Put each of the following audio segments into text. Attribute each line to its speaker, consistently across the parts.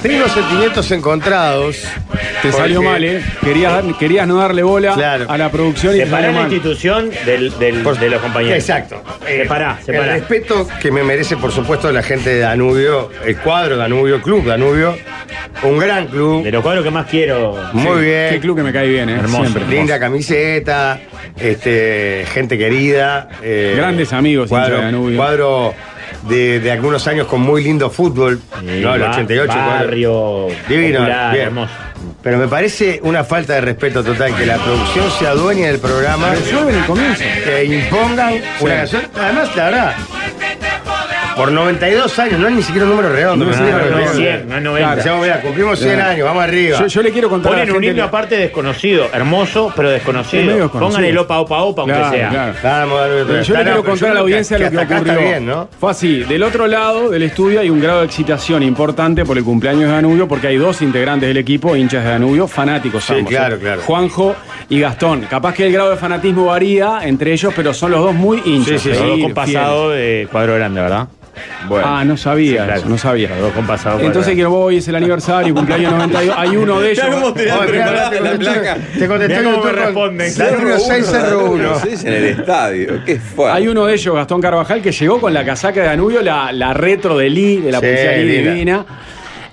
Speaker 1: Tengo unos sentimientos encontrados.
Speaker 2: Te salió
Speaker 1: porque-
Speaker 2: mal, ¿eh? Querías, querías no darle bola
Speaker 1: Claro.
Speaker 2: a la producción y te
Speaker 3: Separá
Speaker 2: salió
Speaker 3: la
Speaker 2: mal.
Speaker 3: institución del, del- de los compañeros.
Speaker 1: Exacto. Eh,
Speaker 3: Separá,
Speaker 1: El
Speaker 3: separá.
Speaker 1: respeto que me merece, por supuesto, la gente de Danubio, el cuadro Danubio, Club Danubio, un gran club,
Speaker 3: De los cuadros que más quiero.
Speaker 1: muy
Speaker 2: Qué
Speaker 1: bien,
Speaker 2: club que me cae bien, ¿eh?
Speaker 3: Hermoso.
Speaker 2: Siempre.
Speaker 1: linda camiseta, este, gente querida. eh,
Speaker 2: Grandes amigos, hincha
Speaker 1: Cuadro,
Speaker 2: de Danubio.
Speaker 1: cuadro de, de algunos años con muy lindo fútbol,
Speaker 3: Eh,
Speaker 1: ¿no? El
Speaker 3: ba-
Speaker 1: 88. cuadro.
Speaker 3: Barrio.
Speaker 1: Divino,
Speaker 3: popular,
Speaker 1: bien.
Speaker 3: hermoso.
Speaker 1: Pero me parece una falta de respeto total que la producción se adueñe del programa.
Speaker 2: Yo en el comienzo.
Speaker 1: que impongan una canción. Además, la verdad, por 92 años, no es ni siquiera un número redondo.
Speaker 2: No,
Speaker 1: pero
Speaker 2: no,
Speaker 1: es Ah, un número
Speaker 3: No,
Speaker 1: redondo.
Speaker 3: 100, no 90.
Speaker 1: Decíamos, mira, cumplimos 100
Speaker 2: Claro.
Speaker 1: años, vamos arriba.
Speaker 2: Yo, yo le quiero contar a
Speaker 3: Ponen
Speaker 2: la
Speaker 3: un
Speaker 2: gente
Speaker 3: himno
Speaker 2: que-
Speaker 3: aparte desconocido, hermoso, pero
Speaker 2: Es medio
Speaker 3: desconocido.
Speaker 2: desconocido.
Speaker 3: Pongan el opa, opa, opa, aunque
Speaker 2: Claro,
Speaker 3: sea.
Speaker 2: claro.
Speaker 1: Vamos, dale,
Speaker 2: Pero yo
Speaker 1: dale.
Speaker 2: le quiero
Speaker 1: Claro, pero
Speaker 2: contar a la
Speaker 1: creo que-
Speaker 2: audiencia lo que
Speaker 1: hasta acá
Speaker 2: ocurrió.
Speaker 1: Está bien, ¿no?
Speaker 2: Fue así, del otro lado del estudio hay un grado de excitación importante por el cumpleaños de Danubio, porque hay dos integrantes del equipo, hinchas de Danubio, fanáticos
Speaker 1: Sí,
Speaker 2: ambos,
Speaker 1: claro,
Speaker 2: ¿eh?
Speaker 1: claro.
Speaker 2: Juanjo y Gastón. Capaz que el grado de fanatismo varía entre ellos, pero son los dos muy hinchas.
Speaker 3: Los dos
Speaker 2: fieles.
Speaker 3: compasado de cuadro grande, ¿verdad? Bueno.
Speaker 2: Ah, no sabía
Speaker 3: Sí, claro.
Speaker 2: eso, no sabía.
Speaker 3: Los dos compasados. cuadro
Speaker 2: Entonces
Speaker 3: grande.
Speaker 2: que hoy es el aniversario, cumpleaños 92, hay uno de ellos.
Speaker 1: Oye, mira, te contestó- te contestó
Speaker 3: Mirá
Speaker 1: que
Speaker 3: cómo me
Speaker 1: tú con-
Speaker 3: responden.
Speaker 1: Claro,
Speaker 3: Cerro
Speaker 1: 6 cerro 1.
Speaker 4: Sí, es en el estadio. Qué fuerte.
Speaker 2: Hay uno de ellos, Gastón Carvajal, que llegó con la casaca de Danubio, la, la retro de Lee, de la
Speaker 1: Sí,
Speaker 2: policía Lee
Speaker 1: divina.
Speaker 2: divina.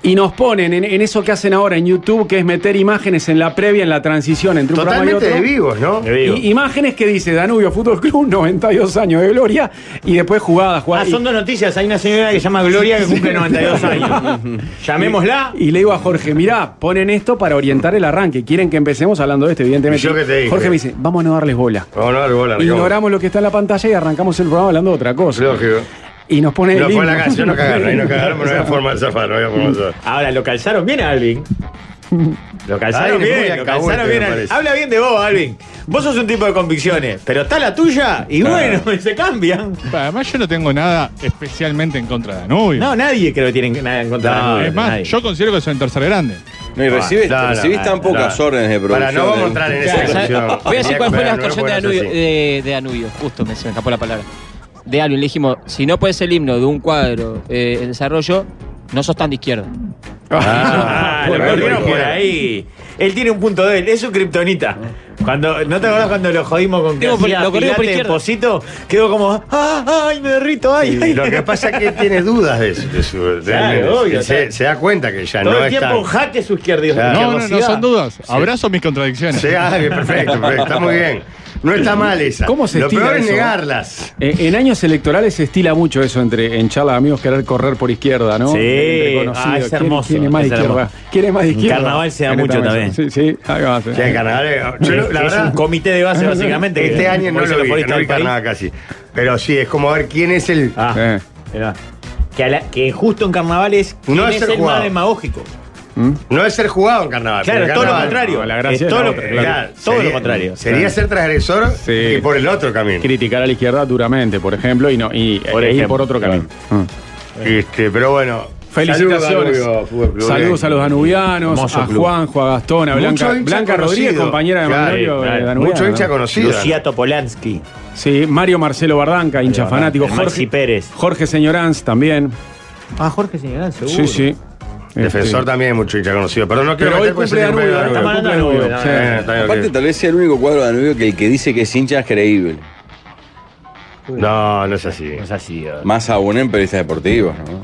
Speaker 2: Y nos ponen en, en eso que hacen ahora en YouTube, que es meter imágenes en la previa, en la transición entre un
Speaker 1: Totalmente de
Speaker 2: programa y otro.
Speaker 1: vivos, ¿no?
Speaker 3: De vivo.
Speaker 2: Y- imágenes que dice Danubio Fútbol Club, 92 años de gloria, y después jugadas,
Speaker 3: Ah,
Speaker 2: jugadas.
Speaker 3: son dos noticias. Hay una señora que se llama Gloria que cumple 92 años. Llamémosla.
Speaker 2: y le digo a Jorge, mirá, ponen esto para orientar el arranque. Quieren que empecemos hablando de esto, evidentemente.
Speaker 1: ¿Y yo qué te dije?
Speaker 2: Jorge me dice, vamos a no darles bola.
Speaker 1: Vamos a dar bola, Ricardo.
Speaker 2: Ignoramos lo que está en la pantalla y arrancamos el programa hablando de otra cosa.
Speaker 1: Lógico.
Speaker 2: Y nos pone el
Speaker 1: No fue la
Speaker 2: himno.
Speaker 1: canción, no cagaron. Ahí no cagaron, pero no había forma de zafar, no había forma de zafar.
Speaker 3: Ahora, lo calzaron bien a Alvin. Lo calzaron
Speaker 1: Alvin es muy
Speaker 3: bien, lo
Speaker 1: alcahuete,
Speaker 3: calzaron bien.
Speaker 1: me
Speaker 3: a-
Speaker 1: parece.
Speaker 3: Habla bien de vos, Alvin. Vos sos un tipo de convicciones, pero está la tuya y bueno, se cambian.
Speaker 5: Además, yo no tengo nada especialmente en contra de Danubio.
Speaker 3: No, nadie creo que tiene nada en contra de
Speaker 1: No,
Speaker 3: Danubio,
Speaker 5: es más,
Speaker 3: nadie.
Speaker 5: yo considero que soy en tercer grande.
Speaker 4: No, y recibes,
Speaker 1: No, no,
Speaker 4: recibís
Speaker 1: no,
Speaker 4: tan
Speaker 1: no.
Speaker 4: pocas órdenes de producción.
Speaker 1: Para, no vamos a
Speaker 4: del-
Speaker 1: entrar en esa
Speaker 6: Claro, ¿sabes?
Speaker 1: discusión.
Speaker 6: Voy a decir cuál fue la
Speaker 1: Pero no
Speaker 6: actuación de
Speaker 1: es bueno,
Speaker 6: Danubio,
Speaker 1: eso sí.
Speaker 6: de, de Danubio, justo me se me escapó la palabra. De Alvin, le dijimos, si no puedes el himno de un cuadro eh, en desarrollo, no sos tan de izquierda.
Speaker 3: Ah,
Speaker 1: por
Speaker 3: lo
Speaker 1: ahí,
Speaker 3: corrieron por
Speaker 1: cualquiera.
Speaker 3: ahí. Él tiene un punto de él, es un kriptonita. Cuando, ¿No te acordás cuando lo jodimos con que
Speaker 6: Digo, por-
Speaker 3: hacía
Speaker 6: lo corrieron por
Speaker 3: pilates en
Speaker 6: izquierda.
Speaker 3: Posito? Quedó como, ah, ay, me derrito, ay,
Speaker 1: Y
Speaker 3: ay.
Speaker 1: lo que pasa es que tiene dudas de, su- de su. de-
Speaker 3: Claro,
Speaker 1: de-
Speaker 3: obvio,
Speaker 1: se,
Speaker 3: claro.
Speaker 1: se da cuenta que ya
Speaker 3: Todo
Speaker 1: no
Speaker 3: el
Speaker 1: está.
Speaker 3: tiempo un jaque su izquierda.
Speaker 1: Claro.
Speaker 5: No, no, no
Speaker 3: Ah, Velocidad.
Speaker 5: son dudas. Abrazo mis contradicciones.
Speaker 1: Sí, ah, bien, perfecto, perfecto, está muy bien. No está mal esa.
Speaker 2: ¿Cómo se
Speaker 1: Lo
Speaker 2: estira
Speaker 1: peor es
Speaker 2: eso?
Speaker 1: negarlas.
Speaker 2: Eh, En años electorales se estila mucho eso entre en charlas de amigos querer correr por izquierda, ¿no?
Speaker 3: Sí.
Speaker 2: Entre conocidos.
Speaker 3: Ah, es
Speaker 2: ¿Quién-
Speaker 3: hermoso,
Speaker 2: ¿Quién es más
Speaker 3: es
Speaker 2: de izquierda?
Speaker 3: hermoso.
Speaker 2: ¿Quién es más de
Speaker 3: En
Speaker 2: izquierda?
Speaker 3: carnaval se da
Speaker 2: En
Speaker 3: mucho
Speaker 2: esta
Speaker 3: también.
Speaker 2: mesa. Sí, sí, algo más, eh.
Speaker 1: Ya en carnaval, eh, yo,
Speaker 3: Es,
Speaker 1: la
Speaker 3: es
Speaker 1: verdad,
Speaker 3: un comité de base, básicamente. que-
Speaker 1: este año no
Speaker 3: por eso
Speaker 1: lo vi,
Speaker 3: futbolistas
Speaker 1: no vi
Speaker 3: del país-
Speaker 1: carnaval casi. Pero sí, es como ver quién es el.
Speaker 3: Ah,
Speaker 2: Eh.
Speaker 3: mirá. Que, a la- que justo en carnaval es, ¿quién
Speaker 1: No es
Speaker 3: es
Speaker 1: ser
Speaker 3: el
Speaker 1: jugado.
Speaker 3: más demagógico.
Speaker 1: No es ser jugado en carnaval.
Speaker 3: Claro,
Speaker 1: pero
Speaker 3: es todo lo
Speaker 1: carnaval-
Speaker 3: contrario.
Speaker 2: no, la gracia
Speaker 3: es todo
Speaker 2: es la
Speaker 3: lo,
Speaker 2: otra,
Speaker 3: eh,
Speaker 2: claro.
Speaker 3: claro, todo
Speaker 1: sería-
Speaker 3: lo contrario.
Speaker 1: Sería ser transgresor
Speaker 2: Sí.
Speaker 1: y por el otro camino.
Speaker 2: Criticar a la izquierda duramente, por ejemplo, y, no, y
Speaker 3: Por
Speaker 2: e ir
Speaker 3: ejemplo,
Speaker 2: por otro camino. Mm.
Speaker 1: Este, pero bueno.
Speaker 2: Felicitaciones.
Speaker 1: saludos, Danubio, Fútbol Club.
Speaker 2: Saludos a los danubianos,
Speaker 3: Hermoso
Speaker 2: a
Speaker 3: club.
Speaker 2: Juanjo, a Gastón, a
Speaker 1: Mucho
Speaker 2: Blanca,
Speaker 1: hincha
Speaker 2: Blanca
Speaker 1: conocido.
Speaker 2: Rodríguez, compañera de
Speaker 1: Claro,
Speaker 2: Manolio,
Speaker 3: claro.
Speaker 2: eh, danubiano,
Speaker 1: Mucho hincha
Speaker 2: ¿no?
Speaker 1: conocido.
Speaker 3: Lucía Topolanski.
Speaker 2: Sí, Mario Marcelo Bardanca, hincha fanático.
Speaker 3: Maxi Pérez.
Speaker 2: Jorge Señoranz también.
Speaker 3: Ah, Jorge Señorán, seguro.
Speaker 2: Sí, sí.
Speaker 1: Defensor
Speaker 2: Este,
Speaker 1: también es mucho hincha conocido. Pero no quiero
Speaker 2: Pero hoy
Speaker 1: meter pues por ese
Speaker 2: cumple
Speaker 1: tipo de
Speaker 2: Danubio, hoy cumple
Speaker 3: Está
Speaker 1: Danubio.
Speaker 3: mandando
Speaker 2: Danubio,
Speaker 3: Danubio,
Speaker 2: sí.
Speaker 1: Eh, está bien,
Speaker 4: Aparte,
Speaker 1: ok.
Speaker 4: tal vez sea el único cuadro de Danubio que el que dice que es hincha es creíble.
Speaker 1: No, no es así.
Speaker 3: No es así. eh.
Speaker 4: Más aún en periodistas deportivos, ¿no?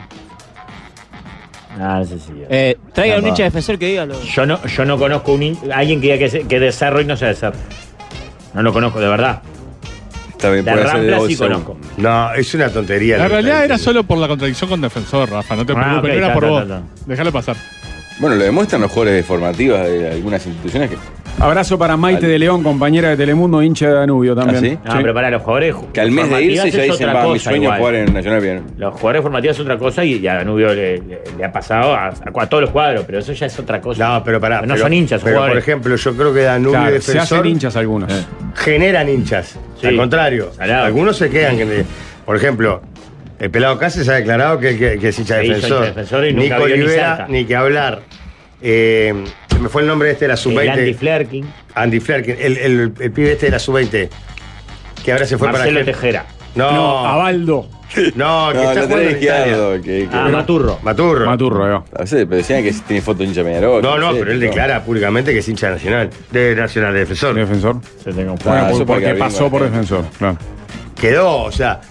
Speaker 3: No, no es así. eh.
Speaker 6: Eh, traigan un
Speaker 3: Capaz.
Speaker 6: hincha defensor que diga lo.
Speaker 3: Yo no, yo no conozco un hin- alguien que diga que, se- que de Cerro y no sea de Cerro. No lo conozco, de verdad.
Speaker 4: Está bien,
Speaker 3: De
Speaker 4: puede ser
Speaker 3: Rampla
Speaker 4: de
Speaker 3: sí
Speaker 4: Olsen.
Speaker 3: conozco.
Speaker 1: No, es una tontería.
Speaker 5: La
Speaker 1: lo que
Speaker 5: realidad
Speaker 1: está
Speaker 5: era
Speaker 1: diciendo.
Speaker 5: solo por la contradicción con defensor, Rafa. No te
Speaker 3: Ah,
Speaker 5: preocupes,
Speaker 3: ok,
Speaker 5: no era
Speaker 3: ta,
Speaker 5: por
Speaker 3: ta,
Speaker 5: vos.
Speaker 3: ta,
Speaker 5: Déjalo pasar.
Speaker 4: Bueno, lo demuestran los jugadores formativas de algunas instituciones que,
Speaker 2: Abrazo para Maite
Speaker 4: Al-
Speaker 2: de León, compañera de Telemundo, hincha de Danubio también.
Speaker 4: ¿Ah, sí?
Speaker 3: No, pero para los jugadores. ju-
Speaker 4: que al mes de
Speaker 3: formativas
Speaker 4: irse ya
Speaker 3: es
Speaker 4: dicen,
Speaker 3: otra
Speaker 4: va, mi
Speaker 3: cosa
Speaker 4: sueño es
Speaker 3: igual.
Speaker 4: jugar en Nacional bien.
Speaker 3: Los jugadores formativos es otra cosa y, y a Danubio le, le- le ha pasado a, a- a todos los cuadros, pero eso ya es otra cosa.
Speaker 1: No, pero pará.
Speaker 3: No
Speaker 1: pero-
Speaker 3: son hinchas, son
Speaker 1: Pero, por
Speaker 3: jugadores.
Speaker 1: ejemplo, yo creo que Danubio y
Speaker 2: Claro, se
Speaker 1: Defensor
Speaker 2: hacen hinchas algunos.
Speaker 1: generan hinchas.
Speaker 3: Sí.
Speaker 1: Al contrario.
Speaker 3: Salado.
Speaker 1: Algunos se quedan. que- Por ejemplo, el Pelado Cáceres ha declarado que, que- que es hincha
Speaker 3: Se hizo
Speaker 1: defensor.
Speaker 3: hincha defensor y nunca
Speaker 1: Nico
Speaker 3: vio ni
Speaker 1: Olivera,
Speaker 3: cerca.
Speaker 1: ni, que hablar. Eh, se me fue el nombre de este, de la
Speaker 3: el Andy
Speaker 1: sub-20.
Speaker 3: Flerking,
Speaker 1: Andy Flerkin, el, el, el pibe este de la sub-20. Que ahora se fue
Speaker 3: Marcelo
Speaker 1: para. Argen-
Speaker 3: Tejera.
Speaker 1: No,
Speaker 2: No, Abaldo.
Speaker 1: No, que
Speaker 4: No,
Speaker 1: está
Speaker 4: el
Speaker 1: jugando
Speaker 4: lateral
Speaker 1: en Italia.
Speaker 4: izquierdo. que- que-
Speaker 3: Ah, Maturro.
Speaker 1: Maturro.
Speaker 2: Maturro, yo.
Speaker 4: A veces decían que tiene foto de hincha de Peñarol.
Speaker 1: No,
Speaker 4: que
Speaker 1: no,
Speaker 4: sé,
Speaker 1: pero él declara públicamente que es hincha nacional, de Nacional de Defensor.
Speaker 2: Defensor.
Speaker 3: Se tengo un
Speaker 4: Ah,
Speaker 2: Bueno,
Speaker 4: eso
Speaker 2: por-
Speaker 4: porque
Speaker 2: porque
Speaker 4: había-
Speaker 2: pasó por defensor, claro.
Speaker 1: Quedó, o sea.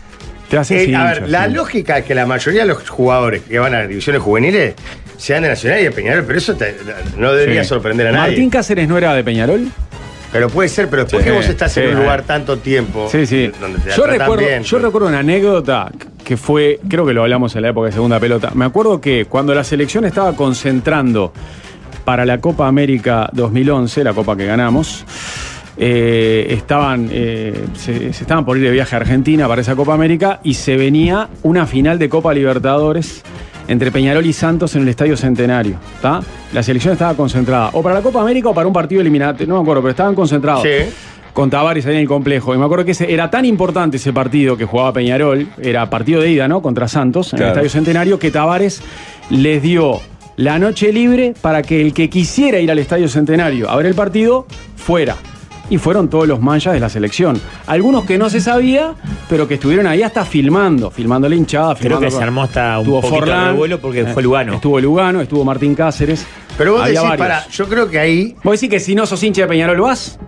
Speaker 2: Te hace
Speaker 1: eh, a
Speaker 2: hincha,
Speaker 1: ver, la
Speaker 2: sí.
Speaker 1: lógica es que la mayoría de los jugadores que van a divisiones juveniles sean de Nacional y de Peñarol, pero eso te- no debería
Speaker 2: Sí.
Speaker 1: sorprender a nadie.
Speaker 2: ¿Martín Cáceres no era de Peñarol?
Speaker 1: Pero puede ser, pero después
Speaker 2: Sí.
Speaker 1: que vos estás
Speaker 2: Sí.
Speaker 1: en un lugar tanto tiempo.
Speaker 2: Sí, sí.
Speaker 1: eh, Donde te
Speaker 2: Yo
Speaker 1: tratan
Speaker 2: recuerdo,
Speaker 1: bien, pues.
Speaker 2: yo recuerdo una anécdota que fue, creo que lo hablamos en la época de segunda pelota. Me acuerdo que cuando la selección estaba concentrando para la Copa América 2011, la copa que ganamos, eh, estaban, eh, se, se estaban por ir de viaje a Argentina para esa Copa América y se venía una final de Copa Libertadores entre Peñarol y Santos en el Estadio Centenario. ¿tá? La selección estaba concentrada o para la Copa América o para un partido eliminante, no me acuerdo, pero estaban concentrados
Speaker 1: Sí.
Speaker 2: con Tavares ahí en el complejo. Y me acuerdo que ese- era tan importante ese partido que jugaba Peñarol, era partido de ida, ¿no? Contra Santos, en el
Speaker 4: Claro.
Speaker 2: Estadio Centenario, que Tavares les dio la noche libre para que el que quisiera ir al Estadio Centenario a ver el partido, fuera. Y fueron todos los manchas de la selección. Algunos que no se sabía, pero que estuvieron ahí hasta filmando, filmando la hinchada,
Speaker 3: Creo
Speaker 2: filmando.
Speaker 3: que se armó hasta un
Speaker 2: Estuvo
Speaker 3: poquito de revuelo porque fue Lugano.
Speaker 2: Estuvo Lugano, estuvo Martín Cáceres.
Speaker 1: Pero vos
Speaker 2: había
Speaker 1: decís,
Speaker 2: varios.
Speaker 1: para, yo creo que ahí.
Speaker 2: Vos decís que si no sos hincha de Peñarol, ¿vas?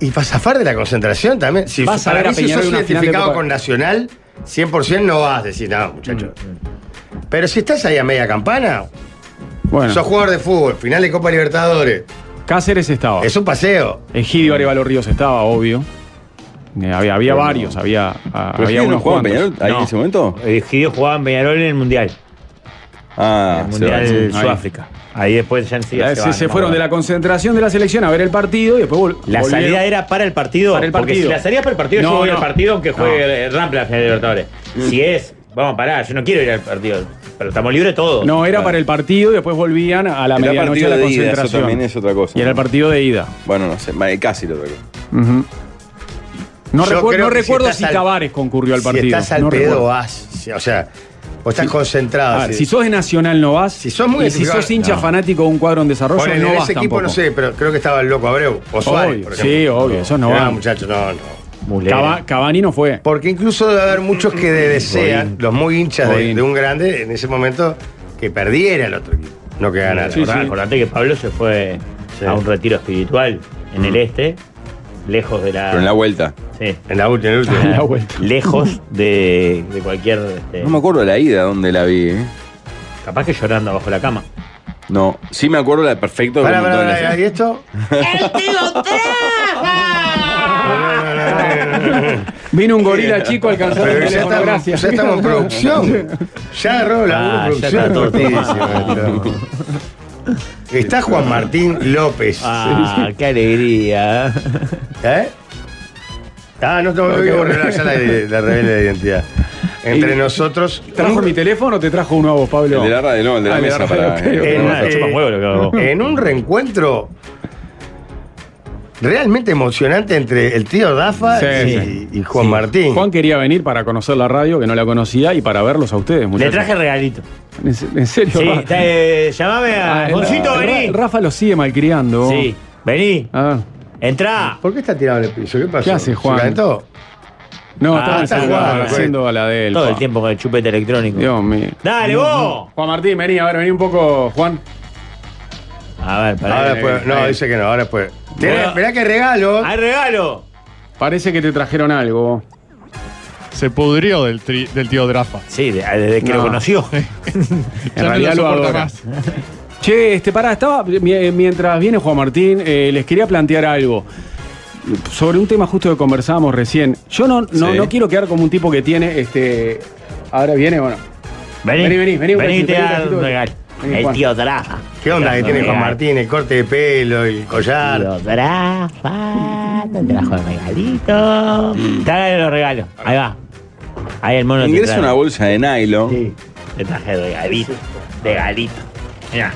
Speaker 1: Y para zafar de la concentración también. Si
Speaker 2: Vas a
Speaker 1: para
Speaker 2: ver a
Speaker 1: mí, si
Speaker 2: Peñarol
Speaker 1: sos
Speaker 2: en una final de
Speaker 1: identificado
Speaker 2: Copa.
Speaker 1: con Nacional, 100% no vas a decir, no, muchacho.
Speaker 2: Mm,
Speaker 1: Pero si estás ahí a media campana,
Speaker 2: Bueno,
Speaker 1: sos jugador de fútbol, final de Copa Libertadores,
Speaker 2: Cáceres estaba.
Speaker 1: es un paseo.
Speaker 2: Egidio Arevalo Ríos estaba, obvio. Eh, había había varios, había, a-
Speaker 4: Pero
Speaker 2: había
Speaker 4: Egidio no
Speaker 2: unos
Speaker 4: jugaba en
Speaker 2: cuantos.
Speaker 4: Peñarol ahí
Speaker 3: No.
Speaker 4: en ese momento.
Speaker 3: Egidio Eh, jugaba en Peñarol en el Mundial.
Speaker 4: Ah,
Speaker 3: el
Speaker 4: se va.
Speaker 3: Mundial de
Speaker 2: ahí.
Speaker 3: Sudáfrica. Ahí después ya
Speaker 2: Eh, se,
Speaker 3: van,
Speaker 2: se
Speaker 3: no,
Speaker 2: fueron
Speaker 3: no.
Speaker 2: de la concentración de la selección a ver el partido y después vol-
Speaker 3: La
Speaker 2: volvieron.
Speaker 3: salida era para el partido.
Speaker 2: Para el
Speaker 3: Porque
Speaker 2: partido.
Speaker 3: si la salida para el partido,
Speaker 2: No,
Speaker 3: yo voy
Speaker 2: no.
Speaker 3: al partido aunque juegue
Speaker 2: No. Mm.
Speaker 3: el Rampla la final de Libertadores. Si es, vamos, pará, yo no quiero ir al partido. Pero estamos libres todos.
Speaker 2: No, era para el partido y después volvían a la
Speaker 4: Era
Speaker 2: medianoche a
Speaker 4: partido
Speaker 2: la
Speaker 4: de ida, eso
Speaker 2: concentración.
Speaker 4: también es otra cosa.
Speaker 2: Y era el partido de ida.
Speaker 4: Bueno, no sé, ma- casi lo recuerdo.
Speaker 1: Ah.
Speaker 2: Ujú. No,
Speaker 1: Yo
Speaker 2: recuer-
Speaker 1: creo
Speaker 2: no
Speaker 1: que si
Speaker 2: recuerdo
Speaker 1: estás
Speaker 2: si,
Speaker 1: al-
Speaker 2: Tavares concurrió al partido.
Speaker 1: Si estás al
Speaker 2: no
Speaker 1: pedo,
Speaker 2: recuerdo.
Speaker 1: vas. Si- O sea, o estás concentrado.
Speaker 2: A ver,
Speaker 1: si-
Speaker 2: si sos de Nacional no vas.
Speaker 1: Si sos muy
Speaker 2: y si
Speaker 1: identificado-
Speaker 2: sos hincha
Speaker 1: no.
Speaker 2: fanático de un cuadro en desarrollo,
Speaker 1: Ponele,
Speaker 2: no
Speaker 1: en
Speaker 2: vas
Speaker 1: ese equipo
Speaker 2: tampoco.
Speaker 1: no sé, pero creo que estaba el loco Abreu o Suárez,
Speaker 2: Obvio,
Speaker 1: por ejemplo.
Speaker 2: sí, obvio, esos no
Speaker 1: No,
Speaker 2: van.
Speaker 1: muchachos, no, no.
Speaker 3: Mulera.
Speaker 2: Cava- Cavani no fue.
Speaker 1: Porque incluso debe haber muchos que de- desean, los muy hinchas de,
Speaker 2: Godín.
Speaker 1: de un grande, en ese momento, que perdiera el otro equipo, no que ganara.
Speaker 2: Sí,
Speaker 3: Acordá- Acordate que Pablo se fue
Speaker 1: Sí.
Speaker 3: a un retiro espiritual en el este, lejos de la.
Speaker 4: Pero en la vuelta.
Speaker 3: Sí.
Speaker 1: En la última, en la última.
Speaker 2: La vuelta.
Speaker 3: Lejos de, de cualquier. este,
Speaker 4: No me acuerdo la ida donde la vi, ¿eh?
Speaker 3: capaz que llorando abajo la cama.
Speaker 4: No, sí me acuerdo la perfecto.
Speaker 1: Pará,
Speaker 4: como
Speaker 1: pará,
Speaker 4: todas
Speaker 1: pará,
Speaker 4: las-
Speaker 1: ¿y esto?
Speaker 2: Vino un gorila chico alcanzando el
Speaker 1: Pero ya
Speaker 2: teléfono,
Speaker 1: estamos,
Speaker 2: gracias.
Speaker 1: ya estamos en producción. Ya agarró la
Speaker 3: Ah, ya
Speaker 1: producción.
Speaker 3: está todo
Speaker 1: cortidísimo. Está Juan Martín López.
Speaker 3: Ah, qué alegría.
Speaker 1: ¿Eh? Ah, no tengo que borrar ya la, la rebelde de identidad. Entre
Speaker 2: Y-
Speaker 1: nosotros.
Speaker 2: ¿Trajo mi teléfono o te trajo uno a vos, Pablo?
Speaker 4: El de la radio, no, el de la
Speaker 2: Ah,
Speaker 4: mesa
Speaker 2: radio,
Speaker 4: para-
Speaker 2: ok, ok.
Speaker 4: Eh,
Speaker 1: En,
Speaker 4: no,
Speaker 1: eh,
Speaker 3: chupa un huevo lo que hago.
Speaker 1: en un reencuentro realmente emocionante entre el tío Dafa
Speaker 2: Sí,
Speaker 1: y,
Speaker 2: sí.
Speaker 1: y Juan
Speaker 3: Sí.
Speaker 1: Martín.
Speaker 2: Juan quería venir para conocer la radio, que no la conocía, y para verlos a ustedes,
Speaker 3: Le
Speaker 2: muchachos.
Speaker 3: traje regalito.
Speaker 2: ¿En, se- en serio?
Speaker 3: Sí,
Speaker 2: Rafa?
Speaker 3: te- llamame
Speaker 2: Ah,
Speaker 3: a.
Speaker 2: el-
Speaker 3: Juancito,
Speaker 2: Ra-
Speaker 3: vení.
Speaker 2: Rafa lo sigue malcriando.
Speaker 3: Sí, vení.
Speaker 2: A ver.
Speaker 3: Entrá.
Speaker 1: ¿Por qué está tirado en el piso? ¿Qué pasó?
Speaker 2: ¿Qué hace, Juan?
Speaker 1: ¿Se calentó?
Speaker 2: No,
Speaker 3: Ah,
Speaker 2: estaba
Speaker 1: está
Speaker 2: haciendo-
Speaker 1: jugando,
Speaker 2: haciendo a la de él.
Speaker 3: Todo el
Speaker 2: pa.
Speaker 3: tiempo con el chupete electrónico.
Speaker 2: Dios mío.
Speaker 3: Dale, vos.
Speaker 2: Juan Martín, vení, a ver, vení un poco, Juan.
Speaker 3: A ver,
Speaker 1: Ahora
Speaker 3: pará.
Speaker 1: después. No,
Speaker 2: ahí.
Speaker 1: dice que no, ahora después. Tiene-
Speaker 3: Bueno.
Speaker 1: Mirá que regalo.
Speaker 3: Hay regalo.
Speaker 2: Parece que te trajeron algo.
Speaker 5: Se pudrió del, tri- del tío Drafa.
Speaker 3: Sí, de- desde que
Speaker 2: No.
Speaker 3: lo conoció.
Speaker 5: Ya
Speaker 2: realidad
Speaker 5: no
Speaker 2: lo
Speaker 5: lo soporta
Speaker 2: adora.
Speaker 5: más.
Speaker 2: Che, este, pará, estaba. mi- Mientras viene Juan Martín, eh, les quería plantear algo. Sobre un tema justo que conversábamos recién. Yo no, no,
Speaker 4: Sí.
Speaker 2: no quiero quedar como un tipo que tiene. este Ahora viene, bueno.
Speaker 3: Vení,
Speaker 2: Vení, vení, vení,
Speaker 3: Vení,
Speaker 2: vení,
Speaker 3: te voy a dar
Speaker 2: vení,
Speaker 3: un
Speaker 2: vení.
Speaker 3: regalo.
Speaker 2: Vení,
Speaker 3: el
Speaker 2: Juan.
Speaker 3: tío Trafa.
Speaker 1: ¿Qué onda que tiene Juan Martín? El corte de pelo, el
Speaker 3: El
Speaker 1: collar.
Speaker 3: tío Trafa. Te trajo el regalito. Trae los regalos. Ahí va. Ahí el mono
Speaker 4: Ingresa
Speaker 3: trae.
Speaker 4: una bolsa de nylon.
Speaker 3: Sí. Te traje regalito. Regalito. Mirá.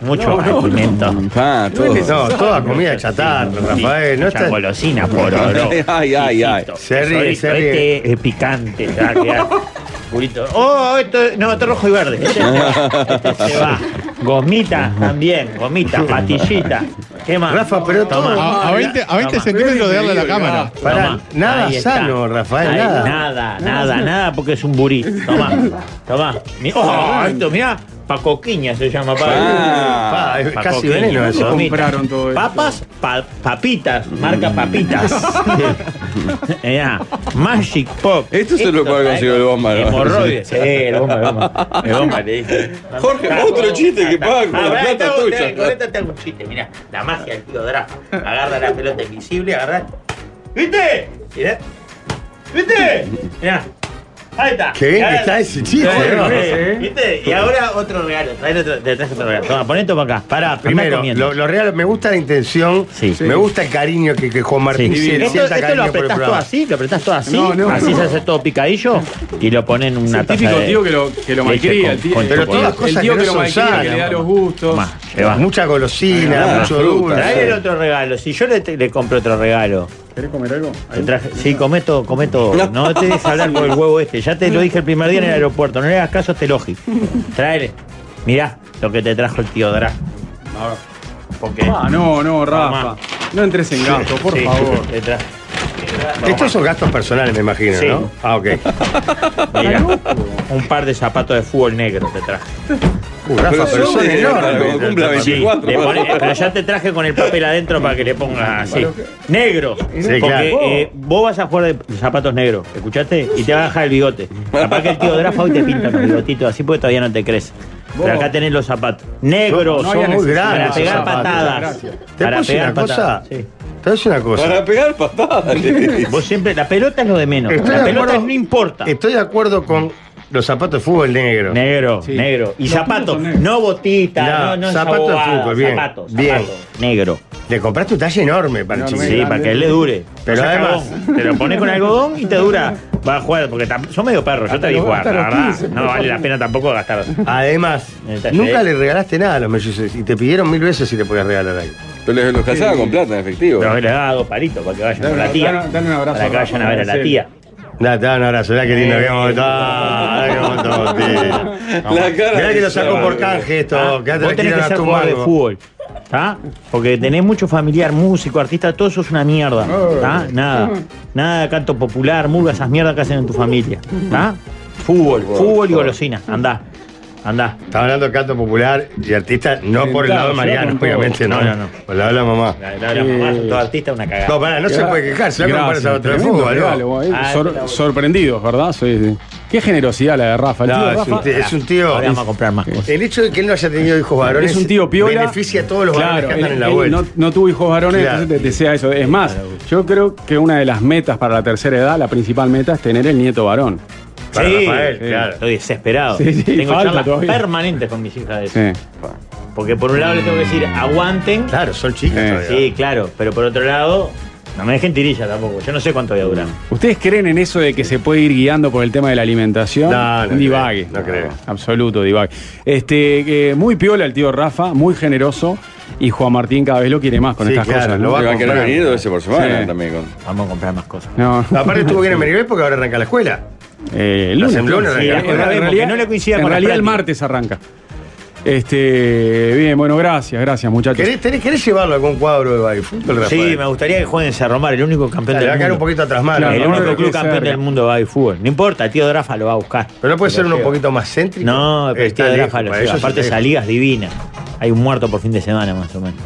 Speaker 3: Mucho
Speaker 2: No, no,
Speaker 3: alimento.
Speaker 4: Ah, todo.
Speaker 1: No, toda comida chatarra, Rafael. No
Speaker 3: Mucha
Speaker 1: está.
Speaker 3: golosina por oro.
Speaker 4: Ay, ay, ay.
Speaker 1: Se ríe, se ríe.
Speaker 3: Este es picante. te va a quedar. Purito. Oh, esto, no, esto es rojo y verde. Este se va. Este se va. Gomita también, gomita, pastillita. ¿Qué más?
Speaker 1: Rafa, pero todo.
Speaker 5: A, a 20, a 20
Speaker 3: Toma.
Speaker 5: centímetros de darle a la cámara.
Speaker 1: Pará,
Speaker 3: Tomá.
Speaker 1: nada
Speaker 3: Ahí está.
Speaker 1: sano, Rafael,
Speaker 3: Ahí,
Speaker 1: nada.
Speaker 3: Nada, nada, nada, porque es un burí. Tomá, tomá. Mi- Oh, esto, mirá, pacoquiña se llama, pa.
Speaker 4: Ah.
Speaker 1: Pa, es
Speaker 3: Pa'
Speaker 1: casi
Speaker 3: coquín.
Speaker 1: veneno
Speaker 3: Lo
Speaker 1: eso.
Speaker 3: mismo.
Speaker 2: Compraron todo esto.
Speaker 3: Papas, pa- papitas, marca papitas. Mirá, Magic Pop.
Speaker 4: Esto se lo puede conseguir Este el bomba, ¿no?
Speaker 3: Hemorroides. Sí, el bomba, el bomba. El bomba, le dije.
Speaker 4: Jorge, otro chiste que paga con
Speaker 3: Ah,
Speaker 4: la
Speaker 3: pará,
Speaker 4: plata
Speaker 3: tengo-
Speaker 4: tuya.
Speaker 3: tengo- Con esta tengo un chiste, mirá. La magia del tío Drafa. Agarra la pelota invisible, agarra. ¿Viste? Mirá. ¿Viste? Mirá. Ahí está.
Speaker 1: Qué bien
Speaker 3: Y
Speaker 1: que
Speaker 3: ahora-
Speaker 1: está ese chiste, ¿no?
Speaker 4: ¿eh?
Speaker 3: Sí, ¿Viste? Y ahora otro regalo. Trae otro, te traje otro regalo. Toma, pon esto para acá. Pará,
Speaker 1: Primero, lo, lo real, me gusta la intención,
Speaker 3: Sí. Sí.
Speaker 1: me gusta el cariño que, que Juan Martín siente
Speaker 3: Esto, esto lo
Speaker 1: cariño por el
Speaker 3: apretás todo
Speaker 1: programa.
Speaker 3: así, lo apretás todo así,
Speaker 2: No, no,
Speaker 3: así
Speaker 2: no.
Speaker 3: se hace todo picadillo y lo ponen en una
Speaker 2: el
Speaker 3: taza
Speaker 2: típico
Speaker 3: de-
Speaker 2: tío que lo, que lo
Speaker 3: leche
Speaker 2: malcría, el
Speaker 3: con-
Speaker 2: tío,
Speaker 3: con
Speaker 2: pero
Speaker 3: chocolate.
Speaker 2: todas cosas el tío que, lo
Speaker 1: no son
Speaker 2: malcría, que le da
Speaker 1: sanas,
Speaker 2: los gustos.
Speaker 3: Tomá, llevá.
Speaker 1: Mucha golosina,
Speaker 4: Ah,
Speaker 1: mucho
Speaker 4: fruta.
Speaker 1: dulce.
Speaker 3: Trae el otro regalo. Si yo le, te- le compro otro regalo,
Speaker 2: ¿Querés comer algo?
Speaker 3: te traje, sí, cometo, cometo. No, te dejes hablar con el huevo este. Ya te lo dije el primer día en el aeropuerto. No le hagas caso a este logi. Traele. Mirá lo que te trajo el tío Dra. Porque.
Speaker 2: Ah, no, no, Rafa.
Speaker 3: Tomá.
Speaker 2: No entres en gasto, por
Speaker 3: Sí,
Speaker 2: favor.
Speaker 3: te trajo.
Speaker 1: Estos son gastos personales, me imagino,
Speaker 3: Sí.
Speaker 1: ¿no? Ah, ok.
Speaker 3: Mirá, un par de zapatos de fútbol negro te traje.
Speaker 1: Uh, Rafa, pero son
Speaker 4: de
Speaker 1: enormes.
Speaker 4: cuando cumpla
Speaker 1: Sí.
Speaker 4: 24.
Speaker 3: Le pone- pero ya te traje con el papel adentro para que le pongas así. Negro. porque
Speaker 1: claro.
Speaker 3: eh, vos vas a jugar de zapatos negros, ¿escuchaste? Y te va a dejar el bigote. Capaz que el tío Drafa hoy te pinta los bigotitos así porque todavía no te crece. Pero acá tenés los zapatos.
Speaker 2: No,
Speaker 3: Negros.
Speaker 2: no
Speaker 1: Son
Speaker 2: había
Speaker 1: muy
Speaker 2: necesidad.
Speaker 1: grandes.
Speaker 3: para
Speaker 1: esos
Speaker 3: pegar
Speaker 1: zapatos.
Speaker 3: patadas.
Speaker 1: ¿Te
Speaker 3: Para
Speaker 1: puedo decir
Speaker 3: pegar
Speaker 1: una cosa?
Speaker 3: patadas. sí.
Speaker 1: Te voy a decir una cosa.
Speaker 4: Para pegar patadas. le-
Speaker 3: Vos siempre, la pelota es lo de menos.
Speaker 1: Estoy
Speaker 3: la
Speaker 1: de
Speaker 3: pelota
Speaker 1: acuerdo.
Speaker 3: no importa.
Speaker 1: Estoy de acuerdo con los zapatos de fútbol negro.
Speaker 3: Negro,
Speaker 2: Sí.
Speaker 3: negro. Y
Speaker 2: Los tuyos
Speaker 3: zapatos,
Speaker 2: son negros.
Speaker 3: no botita, no,
Speaker 1: No,
Speaker 3: no,
Speaker 1: zapato de fútbol, bien,
Speaker 3: Zapatos,
Speaker 1: bien.
Speaker 3: Negro.
Speaker 1: Le compraste un talle enorme para el
Speaker 2: Enorme.
Speaker 1: chico.
Speaker 3: Sí,
Speaker 2: grande.
Speaker 3: para que él le dure.
Speaker 1: Pero
Speaker 3: O sea,
Speaker 1: además-
Speaker 3: cagón. te lo pones con algodón y te dura. Va a jugar, porque tam- son medio perros, yo te vi
Speaker 2: lo-
Speaker 3: jugar,
Speaker 2: hasta
Speaker 3: la
Speaker 2: los
Speaker 3: verdad.
Speaker 2: 15,
Speaker 3: no vale la pena tampoco gastar.
Speaker 1: Además,
Speaker 3: El talle.
Speaker 1: nunca le regalaste nada a los mellizos y te pidieron mil veces si le podías regalar algo.
Speaker 4: Pero les- los casaba con plata, en efectivo.
Speaker 3: Pero le da dos palitos para que vayan con la tía.
Speaker 2: Dale- dale un abrazo
Speaker 3: Para que
Speaker 2: a
Speaker 3: vayan a
Speaker 2: Rafa,
Speaker 3: ver a la
Speaker 2: sí.
Speaker 3: tía.
Speaker 1: Nada, te da un abrazo. Mirá qué
Speaker 2: Eh.
Speaker 1: lindo que hemos estado.
Speaker 4: La cara
Speaker 1: Mirá
Speaker 4: de eh.
Speaker 1: que lo sacó
Speaker 4: chaval.
Speaker 1: por canje esto.
Speaker 3: Ah,
Speaker 1: Quédate
Speaker 3: Vos tenés que
Speaker 1: tranquilo, no
Speaker 3: ser
Speaker 1: tu
Speaker 3: jugador de
Speaker 1: mango.
Speaker 3: fútbol. ¿tá? Porque tenés mucho familiar, músico, artista, todo eso es una mierda. ¿tá? Nada. Nada de canto popular, murga, esas mierdas que hacen en tu familia. ¿tá? Fútbol, fútbol y golosina. Andá. Andá.
Speaker 1: Estaba hablando de canto popular y artista, no por el lado de Mariano, obviamente, no, no, no. Por el lado de la mamá.
Speaker 3: La, la- la mamá, todo artista es una cagada.
Speaker 1: No, pará, no se puede quejar, se va a comparar
Speaker 2: Gracias,
Speaker 1: a otro de
Speaker 2: tremendo
Speaker 1: fútbol,
Speaker 2: regalo,
Speaker 1: ¿no?
Speaker 2: vos, eh.
Speaker 3: Ah,
Speaker 2: Sor-
Speaker 3: este la-
Speaker 2: sorprendidos, ¿verdad? Soy- sí. Qué generosidad la de Rafa. El tío
Speaker 1: No, es
Speaker 2: Rafa-
Speaker 1: un tío- es un tío.
Speaker 3: Ahora vamos a comprar más cosas.
Speaker 1: El hecho de que él no haya tenido hijos varones
Speaker 2: es un tío piola.
Speaker 1: beneficia a todos los varones
Speaker 2: claro,
Speaker 1: que andan
Speaker 2: él-
Speaker 1: en la
Speaker 2: él
Speaker 1: vuelta.
Speaker 2: No, no tuvo hijos varones,
Speaker 1: Claro.
Speaker 2: entonces te desea eso. Es más, yo creo que una de las metas para la tercera edad, la principal meta, es tener el nieto varón.
Speaker 1: Para
Speaker 3: Sí,
Speaker 1: Rafael,
Speaker 2: sí.
Speaker 1: claro.
Speaker 3: Estoy desesperado.
Speaker 2: Sí, sí,
Speaker 3: tengo
Speaker 2: falta
Speaker 3: charlas
Speaker 2: todavía.
Speaker 3: permanentes con mis hijas de eso.
Speaker 2: Sí.
Speaker 3: Porque por un lado le tengo que decir, aguanten.
Speaker 1: Claro, son chicos
Speaker 2: Eh.
Speaker 1: todavía.
Speaker 3: Sí, claro. Pero por otro lado, no me dejen tirilla tampoco. Yo no sé cuánto voy a durar.
Speaker 2: ¿Ustedes creen en eso de que se puede ir guiando por el tema de la alimentación?
Speaker 1: No, no creo,
Speaker 2: divague. Ah,
Speaker 1: no creo.
Speaker 2: Absoluto, divague. Este, eh, muy piola el tío Rafa, muy generoso. Y Juan Martín cada vez lo quiere más con
Speaker 1: Sí,
Speaker 2: estas
Speaker 1: claro,
Speaker 2: cosas.
Speaker 1: lo
Speaker 2: ¿no?
Speaker 1: va
Speaker 4: Le va a querer
Speaker 1: comprar.
Speaker 4: venir dos veces por semana
Speaker 2: Sí.
Speaker 4: también. Con...
Speaker 3: Vamos a comprar más cosas.
Speaker 2: No.
Speaker 1: Aparte estuvo bien en Meribel porque ahora arranca la escuela.
Speaker 2: Eh, el lunes.
Speaker 1: Hacen lunes,
Speaker 2: Sí,
Speaker 1: arranca.
Speaker 2: en
Speaker 1: Arranca,
Speaker 2: realidad-
Speaker 3: porque no le coincida
Speaker 2: en
Speaker 3: con la
Speaker 2: realidad el
Speaker 3: práctica.
Speaker 2: martes arranca. Este, bien, bueno, gracias, gracias muchachos.
Speaker 1: ¿Querés, tenés- querés llevarlo a algún cuadro de baile fútbol, Rafael?
Speaker 3: Sí, me gustaría que jueguen Cerro Mar, el único campeón
Speaker 1: Dale, va a
Speaker 3: del
Speaker 1: caer
Speaker 3: mundo.
Speaker 1: un poquito atrás mano.
Speaker 2: Claro,
Speaker 3: El
Speaker 2: No, no,
Speaker 3: único
Speaker 2: no,
Speaker 3: club
Speaker 2: que
Speaker 3: campeón
Speaker 2: cerca.
Speaker 3: del mundo va de fútbol. No importa, el tío Drafa lo va a buscar.
Speaker 1: Pero no puede
Speaker 3: Lo
Speaker 1: ser uno un
Speaker 3: lleva.
Speaker 1: poquito más céntrico.
Speaker 3: No, pero el
Speaker 1: Está
Speaker 3: tío
Speaker 1: lejos,
Speaker 3: Drafa lo
Speaker 1: para
Speaker 3: lleva.
Speaker 1: ellos
Speaker 3: Aparte,
Speaker 1: está
Speaker 3: esa
Speaker 1: lejos.
Speaker 3: liga es divina. Hay un muerto por fin de semana, más o menos.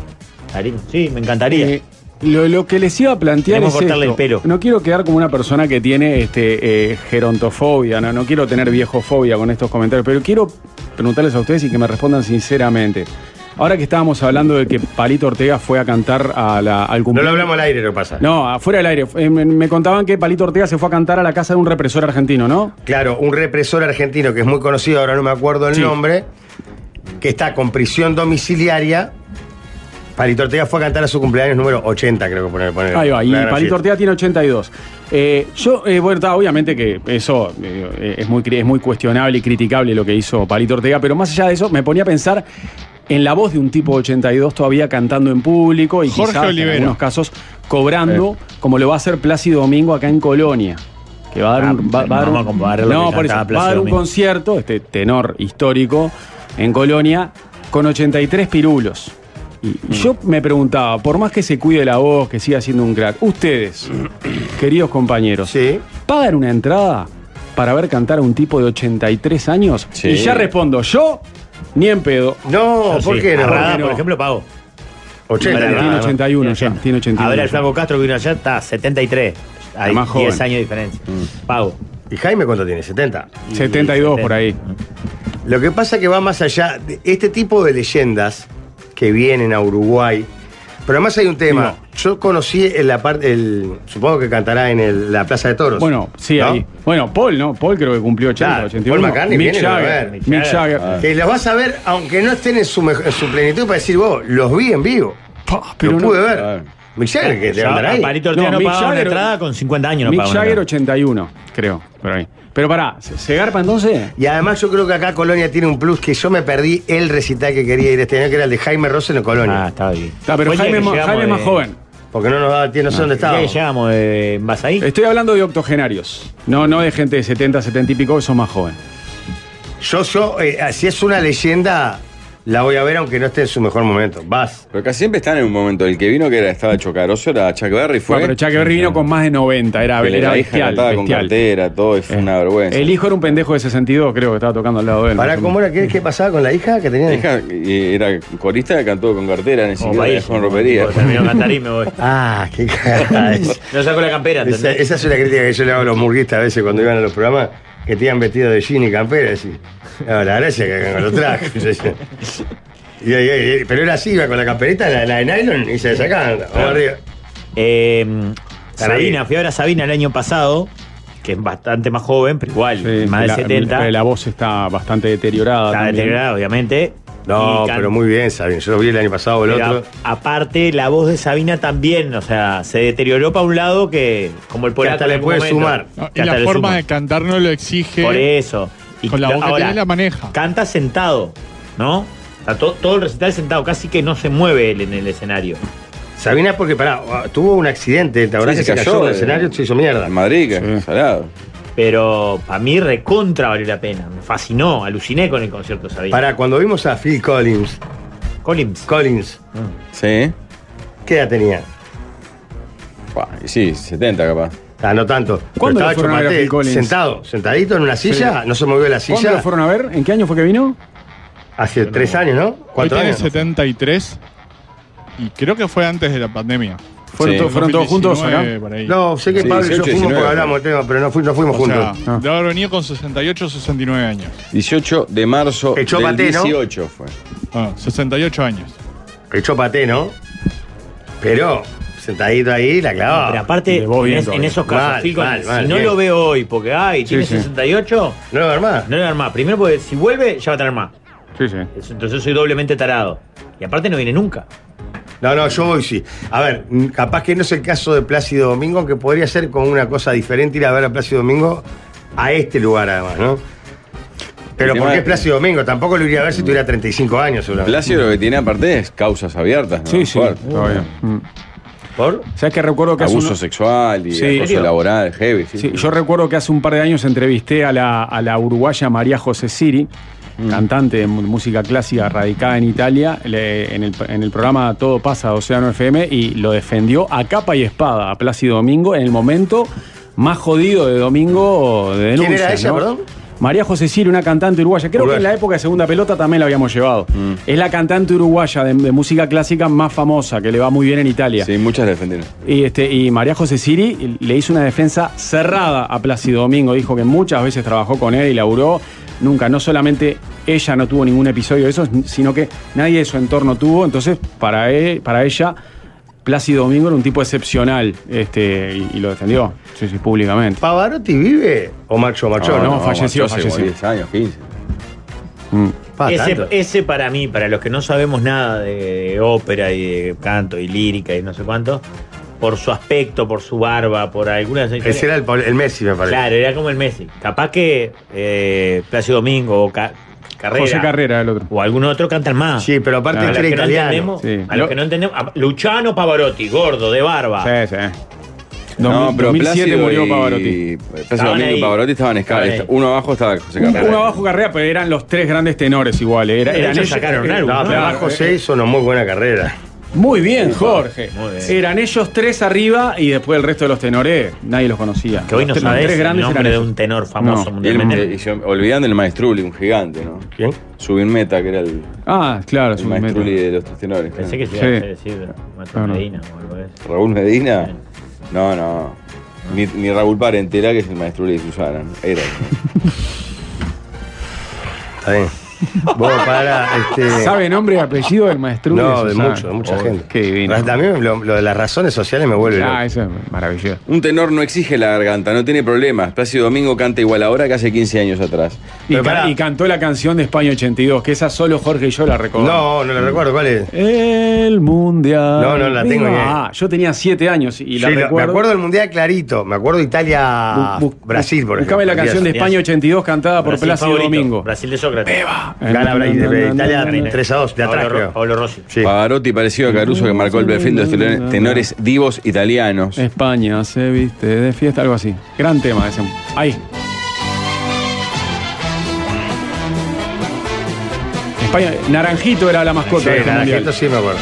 Speaker 3: Darín, Sí, me encantaría.
Speaker 2: Eh, lo, lo que les iba a plantear
Speaker 3: Queremos
Speaker 2: es
Speaker 3: cortarle
Speaker 2: esto.
Speaker 3: el pelo.
Speaker 2: no quiero quedar como una persona que tiene este, eh, gerontofobia, no, no quiero tener viejofobia con estos comentarios, pero quiero preguntarles a ustedes y que me respondan sinceramente. Ahora que estábamos hablando de que Palito Ortega fue a cantar a la- al
Speaker 1: No lo
Speaker 2: cumpleaños...
Speaker 1: hablamos al aire lo que pasa.
Speaker 2: No, afuera del aire. Eh, me- me contaban que Palito Ortega se fue a cantar a la casa de un represor argentino, ¿no?
Speaker 1: Claro, un represor argentino que es muy conocido, ahora no me acuerdo el
Speaker 2: Sí.
Speaker 1: nombre, que está con prisión domiciliaria. Palito Ortega fue a cantar a su cumpleaños número 80, creo que poner. poner
Speaker 2: Ahí va, y
Speaker 1: la gran
Speaker 2: Palito
Speaker 1: fiesta.
Speaker 2: Ortega tiene 82. Eh, yo, eh, bueno, está, obviamente que eso eh, es, muy, cri- es muy cuestionable y criticable lo que hizo Palito Ortega, pero más allá de eso, me ponía a pensar en la voz de un tipo de 82 todavía cantando en público y
Speaker 5: Jorge
Speaker 2: quizás en
Speaker 5: Olivero.
Speaker 2: algunos casos cobrando,
Speaker 1: Eh.
Speaker 2: como lo va a hacer Plácido Domingo acá en Colonia. Que va a dar un,
Speaker 3: Ah,
Speaker 2: va- va a dar
Speaker 3: vamos
Speaker 2: un-
Speaker 3: a comparar lo
Speaker 2: no,
Speaker 3: que
Speaker 2: por eso,
Speaker 3: cantaba
Speaker 2: va a dar
Speaker 3: Plácido
Speaker 2: un
Speaker 3: Domingo.
Speaker 2: concierto, este tenor histórico, en Colonia, con 83 pirulos. Y Yo me preguntaba, por más que se cuide la voz, que siga siendo un crack, ustedes, queridos compañeros,
Speaker 1: Sí.
Speaker 2: ¿pagan una entrada para ver cantar a un tipo de 83 años?
Speaker 4: Sí.
Speaker 2: Y ya respondo, yo ni en pedo.
Speaker 1: No,
Speaker 3: Yo
Speaker 1: ¿por
Speaker 3: sí.
Speaker 1: qué no?
Speaker 3: Arrada,
Speaker 2: no?
Speaker 3: por ejemplo, pago.
Speaker 1: 80.
Speaker 2: Tiene
Speaker 1: nada más.
Speaker 2: 81 ya, tiene 81.
Speaker 3: A ver, el Flaco Castro que vino allá está 73. Hay
Speaker 2: más
Speaker 3: 10
Speaker 2: joven. Mm.
Speaker 3: años de diferencia. Pago.
Speaker 1: ¿Y Jaime cuánto tiene? 70.
Speaker 3: Y-
Speaker 2: 72 por ahí.
Speaker 1: Lo que pasa es que va más allá. de Este tipo de leyendas que vienen a Uruguay. Pero además hay un tema. Yo conocí en la parte. el- Supongo que cantará en el- la Plaza de Toros.
Speaker 2: Bueno, sí,
Speaker 1: ¿No?
Speaker 2: ahí. Bueno, Paul, ¿no? Paul creo que cumplió 80,
Speaker 1: Claro,
Speaker 2: 81.
Speaker 1: Paul McCartney
Speaker 2: Mick
Speaker 1: viene, lo va a
Speaker 2: Jagger.
Speaker 1: ver.
Speaker 2: Mick Jagger.
Speaker 4: Ah.
Speaker 1: Que los vas a ver, aunque no estén en su, mejo- en su plenitud, para decir, vos, los vi en vivo.
Speaker 2: Pa, pero
Speaker 1: los
Speaker 2: no-
Speaker 1: pude ver.
Speaker 4: Claro.
Speaker 1: Mick
Speaker 2: Eh,
Speaker 1: Jagger, que
Speaker 3: O
Speaker 1: te
Speaker 3: sea,
Speaker 1: andará ahí.
Speaker 3: Palito Ortega
Speaker 2: No,
Speaker 3: no,
Speaker 2: Mick
Speaker 3: pagaba una
Speaker 2: Jagger-
Speaker 3: entrada con 50 años. No
Speaker 2: Mick
Speaker 3: pagaba una
Speaker 2: Jagger
Speaker 3: entrada.
Speaker 2: 81, creo, por ahí. Pero pará, ¿se, se garpa entonces?
Speaker 1: Y además yo creo que acá Colonia tiene un plus que yo me perdí el recital que quería ir este año, que era el de Jaime Ross en Colonia.
Speaker 3: Ah, está bien.
Speaker 2: Está, pero
Speaker 3: Oye,
Speaker 2: Jaime,
Speaker 3: que
Speaker 2: es más-
Speaker 3: llegamos
Speaker 2: Jaime es más
Speaker 3: de-
Speaker 2: joven.
Speaker 1: Porque no nos daba tiempo, no sé dónde
Speaker 3: ¿Qué
Speaker 1: estábamos.
Speaker 3: llegamos? eh, ¿Vas ahí?
Speaker 2: Estoy hablando de octogenarios. No, no de gente de 70, 70 y pico, que son más joven.
Speaker 1: Yo, yo, eh, si es una leyenda, la voy a ver aunque no esté en su mejor momento. Vas.
Speaker 4: Pero casi siempre están en un momento. El que vino que era, estaba Chocaroso era Chuck Berry, fue.
Speaker 2: Bueno, pero Chuck Berry vino con más de 90, era,
Speaker 4: que
Speaker 2: era
Speaker 4: la hija
Speaker 2: bestial.
Speaker 4: cantaba con
Speaker 2: bestial.
Speaker 4: cartera, todo, y fue
Speaker 2: Eh,
Speaker 4: una vergüenza.
Speaker 2: El hijo era un pendejo de 62, creo que estaba tocando al lado de él.
Speaker 1: Para,
Speaker 2: Más o
Speaker 1: ¿cómo
Speaker 2: menos.
Speaker 1: era? ¿Qué, qué pasaba con la hija que tenía?
Speaker 4: La hija eh, era corista, cantó con cartera,
Speaker 2: Oh,
Speaker 4: ni
Speaker 3: O
Speaker 4: siquiera la dejó en ropería.
Speaker 3: Pues Termino de cantar y me voy.
Speaker 1: Ah, qué cagada es.
Speaker 3: No saco la campera,
Speaker 1: Esa,
Speaker 3: ¿entendés?
Speaker 1: esa es una crítica que yo le hago a los murguistas a veces cuando iban a los programas, que te iban vestido de jean y campera. Así. No, la gracia es que hagan con los trajes. Y- y- y- pero era así, iba con la camperita, la, la de nylon, y se la sacaban. Vamos arriba.
Speaker 3: Eh, Sabina,
Speaker 1: Ahí.
Speaker 3: fui a ver a Sabina el año pasado, que es bastante más joven, pero igual,
Speaker 2: Sí,
Speaker 3: más
Speaker 2: la-
Speaker 3: de 70.
Speaker 2: pero La voz está bastante deteriorada.
Speaker 3: está
Speaker 2: también.
Speaker 3: deteriorada, obviamente.
Speaker 1: No,
Speaker 3: Y can-
Speaker 1: pero muy bien, Sabino. Yo lo vi el año pasado o el
Speaker 3: pero
Speaker 1: otro.
Speaker 3: a- aparte, la voz de Sabina también, o sea, se deterioró para un lado que, como el polaco.
Speaker 1: hasta le
Speaker 3: en algún
Speaker 1: puede sumar.
Speaker 5: No, y
Speaker 3: Que hasta
Speaker 5: la
Speaker 3: le
Speaker 5: forma
Speaker 3: suma.
Speaker 5: de cantar no lo exige.
Speaker 3: Por eso. Y
Speaker 5: Con la boca que tiene la maneja.
Speaker 3: Canta sentado, ¿no? O sea, to- todo el recital sentado, casi que no se mueve él en el escenario.
Speaker 1: Sabina, porque pará, tuvo un accidente, ¿te acordás
Speaker 4: Sí,
Speaker 1: que se cayó del
Speaker 4: eh,
Speaker 1: escenario? Se hizo mierda.
Speaker 4: En Madrid, que
Speaker 2: Sí.
Speaker 4: salado.
Speaker 3: Pero para mí recontra valió la pena. Me fascinó, aluciné con el concierto de Sabina.
Speaker 1: Para cuando vimos a Phil Collins,
Speaker 3: Collins.
Speaker 1: Collins,
Speaker 4: Sí.
Speaker 1: ¿qué edad tenía?
Speaker 4: Buah, y sí, 70 capaz.
Speaker 1: Ah, no tanto.
Speaker 2: ¿Cuándo
Speaker 1: Pero
Speaker 2: lo fueron a ver a
Speaker 1: chupate,
Speaker 2: Phil Collins?
Speaker 1: Sentado, sentadito en una silla, no se movió de la
Speaker 2: ¿Cuándo lo
Speaker 1: silla.
Speaker 2: fueron a ver? ¿En qué año fue que vino?
Speaker 1: Hace tres años, ¿no?
Speaker 5: Hoy
Speaker 1: Cuatro
Speaker 5: tiene
Speaker 1: años.
Speaker 5: 73 y creo que fue antes de la pandemia.
Speaker 2: Fueron,
Speaker 4: Sí.
Speaker 2: todos- fueron todos juntos, ¿o
Speaker 5: 2019
Speaker 2: ¿no?
Speaker 5: por ahí.
Speaker 1: No, sé que
Speaker 4: Sí,
Speaker 1: Pablo y yo
Speaker 4: 18,
Speaker 1: fuimos
Speaker 4: 19,
Speaker 1: porque hablamos del tema, pero no, fui- no fuimos
Speaker 5: O sea,
Speaker 1: juntos.
Speaker 5: debe haber venido con 68 o 69 años.
Speaker 4: 18 de marzo
Speaker 1: Echó
Speaker 4: del
Speaker 1: paté, ¿no?
Speaker 4: 18 fue.
Speaker 5: Ah, 68 años.
Speaker 1: Echó paté, ¿no? Pero, sentadito ahí, la clavaba.
Speaker 3: Pero aparte,
Speaker 2: de vos
Speaker 3: en,
Speaker 2: bien,
Speaker 3: es- en
Speaker 2: todavía.
Speaker 3: esos casos,
Speaker 1: Mal,
Speaker 3: Phil Collins,
Speaker 1: mal, mal,
Speaker 3: si no
Speaker 1: bien.
Speaker 3: lo veo hoy, porque, ay, tiene
Speaker 2: Sí, sí.
Speaker 3: 68,
Speaker 1: ¿No lo armás?
Speaker 3: no le dan más. Primero, porque si vuelve, ya va a tener más.
Speaker 2: Sí, sí.
Speaker 3: Es- Entonces soy doblemente tarado. Y aparte no viene nunca.
Speaker 1: No, no, yo voy sí. A ver, mm, capaz que no es el caso de Plácido Domingo, que podría ser con una cosa diferente ir a ver a Plácido Domingo a este lugar, además, ¿no? Pero
Speaker 4: El
Speaker 1: ¿por
Speaker 4: tema
Speaker 1: qué
Speaker 4: es-
Speaker 1: Plácido Domingo? Tampoco lo iría a ver si tuviera 35 años, seguramente.
Speaker 4: Plácido lo que tiene aparte es causas abiertas. ¿no?
Speaker 2: Sí, sí.
Speaker 4: Fuerte.
Speaker 2: todavía. Mm.
Speaker 3: ¿Por?
Speaker 2: ¿Sabes que recuerdo que hace
Speaker 4: Abuso
Speaker 2: uno-
Speaker 4: sexual y
Speaker 2: Sí.
Speaker 4: acoso laboral, heavy. sí.
Speaker 2: Sí, yo recuerdo que hace un par de años entrevisté a la, a la uruguaya María José Siri,
Speaker 1: Mm.
Speaker 2: cantante de mu- música clásica radicada en Italia, le- en, el, en el programa Todo pasa de Océano FM, y lo defendió a capa y espada a Plácido Domingo en el momento más jodido de Domingo de
Speaker 1: ¿Quién
Speaker 2: denuncia.
Speaker 1: era ella, perdón?
Speaker 2: María José Siri, una cantante uruguaya. Creo que en
Speaker 1: Uruguaya. Mm.
Speaker 2: la época de Segunda Pelota también la habíamos llevado. Es la cantante uruguaya de, de música clásica más famosa, que le va muy bien en Italia.
Speaker 4: Sí, muchas defendieron.
Speaker 2: Y, este, y María José Siri le hizo una defensa cerrada a Plácido Domingo. Dijo que muchas veces trabajó con él y laburó. Nunca, no solamente ella no tuvo ningún episodio de eso, sino que nadie de su entorno tuvo. Entonces, para, él, para ella, Plácido Domingo era un tipo excepcional este, y, y lo defendió sí, sí, públicamente.
Speaker 1: ¿Pavarotti vive o Macho Macho?
Speaker 2: No,
Speaker 1: No,
Speaker 2: no, falleció,
Speaker 4: hace como
Speaker 2: falleció.
Speaker 4: 10 años, 15.
Speaker 1: Pa,
Speaker 3: ese,
Speaker 1: Ah, tanto.
Speaker 3: ese para mí, para los que no sabemos nada de ópera y de canto y lírica y no sé cuánto, por su aspecto, por su barba, por algunas...
Speaker 1: Ese era el, Paul- el Messi, me parece.
Speaker 3: Claro, era como el Messi. Capaz que eh, Plácido Domingo o Ca- Carrera,
Speaker 2: José Carrera, el otro.
Speaker 3: o algún otro cantan más.
Speaker 1: Sí, pero aparte
Speaker 2: Claro.
Speaker 3: a
Speaker 1: este
Speaker 3: los
Speaker 1: era
Speaker 3: Ah, que no
Speaker 1: italiano.
Speaker 3: entendemos,
Speaker 2: Sí. Eh.
Speaker 3: a los que no entendemos, a Luciano Pavarotti, gordo, de barba.
Speaker 2: Sí, sí. 2000- 2007
Speaker 4: Plácido
Speaker 2: murió
Speaker 4: y-
Speaker 2: Pavarotti.
Speaker 4: Plácido
Speaker 3: Estaban
Speaker 4: Domingo
Speaker 3: ahí.
Speaker 4: y Pavarotti estaban en escala. Este,
Speaker 3: Estaban ahí.
Speaker 4: Uno abajo estaba José Carrera.
Speaker 2: Uno bajo carrera, pero eran los tres grandes tenores igual. Era,
Speaker 3: De
Speaker 2: eran
Speaker 3: hecho,
Speaker 2: ellos-
Speaker 3: sacaron
Speaker 2: eh,
Speaker 3: un álbum,
Speaker 2: no,
Speaker 1: No, pero
Speaker 2: claro,
Speaker 1: además
Speaker 2: eh.
Speaker 1: José hizo una muy buena carrera.
Speaker 2: Muy bien, Jorge.
Speaker 3: Muy bien.
Speaker 2: Eran ellos tres arriba y después el resto de los tenores, nadie los conocía.
Speaker 3: Que hoy no
Speaker 2: Los tres- los
Speaker 3: sabes
Speaker 2: tres
Speaker 3: el
Speaker 2: grandes
Speaker 3: nombre
Speaker 2: eran
Speaker 3: de
Speaker 2: ellos.
Speaker 3: un tenor famoso
Speaker 2: No.
Speaker 4: Y el-
Speaker 3: mundialmente.
Speaker 4: y yo- olvidando el Maestruli, un gigante, ¿no?
Speaker 1: ¿Quién?
Speaker 4: Subin Meta, que era el,
Speaker 2: Ah, claro,
Speaker 4: el
Speaker 2: es un metro.
Speaker 4: Maestruli de los tres tenores.
Speaker 3: Pensé
Speaker 4: claro.
Speaker 3: que se iba
Speaker 2: Sí.
Speaker 3: a decir Maestro
Speaker 2: Claro. Ah,
Speaker 3: Medina o algo de eso.
Speaker 4: Raúl Medina. No, no. Ni, ni Raúl Parentera, que es el Maestruli de Susana. ¿no? Era. ¿no?
Speaker 1: Está bien. Vos para este.
Speaker 2: ¿Sabe nombre y apellido del maestro? Ah.
Speaker 1: No, de mucho, de mucha gente.
Speaker 2: Qué divino.
Speaker 1: Ra- También lo, lo de las razones sociales me vuelve
Speaker 2: Ah,
Speaker 1: loco.
Speaker 2: eso es maravilloso.
Speaker 4: Un tenor no exige la garganta, no tiene problemas. Plácido Domingo canta igual ahora que hace 15 años atrás.
Speaker 2: Y,
Speaker 1: Pero
Speaker 2: ca-
Speaker 1: pará.
Speaker 2: y cantó la canción de España 82, que esa solo Jorge y yo la recordamos.
Speaker 1: No, no lo recuerdo cuál es.
Speaker 2: El mundial.
Speaker 1: No, no, la tengo
Speaker 2: Viva.
Speaker 1: bien.
Speaker 2: Ah, yo tenía siete años y la
Speaker 1: Sí, lo-
Speaker 2: recuerdo.
Speaker 1: me acuerdo del Mundial clarito. Me acuerdo Italia
Speaker 2: Bu- bu-
Speaker 1: Brasil, por
Speaker 2: Buscame
Speaker 1: ejemplo.
Speaker 2: la canción de
Speaker 3: Díaz.
Speaker 2: España 82 cantada por
Speaker 3: Brasil
Speaker 2: Plácido
Speaker 3: favorito,
Speaker 2: Domingo. Ah,
Speaker 3: Brasil de Sócrates.
Speaker 1: Gana Brasil,
Speaker 2: Na, na, na,
Speaker 1: Italia
Speaker 2: na, na, na.
Speaker 1: 3 a 2, de atrás,
Speaker 3: Pablo, Ro-
Speaker 1: creo.
Speaker 3: Pablo Rossi.
Speaker 1: Sí.
Speaker 2: Ah,
Speaker 4: Pavarotti parecido a Caruso que marcó el perfil de los tenores- tenores divos italianos.
Speaker 2: España se viste de fiesta, algo así. Gran tema ese. Ahí. España, Naranjito era la mascota
Speaker 1: Sí,
Speaker 2: de este mundial.
Speaker 1: Naranjito sí me acuerdo.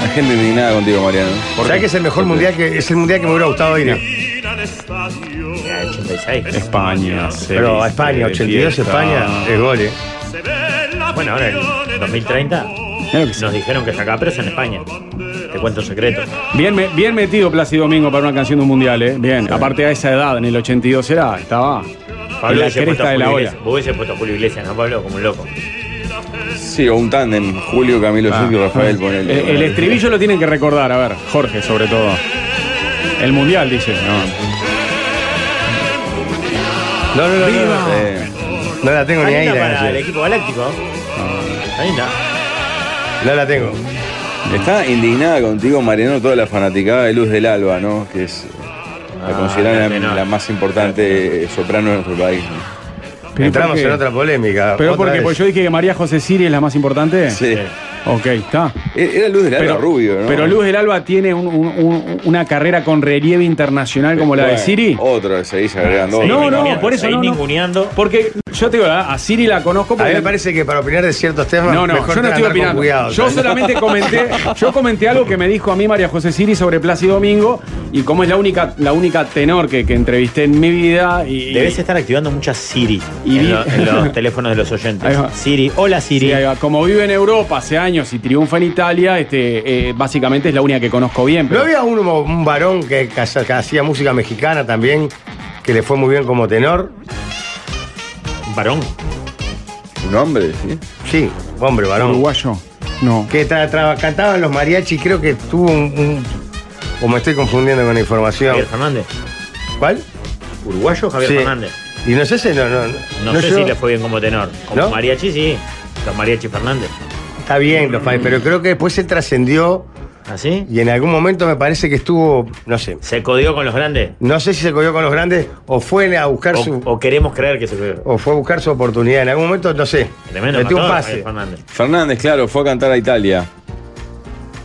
Speaker 4: La gente indignada contigo, Mariano.
Speaker 1: ¿Sabés que es el mejor mundial que es el mundial que me hubiera gustado ir?
Speaker 3: Ah, 86.
Speaker 2: España se
Speaker 1: Pero
Speaker 2: viste
Speaker 1: a España,
Speaker 2: de
Speaker 1: 82
Speaker 2: fiesta.
Speaker 1: España, es gol, eh.
Speaker 3: Bueno, ahora en 2030
Speaker 2: Claro que sí.
Speaker 3: nos dijeron que está acá, pero es en España. Te cuento un secreto.
Speaker 2: Bien, me- bien metido Plácido Domingo para una canción de un mundial, ¿eh? Bien. Aparte a esa edad, en el 82 era, estaba. en la
Speaker 3: hubiese puesto
Speaker 2: cresta
Speaker 3: a
Speaker 2: de la
Speaker 3: Julio
Speaker 2: ola.
Speaker 3: Iglesias. Vos hubiese puesto a Julio Iglesias, ¿no, Pablo? Como un loco.
Speaker 4: Sí, o un tándem. Julio, Camilo,
Speaker 2: Ah.
Speaker 4: Yuki, Rafael,
Speaker 2: El,
Speaker 4: ponele.
Speaker 2: el estribillo lo tienen que recordar, a ver, Jorge sobre todo. El mundial, dice. No.
Speaker 1: No, no, no, no, no.
Speaker 4: Eh,
Speaker 1: No la tengo ni
Speaker 3: Ahí
Speaker 1: ahí
Speaker 3: está
Speaker 1: la
Speaker 3: para el
Speaker 1: canción.
Speaker 3: equipo galáctico. Ahí está.
Speaker 1: No la tengo.
Speaker 4: Está indignada contigo, Mariano, toda la fanaticada de Luz del Alba, ¿no? Que es la
Speaker 3: Ah,
Speaker 4: consideran
Speaker 3: grande,
Speaker 4: la,
Speaker 3: no.
Speaker 4: la más importante eh, soprano de nuestro país. ¿no?
Speaker 2: Pero
Speaker 1: Entramos
Speaker 2: porque-
Speaker 1: en otra polémica.
Speaker 2: Pero
Speaker 1: otra
Speaker 2: porque
Speaker 1: vez.
Speaker 2: pues yo dije que María José Siri es la más importante.
Speaker 4: Sí.
Speaker 2: Ok, está.
Speaker 4: E- Era Luz del Alba
Speaker 2: Pero,
Speaker 4: rubio, ¿no?
Speaker 2: pero Luz del Alba tiene un- un- un- una carrera con relieve internacional como la de
Speaker 4: Bueno,
Speaker 2: Siri.
Speaker 4: Otro, seguís agregando
Speaker 3: Ahí
Speaker 4: otro.
Speaker 2: No, no,
Speaker 3: ninguneando,
Speaker 2: por eso
Speaker 3: ahí
Speaker 2: no, no.
Speaker 3: ninguneando.
Speaker 2: Porque yo te digo, ¿eh? a a Siri la conozco
Speaker 1: A
Speaker 2: porque.
Speaker 1: mí me parece que para opinar de ciertos temas.
Speaker 2: No, no,
Speaker 1: mejor
Speaker 2: yo no
Speaker 1: andar
Speaker 2: estoy
Speaker 1: con
Speaker 2: opinando.
Speaker 1: cuidado,
Speaker 2: yo
Speaker 1: ¿sabes?
Speaker 2: solamente comenté, yo comenté algo que me dijo a mí María José Siri sobre Plácido Domingo y como es la única, la única tenor que, que entrevisté en mi vida y.
Speaker 3: Debes estar activando muchas Siri
Speaker 2: Y vi-
Speaker 3: en, lo- en los teléfonos de los
Speaker 2: Ahí
Speaker 3: oyentes.
Speaker 2: va.
Speaker 3: Siri, hola Siri.
Speaker 2: Sí, ahí va. Como vive en Europa hace años y triunfa en Italia, este, eh, básicamente es la única que conozco bien.
Speaker 1: ¿No
Speaker 2: Pero,
Speaker 1: había un, un varón que, que hacía- que hacía música mexicana también, que le fue muy bien como tenor?
Speaker 3: Varón.
Speaker 4: Un hombre, ¿sí?
Speaker 1: Sí, hombre, varón.
Speaker 2: uruguayo. No.
Speaker 1: Que tra- tra- cantaban los mariachi, creo que tuvo un, un- O me estoy confundiendo con la información.
Speaker 3: Javier Fernández.
Speaker 1: ¿Cuál?
Speaker 3: Uruguayo Javier
Speaker 1: Sí.
Speaker 3: Fernández.
Speaker 1: Y no sé si no, no,
Speaker 3: No,
Speaker 1: no
Speaker 3: sé
Speaker 1: llegó-
Speaker 3: si le fue bien como tenor. Como
Speaker 1: ¿No?
Speaker 3: mariachi, sí. Los mariachi Fernández.
Speaker 1: Está bien, los pa- pero creo que después se trascendió
Speaker 3: ¿Así?
Speaker 1: y en algún momento me parece que estuvo, no sé.
Speaker 3: ¿Ah, ¿Se codió con los grandes?
Speaker 1: No sé si se cogió con los grandes o fue a buscar
Speaker 3: O,
Speaker 1: su.
Speaker 3: o queremos creer que se codió?
Speaker 1: o fue a buscar su oportunidad. En algún momento, no sé.
Speaker 3: Tremendo.
Speaker 1: metió un
Speaker 3: matador,
Speaker 1: pase.
Speaker 3: Javier Fernández.
Speaker 4: Fernández, claro, fue a cantar a Italia.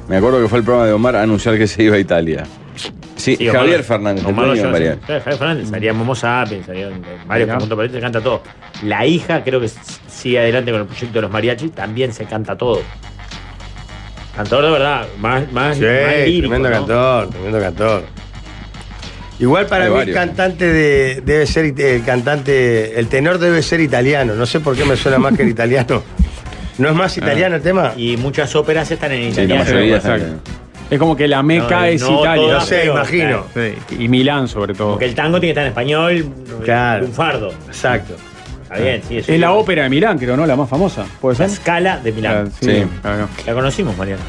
Speaker 4: Me acuerdo que fue el programa de Omar a anunciar que se iba a Italia. Sí,
Speaker 3: Sí, Omar-
Speaker 4: Javier Fernández, el
Speaker 3: Omar
Speaker 4: dueño de
Speaker 3: Loyola,
Speaker 4: Mariano.
Speaker 3: sí. Claro, Javier Fernández, salía Momo Sapiens, salía en varios
Speaker 2: Mirá.
Speaker 3: conjuntos pero se canta todo. La hija creo que s- sigue adelante con el proyecto de los mariachis, también se canta todo. Cantor de verdad, más, más,
Speaker 1: Sí,
Speaker 3: más lírico,
Speaker 1: tremendo
Speaker 3: ¿no?
Speaker 1: cantor, tremendo cantor. Igual para
Speaker 4: Hay
Speaker 1: mí el
Speaker 4: varios.
Speaker 1: cantante de- debe ser it- el cantante, el tenor debe ser italiano. No sé por qué me suena más que el italiano. ¿No es más italiano el tema?
Speaker 3: Ah. Y muchas óperas están en
Speaker 4: Sí, la
Speaker 3: italiano.
Speaker 4: mayoría
Speaker 2: Exacto.
Speaker 4: están-
Speaker 2: Es como que la meca
Speaker 3: No,
Speaker 2: es
Speaker 3: no
Speaker 2: Italia.
Speaker 1: No
Speaker 3: todas,
Speaker 1: sé,
Speaker 3: pero,
Speaker 1: imagino.
Speaker 2: Sí, Y Milán, sobre todo.
Speaker 3: Porque el tango tiene que estar en español,
Speaker 1: Claro.
Speaker 3: un fardo.
Speaker 1: Exacto.
Speaker 3: Está bien, sí, eso
Speaker 2: Es la
Speaker 3: sí.
Speaker 2: ópera de Milán, creo, ¿no? La más famosa. ¿Puede
Speaker 3: La
Speaker 2: ser?
Speaker 3: escala de Milán.
Speaker 2: Sí.
Speaker 4: Sí.
Speaker 2: claro.
Speaker 3: La conocimos, Mariano.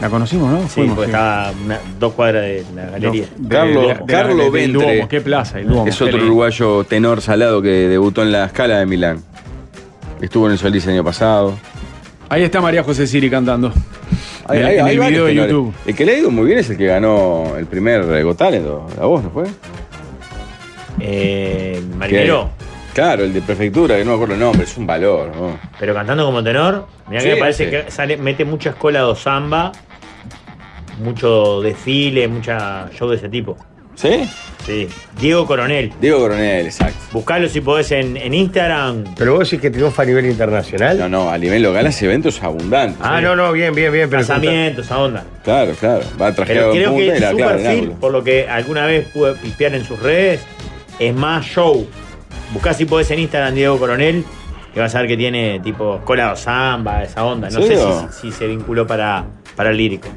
Speaker 2: La conocimos, ¿no?
Speaker 3: Sí, porque estaba una- dos cuadras de la galería.
Speaker 4: Carlos- Carlos
Speaker 2: del
Speaker 4: Ventre.
Speaker 2: Duomo, qué plaza, el Duomo.
Speaker 4: Es otro uruguayo tenor salado que debutó en la escala de Milán. Estuvo en el Solís el año pasado.
Speaker 2: Ahí está María José Siri cantando.
Speaker 4: Hay-
Speaker 2: en
Speaker 4: hay-
Speaker 2: en
Speaker 4: hay
Speaker 2: el
Speaker 4: varios
Speaker 2: video de
Speaker 4: tenores.
Speaker 2: YouTube.
Speaker 4: El que le ha ido muy bien es el que ganó el primer eh, Got Talent, ¿o? la voz, ¿no fue?
Speaker 3: Eh, marinero,
Speaker 4: Claro, el de prefectura, que no me acuerdo el nombre, es un valor. ¿no?
Speaker 3: pero cantando como tenor, mirá
Speaker 4: Sí,
Speaker 3: que me parece
Speaker 4: sí.
Speaker 3: que sale, mete mucha escuela de samba, mucho desfile, mucha show de ese tipo.
Speaker 4: ¿Sí?
Speaker 3: Sí. Diego Coronel.
Speaker 4: Diego Coronel, exacto.
Speaker 3: Buscalo si podés en, en Instagram.
Speaker 1: Pero vos decís que triunfa a nivel internacional.
Speaker 4: No, no, a nivel local hace eventos abundantes.
Speaker 1: ah, no, no, bien, bien, bien. Pero
Speaker 3: Casamientos, esa onda.
Speaker 4: Claro, claro. Va
Speaker 3: Pero
Speaker 4: trajeado en
Speaker 3: creo
Speaker 4: punta
Speaker 3: que
Speaker 4: y la
Speaker 3: su
Speaker 4: clava en el
Speaker 3: perfil,
Speaker 4: ángulo.
Speaker 3: por lo que alguna vez pude pispear en sus redes, es más show. Buscá si podés en Instagram Diego Coronel, que vas a ver que tiene tipo colado samba, esa onda. No
Speaker 4: ¿En
Speaker 3: sé
Speaker 4: serio?
Speaker 3: si, si se vinculó para, para el lírico.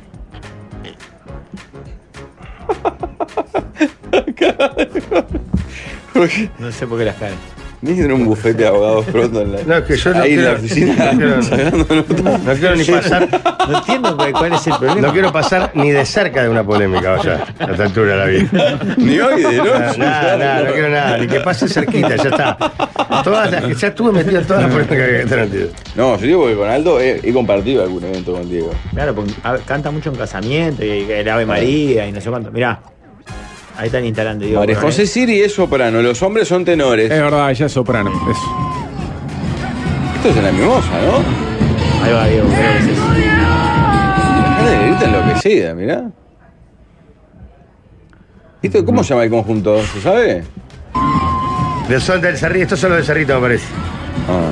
Speaker 3: No sé por qué las caras.
Speaker 4: Ni en un bufete de abogados pronto en la,
Speaker 1: No, es que yo no
Speaker 4: ahí en la
Speaker 1: quiero-
Speaker 4: oficina
Speaker 1: no quiero-
Speaker 4: sacando notas.
Speaker 1: No quiero ni pasar,
Speaker 3: No entiendo cuál cuál es el problema.
Speaker 1: no quiero pasar ni de cerca de una polémica, o sea, a esta altura de la vida.
Speaker 4: Ni hoy de
Speaker 1: Nada,
Speaker 4: noche.
Speaker 1: nada, nada, no quiero nada, ni que pase cerquita, ya está. Todas las que ya estuve metido en todas las polémicas que están metido.
Speaker 4: No, yo digo que con Aldo he, he compartido algún evento con Diego.
Speaker 3: Claro, porque a ver, canta mucho en casamiento, y el Ave María, y no sé cuánto. Mirá, ahí están instalando. Diego
Speaker 4: María
Speaker 3: Coronel.
Speaker 4: José Siri es soprano, los hombres son tenores.
Speaker 2: Es verdad, ella es soprano. es-
Speaker 4: Esto es en la mimosa, ¿no?
Speaker 3: Ahí va, Diego, creo que es ese.
Speaker 4: La cara de grita enloquecida, mirá. ¿Esto, ¿Cómo se llama el conjunto? ¿Se sabe?
Speaker 1: De son del Cerrito, estos son los de Cerrito, me parece.
Speaker 4: Ah.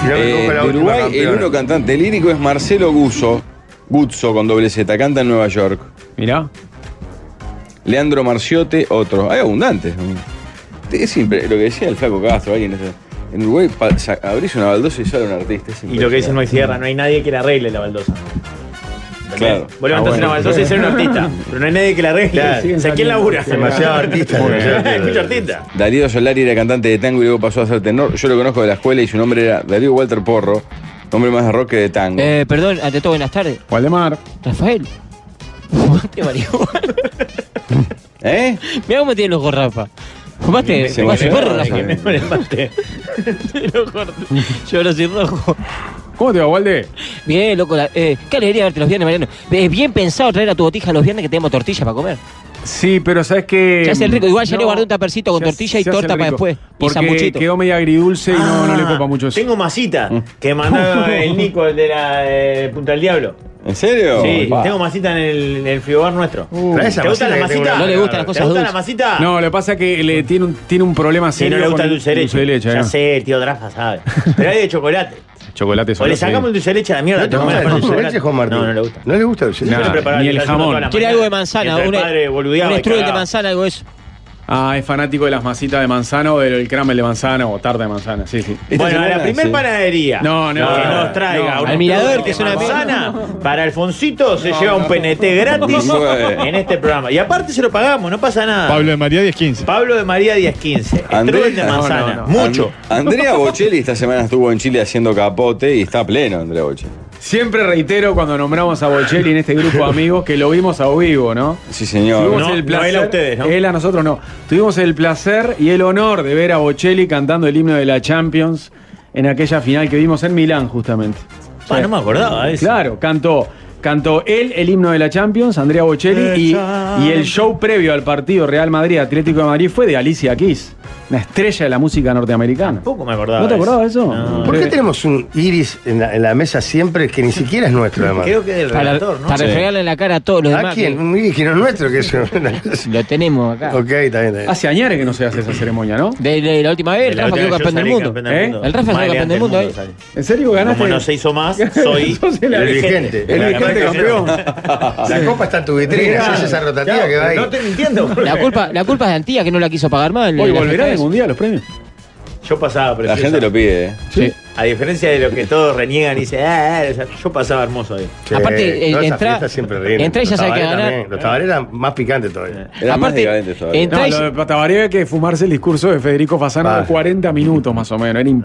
Speaker 1: Si no me
Speaker 4: Eh,
Speaker 1: equivoco, la
Speaker 4: de
Speaker 1: última
Speaker 4: Uruguay, el
Speaker 1: campeona.
Speaker 4: uno cantante lírico es Marcelo Guzzo, Guzzo con doble Z, canta en Nueva York.
Speaker 2: Mirá.
Speaker 4: Leandro Marciote, otro. Hay abundantes. Es impre- lo que decía el flaco Castro, alguien. decía, En Uruguay pa- sa- abrís una baldosa y sale un artista. es
Speaker 3: Y lo que dice
Speaker 4: impresionante.
Speaker 3: Noy Sierra, no hay nadie que la arregle la baldosa.
Speaker 4: Claro. Ah,
Speaker 3: Vos levantás una baldosa y ser un artista, pero no hay nadie que la arregle.
Speaker 1: Claro.
Speaker 3: O sea, ¿quién labura?
Speaker 1: Demasiado artista. demasiado artista.
Speaker 3: Mucho artista.
Speaker 4: Darío Solari era cantante de tango y luego pasó a ser tenor. Yo lo conozco de la escuela y su nombre era Darío Walter Porro, nombre más de rock que de tango.
Speaker 6: Eh, perdón, ante todo, buenas tardes.
Speaker 2: Waldemar.
Speaker 6: Rafael. Fumaste marihuana.
Speaker 4: ¿Eh?
Speaker 6: Mirá cómo tienen los gorrafas. Fumaste,
Speaker 4: Se
Speaker 6: fumaste
Speaker 4: emocionó,
Speaker 6: porro,
Speaker 4: eh,
Speaker 6: Rafa.
Speaker 4: que me-
Speaker 6: Los gordos. Yo ahora soy rojo.
Speaker 2: ¿Cómo te va, Walde?
Speaker 6: Bien, loco. la- eh, qué alegría verte los viernes, Mariano. Es bien pensado traer a tu botija los viernes que tenemos tortilla para comer.
Speaker 2: Sí, pero sabes que.
Speaker 6: Se hace el rico. Igual ya
Speaker 2: No,
Speaker 6: le guardé un tapercito con
Speaker 2: se hace-
Speaker 6: tortilla y
Speaker 2: se hace el
Speaker 6: torta para
Speaker 2: rico.
Speaker 6: después. Y
Speaker 2: Porque
Speaker 6: sanguchito.
Speaker 2: quedó media agridulce y no, no le copa mucho eso.
Speaker 3: Ah, Tengo masita que mandó el Nico, el de la eh, Punta del Diablo.
Speaker 4: ¿En serio?
Speaker 3: Sí,
Speaker 4: Oh, Pa.
Speaker 3: tengo masita en el, en el frigobar nuestro.
Speaker 1: Trae esa
Speaker 3: ¿Te gusta la
Speaker 1: masita que tengo
Speaker 3: masita?
Speaker 1: una-
Speaker 6: No le gustan las
Speaker 3: ¿Te
Speaker 6: cosas
Speaker 3: gusta la
Speaker 6: dulces.
Speaker 3: masita?
Speaker 2: No, lo que pasa es que le tiene, un, tiene un problema
Speaker 3: Si
Speaker 2: serio.
Speaker 3: no le gusta
Speaker 2: con
Speaker 3: el dulce de leche. ya
Speaker 2: ¿no?
Speaker 3: sé, tío Drafa sabe. Pero hay de chocolate.
Speaker 2: Chocolate
Speaker 3: O
Speaker 2: solo,
Speaker 3: Pues le
Speaker 2: sí.
Speaker 3: sacamos el dulce de leche a la mierda.
Speaker 1: ¿No te
Speaker 3: tomamos la
Speaker 1: gusta el dulce de
Speaker 3: chocolate.
Speaker 1: leche, Juan Martín?
Speaker 3: No, no le gusta.
Speaker 1: ¿No le gusta el dulce de
Speaker 2: Nah.
Speaker 1: leche?
Speaker 3: Yo le preparaba
Speaker 2: ni el
Speaker 3: desayuno
Speaker 2: jamón.
Speaker 3: toda la
Speaker 6: Quiere
Speaker 3: mañana,
Speaker 6: algo de manzana.
Speaker 3: mientras el
Speaker 6: una-
Speaker 3: padre boludeaba
Speaker 6: un
Speaker 3: y
Speaker 6: strudel de
Speaker 3: cagaba.
Speaker 6: manzana, algo de eso.
Speaker 2: Ah, es fanático de las masitas de manzana o del crame de manzana o tarta de manzana, sí, sí.
Speaker 4: Esta
Speaker 3: Bueno, a la
Speaker 4: Este semana,
Speaker 3: primer
Speaker 4: sí.
Speaker 3: panadería
Speaker 2: No, no,
Speaker 3: que
Speaker 2: no,
Speaker 3: nos traiga
Speaker 2: no.
Speaker 3: un
Speaker 6: Al Mirador,
Speaker 3: trozo
Speaker 6: que
Speaker 3: de
Speaker 6: es una
Speaker 3: manzana, para Alfonsito se lleva un PNT gratis
Speaker 4: Bueno.
Speaker 3: en este programa. Y aparte se lo pagamos, no pasa nada.
Speaker 5: Pablo de María 1015.
Speaker 3: Pablo de María 1015, strudel de
Speaker 4: Andrés-
Speaker 3: manzana,
Speaker 2: No, no,
Speaker 3: mucho.
Speaker 4: And- Andrea Bocelli esta semana estuvo en Chile haciendo capote y está pleno Andrea Bocelli.
Speaker 2: Siempre reitero cuando nombramos a Bocelli en este grupo de amigos que lo vimos a vivo, ¿no?
Speaker 4: Sí, señor.
Speaker 2: Tuvimos
Speaker 3: No,
Speaker 2: el
Speaker 3: no,
Speaker 2: placer,
Speaker 3: él a ustedes, ¿no?
Speaker 2: Él a nosotros no. Tuvimos el placer y el honor de ver a Bocelli cantando el himno de la Champions en aquella final que vimos en Milán, justamente.
Speaker 3: Ah, no me acordaba de eso.
Speaker 2: Claro, cantó. Cantó él el himno de la Champions, Andrea Bocelli, y, y el show previo al partido Real Madrid-Atlético de Madrid fue de Alicia Keys, una estrella de la música norteamericana.
Speaker 3: Tampoco me acordaba.
Speaker 2: ¿No te
Speaker 3: de
Speaker 2: acordabas de eso?
Speaker 3: No.
Speaker 1: ¿Por qué tenemos un iris en la, en la mesa siempre que ni siquiera es nuestro, además?
Speaker 3: Creo que del
Speaker 6: Para,
Speaker 3: relator, ¿no?
Speaker 6: para
Speaker 4: Sí.
Speaker 6: refregarle en la cara a todos los
Speaker 1: ¿A
Speaker 6: demás.
Speaker 1: quién?
Speaker 6: que Ah.
Speaker 1: Un iris que no es nuestro, que es una cosa.
Speaker 6: Lo tenemos acá.
Speaker 1: Ok, está bien, está bien.
Speaker 2: Hace años que no se hace esa ceremonia, ¿no?
Speaker 6: De, de la última vez,
Speaker 3: De
Speaker 6: el
Speaker 3: la
Speaker 6: Rafa
Speaker 3: última
Speaker 6: quedó campeón
Speaker 3: vez yo
Speaker 6: del
Speaker 3: salí
Speaker 6: mundo.
Speaker 3: campeón del
Speaker 2: ¿Eh?
Speaker 3: mundo.
Speaker 6: El Rafa salió
Speaker 3: Más
Speaker 6: campeón del
Speaker 3: elegante
Speaker 6: mundo, ¿eh?
Speaker 3: salí.
Speaker 2: ¿En serio ganaste?
Speaker 3: Como no se hizo más, soy
Speaker 2: Sos el
Speaker 1: El
Speaker 2: dirigente.
Speaker 1: dirigente.
Speaker 2: El dirigente campeón.
Speaker 1: La copa está en tu vitrina, haces esa rotativa que va ahí.
Speaker 3: No te mintiendo.
Speaker 6: La culpa, la culpa es de Antía que no la quiso pagar mal.
Speaker 2: Hoy
Speaker 6: La
Speaker 2: volverán
Speaker 6: jefa es-
Speaker 2: algún día los premios.
Speaker 3: Yo pasaba, pero
Speaker 4: La gente lo pide, ¿eh?
Speaker 6: Sí.
Speaker 3: A diferencia de lo que todos reniegan y dicen, ah, ah", yo pasaba hermoso ahí. Ah,
Speaker 1: Sí,
Speaker 6: Aparte, eh,
Speaker 1: todas esas
Speaker 6: entra-
Speaker 1: fiestas siempre rinden.
Speaker 6: entra y ya
Speaker 1: Los
Speaker 6: sabe que
Speaker 1: tabares
Speaker 6: ganar.
Speaker 1: también, Los tabares eran más picantes todavía.
Speaker 4: Era más
Speaker 6: Aparte,
Speaker 4: decadente todavía.
Speaker 6: en-
Speaker 2: No,
Speaker 6: Traes-
Speaker 2: lo de Patabaría hay que fumarse el discurso de Federico Fasano de
Speaker 1: Vale.
Speaker 2: 40 minutos más o menos, era
Speaker 3: Ah, pero era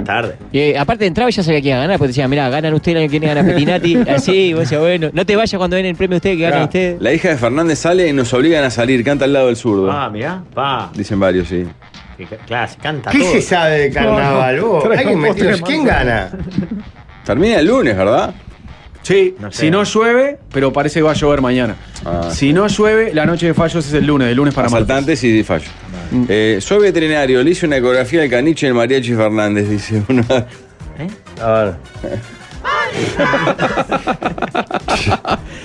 Speaker 2: impresionante.
Speaker 3: tarde.
Speaker 6: Y, eh, aparte entraba y ya sabía que iba a ganar, porque decía, mirá, ganan ustedes el año que viene, gana Petinati, así, vos decías, bueno, no te vayas cuando den el premio ustedes, que ganan
Speaker 2: Claro.
Speaker 6: ustedes.
Speaker 4: La hija de Fernández sale y nos obligan a salir, canta al lado del zurdo.
Speaker 3: Ah, mirá, pa.
Speaker 4: Dicen varios, sí.
Speaker 3: Que ca- Claro, se canta
Speaker 1: ¿Qué
Speaker 3: todo.
Speaker 1: se sabe de carnaval? vos?
Speaker 2: Trae
Speaker 1: ¿Alguien
Speaker 2: un
Speaker 1: metido?
Speaker 2: postre
Speaker 1: ¿Quién gana?
Speaker 4: Termina el lunes, ¿verdad?
Speaker 2: Sí,
Speaker 3: No sé.
Speaker 2: si no llueve, pero parece que va a llover mañana.
Speaker 4: Ah.
Speaker 2: si no llueve, la noche de fallos es el lunes, de lunes para martes.
Speaker 4: Asaltantes y fallo. Eh, soy veterinario, le hice una ecografía al caniche del mariachi Fernández, dice una.
Speaker 1: A ver.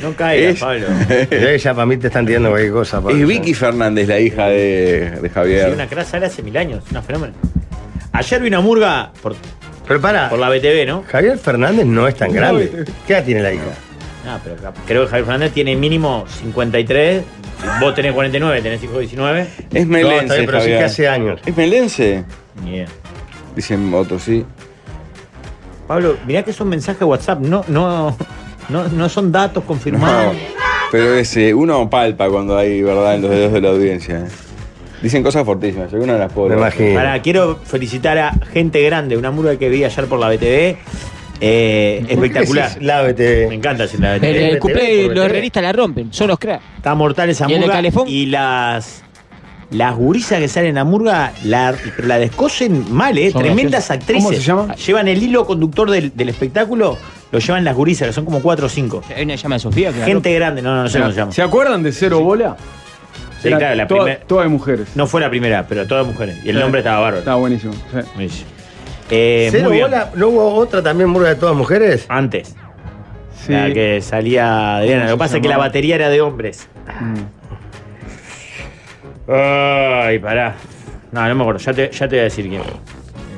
Speaker 3: No caigas,
Speaker 4: Es-
Speaker 3: Pablo.
Speaker 1: Ya, ya para mí te están tirando cualquier cosa. Pablo.
Speaker 4: Es Vicky Fernández, la hija de, de
Speaker 3: Sí,
Speaker 4: Javier.
Speaker 3: una crack sale hace mil años, una fenómeno. Ayer vi una murga por,
Speaker 1: Pero para,
Speaker 3: por la BTV, ¿no?
Speaker 1: Javier Fernández no es tan
Speaker 3: este-
Speaker 1: grande. ¿Qué edad tiene la hija?
Speaker 3: Ah, pero cap- creo que Javier Fernández tiene mínimo 53, vos tenés 49, tenés hijo 19.
Speaker 4: Es
Speaker 1: No,
Speaker 4: melense,
Speaker 1: está bien, pero sí
Speaker 4: Javier.
Speaker 1: que hace años.
Speaker 4: ¿Es melense?
Speaker 3: Ni idea.
Speaker 4: Dicen otros, sí.
Speaker 3: Pablo, mirá que son mensajes de WhatsApp, no, no, no, no son datos
Speaker 4: No,
Speaker 3: confirmados.
Speaker 4: pero ese, uno palpa cuando hay verdad en los dedos de la audiencia. ¿eh? Dicen cosas fortísimas, alguna de las
Speaker 1: Me
Speaker 4: pobres.
Speaker 1: imagino.
Speaker 3: Pará, quiero felicitar a gente grande, una murga que vi ayer por la BTV. eh, espectacular.
Speaker 1: Lávete. Eh,
Speaker 3: Me encanta decir la
Speaker 6: El, el
Speaker 3: BTV.
Speaker 1: Vete, vete,
Speaker 6: cuplé,
Speaker 1: vete.
Speaker 6: los herreristas la rompen, son los cracks.
Speaker 3: Está mortal esa
Speaker 6: ¿Y el de
Speaker 3: murga.
Speaker 6: Calefón?
Speaker 3: Y las. Las gurisas que salen a murga la, pero la descosen mal, ¿eh?
Speaker 6: Son
Speaker 3: Tremendas actrices.
Speaker 2: ¿Cómo se llama?
Speaker 3: Llevan el hilo conductor del, del espectáculo, lo llevan las gurisas, que son como cuatro o cinco.
Speaker 6: Hay una que se llama Sofía que la
Speaker 3: Gente grande, no, no, no sé cómo se llama.
Speaker 2: ¿Se acuerdan de Cero Bola?
Speaker 3: Sí,
Speaker 2: Era
Speaker 3: claro, la
Speaker 2: toda,
Speaker 3: primer-
Speaker 2: toda de mujeres.
Speaker 3: No fue la primera, pero todas mujeres. Y el
Speaker 2: Sí.
Speaker 3: nombre estaba bárbaro.
Speaker 2: Está buenísimo. sí.
Speaker 3: Eh,
Speaker 1: Cero
Speaker 3: muy bien.
Speaker 1: bola, ¿No hubo otra también murga de todas mujeres?
Speaker 3: Antes,
Speaker 2: Sí.
Speaker 3: la que salía
Speaker 2: ¿Cómo
Speaker 3: Adriana. Lo
Speaker 2: se
Speaker 3: que pasa es que la
Speaker 2: llamaba?
Speaker 3: batería era de hombres.
Speaker 2: Mm.
Speaker 3: Ay, pará. No, no me acuerdo. Ya te, ya te voy a decir quién.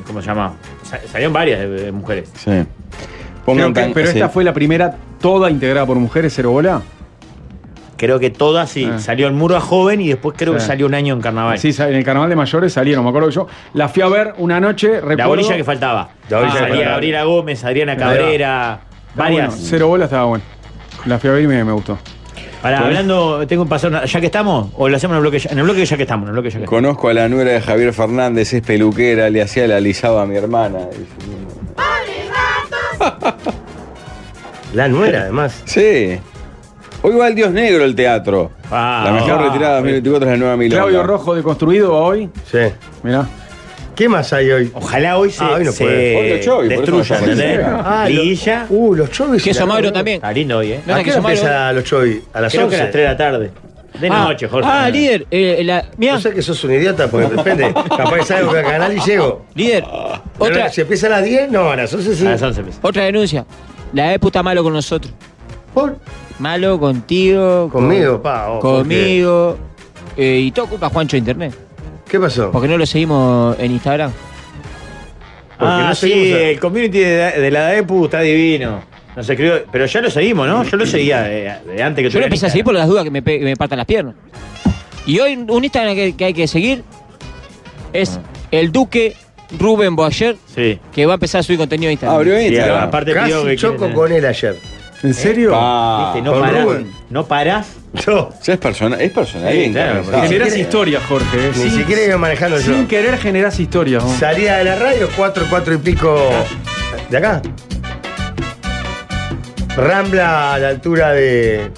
Speaker 3: ¿Cómo se llamaba? Sa- Salieron varias de- de mujeres.
Speaker 4: Sí.
Speaker 2: Creo
Speaker 4: Pongan
Speaker 2: que-
Speaker 4: tan-
Speaker 2: pero
Speaker 4: sí.
Speaker 2: esta fue la primera toda integrada por mujeres, Cero Bola.
Speaker 3: Creo que todas sí.
Speaker 2: Ah.
Speaker 3: Salió en Murga joven y después creo que
Speaker 2: Sí.
Speaker 3: salió un año en carnaval.
Speaker 2: Sí, en el carnaval de mayores salieron, me acuerdo que yo. La fui a ver una noche, recuerdo.
Speaker 3: la bolilla que faltaba. Ah,
Speaker 1: La bolilla que
Speaker 3: salía
Speaker 1: faltaba.
Speaker 3: Gabriela Gómez, Adriana
Speaker 2: Ahí va.
Speaker 3: Cabrera,
Speaker 2: Estaba
Speaker 3: varias.
Speaker 2: Ah, bueno, cero bola estaba bueno. La fui a ver y me, me gustó.
Speaker 3: Pará, hablando, tengo que pasar una- ¿Ya que estamos? ¿O lo hacemos en el bloque ya, en el bloque ya que estamos? En el bloque ya que estamos.
Speaker 4: Conozco a la nuera de Javier Fernández, es peluquera, le hacía la alisaba a mi hermana.
Speaker 3: Ah.
Speaker 1: La nuera, además.
Speaker 4: Sí. Hoy va el Dios Negro el teatro.
Speaker 3: Ah,
Speaker 4: la mejor
Speaker 3: ah,
Speaker 4: retirada de 2024 es la nueva Milonga.
Speaker 2: Claudio Rojo deconstruido va hoy.
Speaker 1: Sí.
Speaker 2: Mirá.
Speaker 1: ¿Qué más hay hoy?
Speaker 3: Ojalá hoy se,
Speaker 1: Ah, hoy no
Speaker 3: se
Speaker 1: puede.
Speaker 4: Hoy lo chovi, por eso no
Speaker 3: destruya,
Speaker 4: se puede.
Speaker 3: ¿entendés?
Speaker 1: Ah, lo-
Speaker 3: Liguilla.
Speaker 1: Uh, los chovis.
Speaker 6: Queso magro también.
Speaker 3: Está lindo hoy, ¿eh?
Speaker 6: No,
Speaker 1: ¿A qué hora
Speaker 6: queso magro.
Speaker 1: empieza los chovis? ¿A las
Speaker 3: Creo que a las
Speaker 1: 11?
Speaker 3: 3 de la tarde. De noche, Jorge.
Speaker 6: Ah, líder. eh, la- mirá,
Speaker 1: No sé que sos un idiota, porque depende. Capaz que salgo al canal y llego.
Speaker 6: líder.
Speaker 1: Pero
Speaker 6: Otra,
Speaker 1: Si empieza a las 10, no, a las 11
Speaker 3: A
Speaker 1: sí.
Speaker 3: las 11 empieza.
Speaker 6: otra denuncia. La E puta malo con nosotros.
Speaker 1: Por-
Speaker 6: Malo contigo. con-
Speaker 1: Conmigo, pa. oh,
Speaker 6: conmigo. eh, y todo culpa a Juancho de Internet.
Speaker 1: ¿por ¿Qué ¿Qué pasó?
Speaker 6: Porque no lo seguimos en Instagram.
Speaker 1: Porque
Speaker 3: Ah,
Speaker 1: no
Speaker 3: sí,
Speaker 1: seguimos a-
Speaker 3: el community de, de la DEPU está divino. Nos escribió, pero ya lo seguimos, ¿no? Yo lo seguía de, de antes que
Speaker 6: Yo lo empecé a seguir
Speaker 3: por...
Speaker 6: por las dudas que me, pe- que me partan las piernas. Y hoy un Instagram que, que hay que seguir es el Duque Rubén Boyer,
Speaker 3: Sí.
Speaker 6: que va a empezar a subir contenido a Instagram.
Speaker 4: Abrió
Speaker 3: Y
Speaker 4: Instagram.
Speaker 3: aparte pidió
Speaker 1: Casi
Speaker 3: que
Speaker 1: choco
Speaker 3: quieren- eh.
Speaker 1: con él ayer.
Speaker 2: ¿En serio?
Speaker 4: Pa.
Speaker 3: Viste, no
Speaker 1: con
Speaker 3: parás,
Speaker 1: Rubén.
Speaker 3: Ah, no parás.
Speaker 1: No,
Speaker 4: Ya Ah. es personal, es personal.
Speaker 3: Sí,
Speaker 4: bien
Speaker 3: claro,
Speaker 4: caracterizado.
Speaker 1: porque
Speaker 2: Generás
Speaker 1: si quiere-
Speaker 2: historias, Jorge. eh.
Speaker 1: ni
Speaker 2: Sin,
Speaker 1: siquiera iba manejando yo.
Speaker 2: sin querer generás historias. vos.
Speaker 1: Salida de la radio, 4, 4 y pico de acá. Rambla a la altura de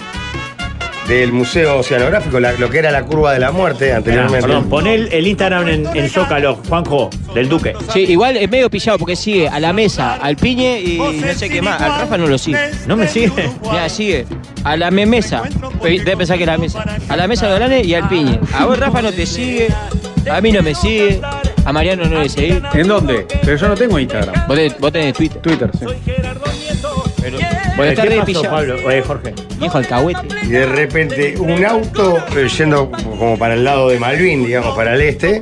Speaker 1: del Museo Oceanográfico, la- lo que era la curva de la muerte anteriormente.
Speaker 3: Perdón, pon el, el Instagram en, en Zócalo, Juanjo, del Duque.
Speaker 6: Sí, igual es medio pillado porque sigue a la mesa, al piñe y no sé qué más. Al Rafa no lo sigue.
Speaker 3: ¿No me sigue?
Speaker 6: Mira, sigue a la memesa. Pe- Debe pensar que es la mesa. A la mesa de Alanes y al piñe. A vos, Rafa, no te sigue. A mí no me sigue. A Mariano no le sigue.
Speaker 2: ¿En dónde? Pero yo no tengo Instagram.
Speaker 6: Vos, te- vos tenés Twitter.
Speaker 2: Twitter, sí.
Speaker 6: Vos
Speaker 3: ¿Qué
Speaker 6: estás re
Speaker 3: pasó,
Speaker 6: pillado.
Speaker 3: Pablo? Oye, Jorge.
Speaker 6: Viejo alcahuete.
Speaker 1: Y de repente un auto, eh, yendo como para el lado de Malvin, digamos, para el este,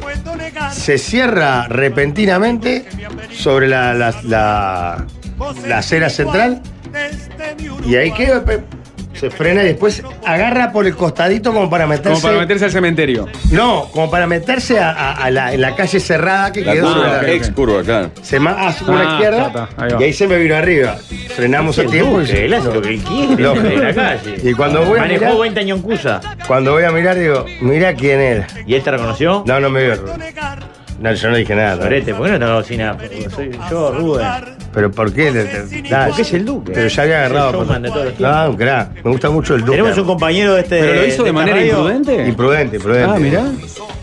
Speaker 1: se cierra repentinamente sobre la, la, la- la acera central y ahí queda, pe- se frena y después agarra por el costadito como para meterse.
Speaker 2: Como para meterse al cementerio.
Speaker 1: No, como para meterse a, a- a la, en la calle cerrada que
Speaker 4: La
Speaker 1: quedó.
Speaker 4: curva,
Speaker 1: sobre la-
Speaker 4: ex curva, claro.
Speaker 1: Se ma- hace una
Speaker 2: Ah,
Speaker 1: izquierda
Speaker 2: está, está, ahí va.
Speaker 1: y ahí se me vino arriba. Frenamos
Speaker 3: El
Speaker 1: el tiempo. y-
Speaker 3: Duque, él hace lo que él quiere.
Speaker 1: Lógico.
Speaker 3: en la calle.
Speaker 1: pues, Y cuando voy a
Speaker 3: Manejó
Speaker 1: mirar-
Speaker 3: 20 años en Cusa.
Speaker 1: Cuando voy a mirar digo, mirá quién era.
Speaker 3: ¿Y él te reconoció?
Speaker 1: No, no me vio. No, yo no dije nada.
Speaker 3: Sorete, ¿por qué no te cocina? Soy yo, Rubén.
Speaker 1: Pero ¿por qué? Le- te- da-
Speaker 3: Porque es el Duque.
Speaker 1: Pero ya había
Speaker 3: Es el
Speaker 1: agarrado.
Speaker 3: showman de todos los tiempos.
Speaker 1: Ah, un crack. Me gusta mucho el Duque.
Speaker 3: Tenemos un compañero de este.
Speaker 2: ¿Pero lo hizo de
Speaker 3: esta
Speaker 2: manera
Speaker 3: radio.
Speaker 2: imprudente?
Speaker 1: Imprudente, imprudente.
Speaker 2: Ah, mirá.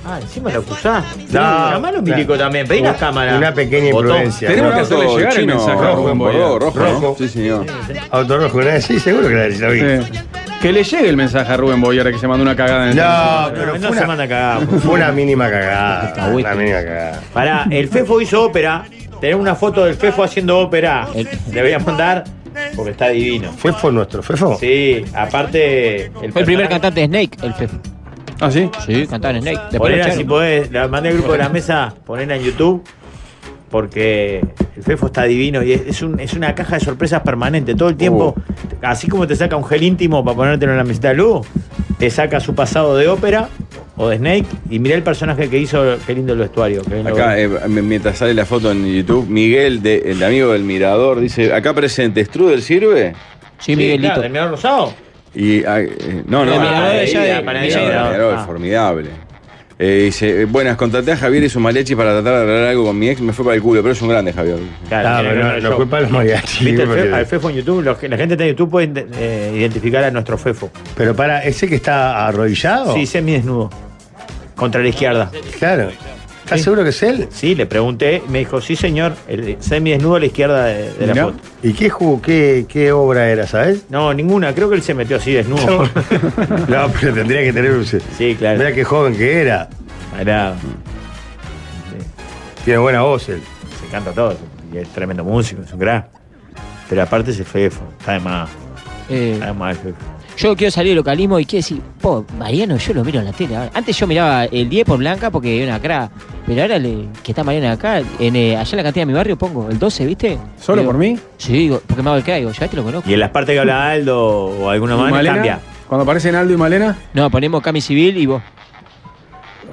Speaker 3: Ah, encima lo acusás.
Speaker 1: No,
Speaker 3: Llamalo, Milico,
Speaker 1: claro.
Speaker 3: también. Pedí las cámaras.
Speaker 1: Una pequeña
Speaker 3: Botón.
Speaker 1: imprudencia.
Speaker 2: Tenemos que hacerle
Speaker 4: Rojo,
Speaker 2: llegar el
Speaker 4: chino,
Speaker 2: mensaje a
Speaker 4: rojo,
Speaker 2: Rubén
Speaker 4: por
Speaker 2: Boyer.
Speaker 4: favor, rojo, ¿no?
Speaker 1: Rojo.
Speaker 4: Sí, señor.
Speaker 1: Auto rojo, ¿no? Sí, seguro que la la vi.
Speaker 2: Sí. Que le llegue el mensaje a Rubén Boyer que se mandó una cagada en el
Speaker 1: No,
Speaker 3: Pero
Speaker 1: pero
Speaker 3: no
Speaker 1: fue
Speaker 3: se manda
Speaker 1: una,
Speaker 3: a cagar. por
Speaker 1: fue una mínima cagada. Una mínima cagada.
Speaker 3: Pará, el Fefo hizo ópera. Tenemos una foto del Fefo haciendo ópera.
Speaker 6: El-
Speaker 3: Le voy a mandar. porque está divino.
Speaker 1: ¿Fefo nuestro? ¿Fefo?
Speaker 3: Sí, aparte. El
Speaker 6: Fue el primer cantante de Snake, el Fefo.
Speaker 2: ¿Ah, sí?
Speaker 6: Sí, cantaba en Snake. Después lo
Speaker 3: Ponela,
Speaker 6: echaron.
Speaker 3: si podés, la mandé al grupo de la mesa, ponela en YouTube, porque el Fefo está divino y es, es un- es una caja de sorpresas permanente. Todo el tiempo, así como te saca un gel íntimo para ponértelo en la mesita de luz, te saca su pasado de ópera o de Snake y mirá el personaje que hizo, qué lindo el vestuario. qué lindo-
Speaker 4: Acá, eh, m- mientras sale la foto en YouTube, Miguel, de- el amigo del Mirador, dice: Acá presente, ¿Strudel sirve?
Speaker 6: Sí,
Speaker 3: Sí,
Speaker 6: Miguelito.
Speaker 3: claro, ¿del Mirador Rosado?
Speaker 4: Y, ah, eh, no, no,
Speaker 6: El
Speaker 4: ah,
Speaker 6: Mirador
Speaker 4: ahí,
Speaker 6: ya de-
Speaker 4: ah,
Speaker 6: panadería.
Speaker 4: Mirador, Mirador,
Speaker 3: Ah.
Speaker 4: formidable. Eh, dice: eh, Buenas, contraté a Javier y su malechi para tratar de arreglar algo con mi ex, me fue para el culo, pero es un grande, Javier.
Speaker 3: Claro,
Speaker 1: Ah,
Speaker 3: el
Speaker 1: pero no,
Speaker 3: Mirador
Speaker 1: no
Speaker 3: Show.
Speaker 1: culpa a los mariachis.
Speaker 3: ¿Viste el
Speaker 1: porque-
Speaker 3: Fefo, al Fefo en YouTube? Los que- la gente está en YouTube puede inde- eh, identificar a nuestro Fefo.
Speaker 1: Pero para, ¿ese que está arrodillado?
Speaker 3: Sí, semidesnudo. Contra la izquierda.
Speaker 1: Claro. ¿Estás
Speaker 3: Sí.
Speaker 1: seguro que es él?
Speaker 3: Sí, le pregunté, me dijo, sí señor, el semidesnudo a la izquierda de, de la
Speaker 2: Mirá.
Speaker 3: foto.
Speaker 1: ¿Y qué, ju- qué, qué obra era, sabes?
Speaker 3: No, ninguna, creo que él se metió así
Speaker 1: No,
Speaker 3: desnudo.
Speaker 1: pero tendría que tener un...
Speaker 3: Sí, claro.
Speaker 1: Mira qué joven que era.
Speaker 3: Era-
Speaker 1: Tiene buena voz él.
Speaker 3: se canta todo, y es tremendo músico, es un gran. Pero aparte es el fefo, está de más,
Speaker 6: Eh,
Speaker 3: está de más el fefo.
Speaker 6: Yo quiero salir del localismo y quiero decir, po, Mariano, yo lo miro en la tele. ahora. Antes yo miraba el 10 por Blanca porque era una cra. Pero ahora le- que está Mariano acá, en, eh, allá en la cantina de mi barrio pongo el 12, ¿viste?
Speaker 2: ¿Solo
Speaker 6: Digo,
Speaker 2: por mí?
Speaker 6: Sí, digo, porque me hago el cra, digo, ya te lo conozco.
Speaker 3: Y en las partes que habla Aldo o alguna
Speaker 2: ¿Y
Speaker 3: mano
Speaker 2: Malena?
Speaker 3: cambia.
Speaker 2: Cuando aparecen Aldo y Malena,
Speaker 6: No, ponemos Cami Civil y vos.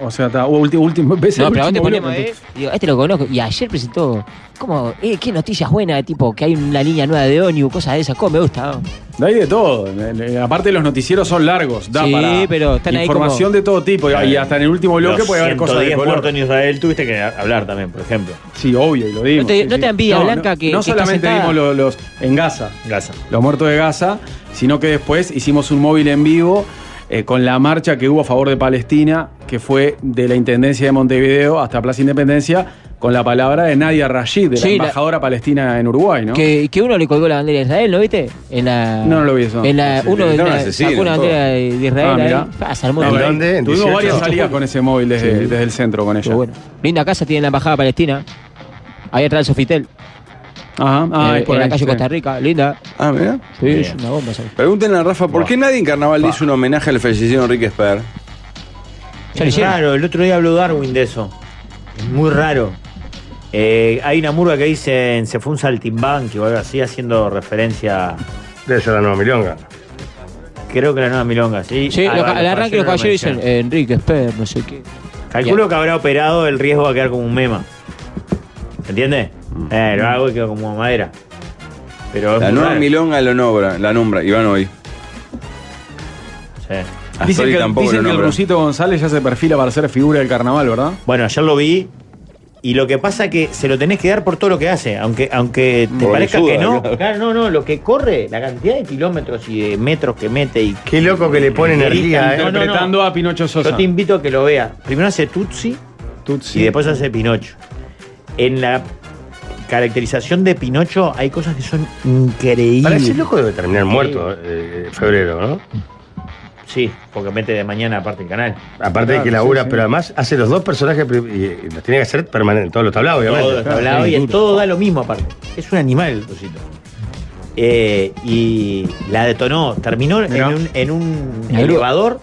Speaker 2: o sea, está último, último ves el
Speaker 6: No, pero a vos te
Speaker 2: último
Speaker 6: ponemos,
Speaker 2: bloque,
Speaker 6: eh, digo, este lo conozco. Y ayer presentó, como, eh, qué noticias buenas, tipo, que hay una línea nueva de Oniu, cosas de esas, como me gusta. ¿no?
Speaker 2: De ahí de todo. Eh, eh, Aparte los noticieros son largos. Da
Speaker 6: Sí,
Speaker 2: para
Speaker 6: pero están ahí
Speaker 2: información
Speaker 6: como-
Speaker 2: de todo tipo. Y- Y hasta en el último bloque
Speaker 3: Los
Speaker 2: puede haber cosas de
Speaker 3: 110 muertos
Speaker 2: color.
Speaker 3: en Israel tuviste que hablar también, por ejemplo.
Speaker 2: Sí, obvio, y lo dimos.
Speaker 6: No te-
Speaker 2: sí,
Speaker 6: no te
Speaker 2: sí.
Speaker 6: envidia, Blanca, que-
Speaker 2: No
Speaker 6: que está
Speaker 2: solamente
Speaker 6: sentada.
Speaker 2: dimos los, los- en Gaza,
Speaker 3: Gaza.
Speaker 2: los muertos de Gaza, sino que después hicimos un móvil en vivo eh, con la marcha que hubo a favor de Palestina, que fue de la Intendencia de Montevideo hasta Plaza Independencia, con la palabra de Nadia Rashid, de
Speaker 6: Sí,
Speaker 2: la
Speaker 6: la-
Speaker 2: embajadora palestina en Uruguay, ¿no?
Speaker 6: Que, que uno le colgó la bandera de Israel, ¿no viste? En la,
Speaker 2: No, no lo vi eso.
Speaker 6: En la,
Speaker 4: Sí,
Speaker 6: uno
Speaker 4: era un
Speaker 6: la-
Speaker 4: asesino,
Speaker 6: sacó una
Speaker 4: todo.
Speaker 6: bandera de de
Speaker 2: Ah,
Speaker 6: Israel. ahí.
Speaker 2: mirá.
Speaker 6: Pa, se armó
Speaker 1: ¿En
Speaker 6: una-
Speaker 2: Ahí.
Speaker 1: dónde? ¿En
Speaker 2: Tuvimos
Speaker 1: 18?
Speaker 2: varias salidas con ese móvil desde,
Speaker 1: Sí.
Speaker 2: desde el centro con ella.
Speaker 6: Pero bueno. Linda casa tiene la embajada palestina. Ahí atrás el Sofitel.
Speaker 2: Ajá, ah,
Speaker 6: eh,
Speaker 2: es por
Speaker 6: en la
Speaker 2: ahí,
Speaker 6: calle
Speaker 2: sí.
Speaker 6: Costa Rica. Linda.
Speaker 4: Ah, mira.
Speaker 6: Sí,
Speaker 3: Bien.
Speaker 6: es una bomba esa.
Speaker 4: Pregúntenle a Rafa, ¿por qué nadie en carnaval le hizo un homenaje al fallecido Enrique Sper?
Speaker 6: Ya lo
Speaker 3: Es
Speaker 6: hicieron.
Speaker 3: raro, el otro día habló Darwin de eso. Es muy raro. Eh, hay una murga que dice se fue un saltimbanqui o algo así, haciendo referencia.
Speaker 1: Debe ser la nueva milonga.
Speaker 3: Creo que la nueva milonga, sí.
Speaker 6: Sí,
Speaker 3: Ah,
Speaker 6: los ca-
Speaker 3: vale,
Speaker 6: al arranque
Speaker 3: lo
Speaker 6: los caballeros dicen
Speaker 3: mencioné.
Speaker 6: eh, Enrique, Esper, no sé qué.
Speaker 3: Calculo que habrá operado, el riesgo va a quedar como un mema. ¿Entiendes? Eh, lo hago y quedo como madera. Pero es
Speaker 4: Mm. La
Speaker 3: muy
Speaker 4: nueva
Speaker 3: raro.
Speaker 4: Milonga la nombra, la nombra, Iván hoy.
Speaker 3: Sí.
Speaker 4: Hasta
Speaker 2: Dicen
Speaker 4: hoy
Speaker 2: que,
Speaker 4: tampoco
Speaker 2: dicen
Speaker 4: lo
Speaker 2: que el
Speaker 4: nombra.
Speaker 2: Rusito González ya se perfila para ser figura del carnaval, ¿verdad?
Speaker 3: Bueno, ayer lo vi. Y lo que pasa que se lo tenés que dar por todo lo que hace, aunque, aunque te
Speaker 4: Porque
Speaker 3: parezca
Speaker 4: suda,
Speaker 3: que no.
Speaker 4: claro.
Speaker 3: Claro, no, no, lo que corre, la cantidad de kilómetros y de metros que mete y
Speaker 1: Qué loco que le pone energía,
Speaker 3: No,
Speaker 1: ¿eh?
Speaker 3: no, no.
Speaker 2: Interpretando a Pinocho Sosa.
Speaker 3: Yo te invito a que lo veas. Primero hace Tutsi
Speaker 2: Tutsi.
Speaker 3: y después hace Pinocho. En la caracterización de Pinocho hay cosas que son
Speaker 1: Para ese
Speaker 3: increíbles.
Speaker 1: loco debe terminar muerto eh, en febrero, ¿no?
Speaker 3: Sí, porque mete de mañana aparte el canal.
Speaker 1: Aparte de que labura, pero además hace los dos personajes pri- y, y los tiene que hacer permanente, todos los tablados, obviamente.
Speaker 3: Todo está hablado y todo da lo mismo aparte. Es un animal el Tutsito. Eh, y la detonó. Terminó en
Speaker 2: Mirá.
Speaker 3: un, en un
Speaker 6: Una grúa.
Speaker 3: elevador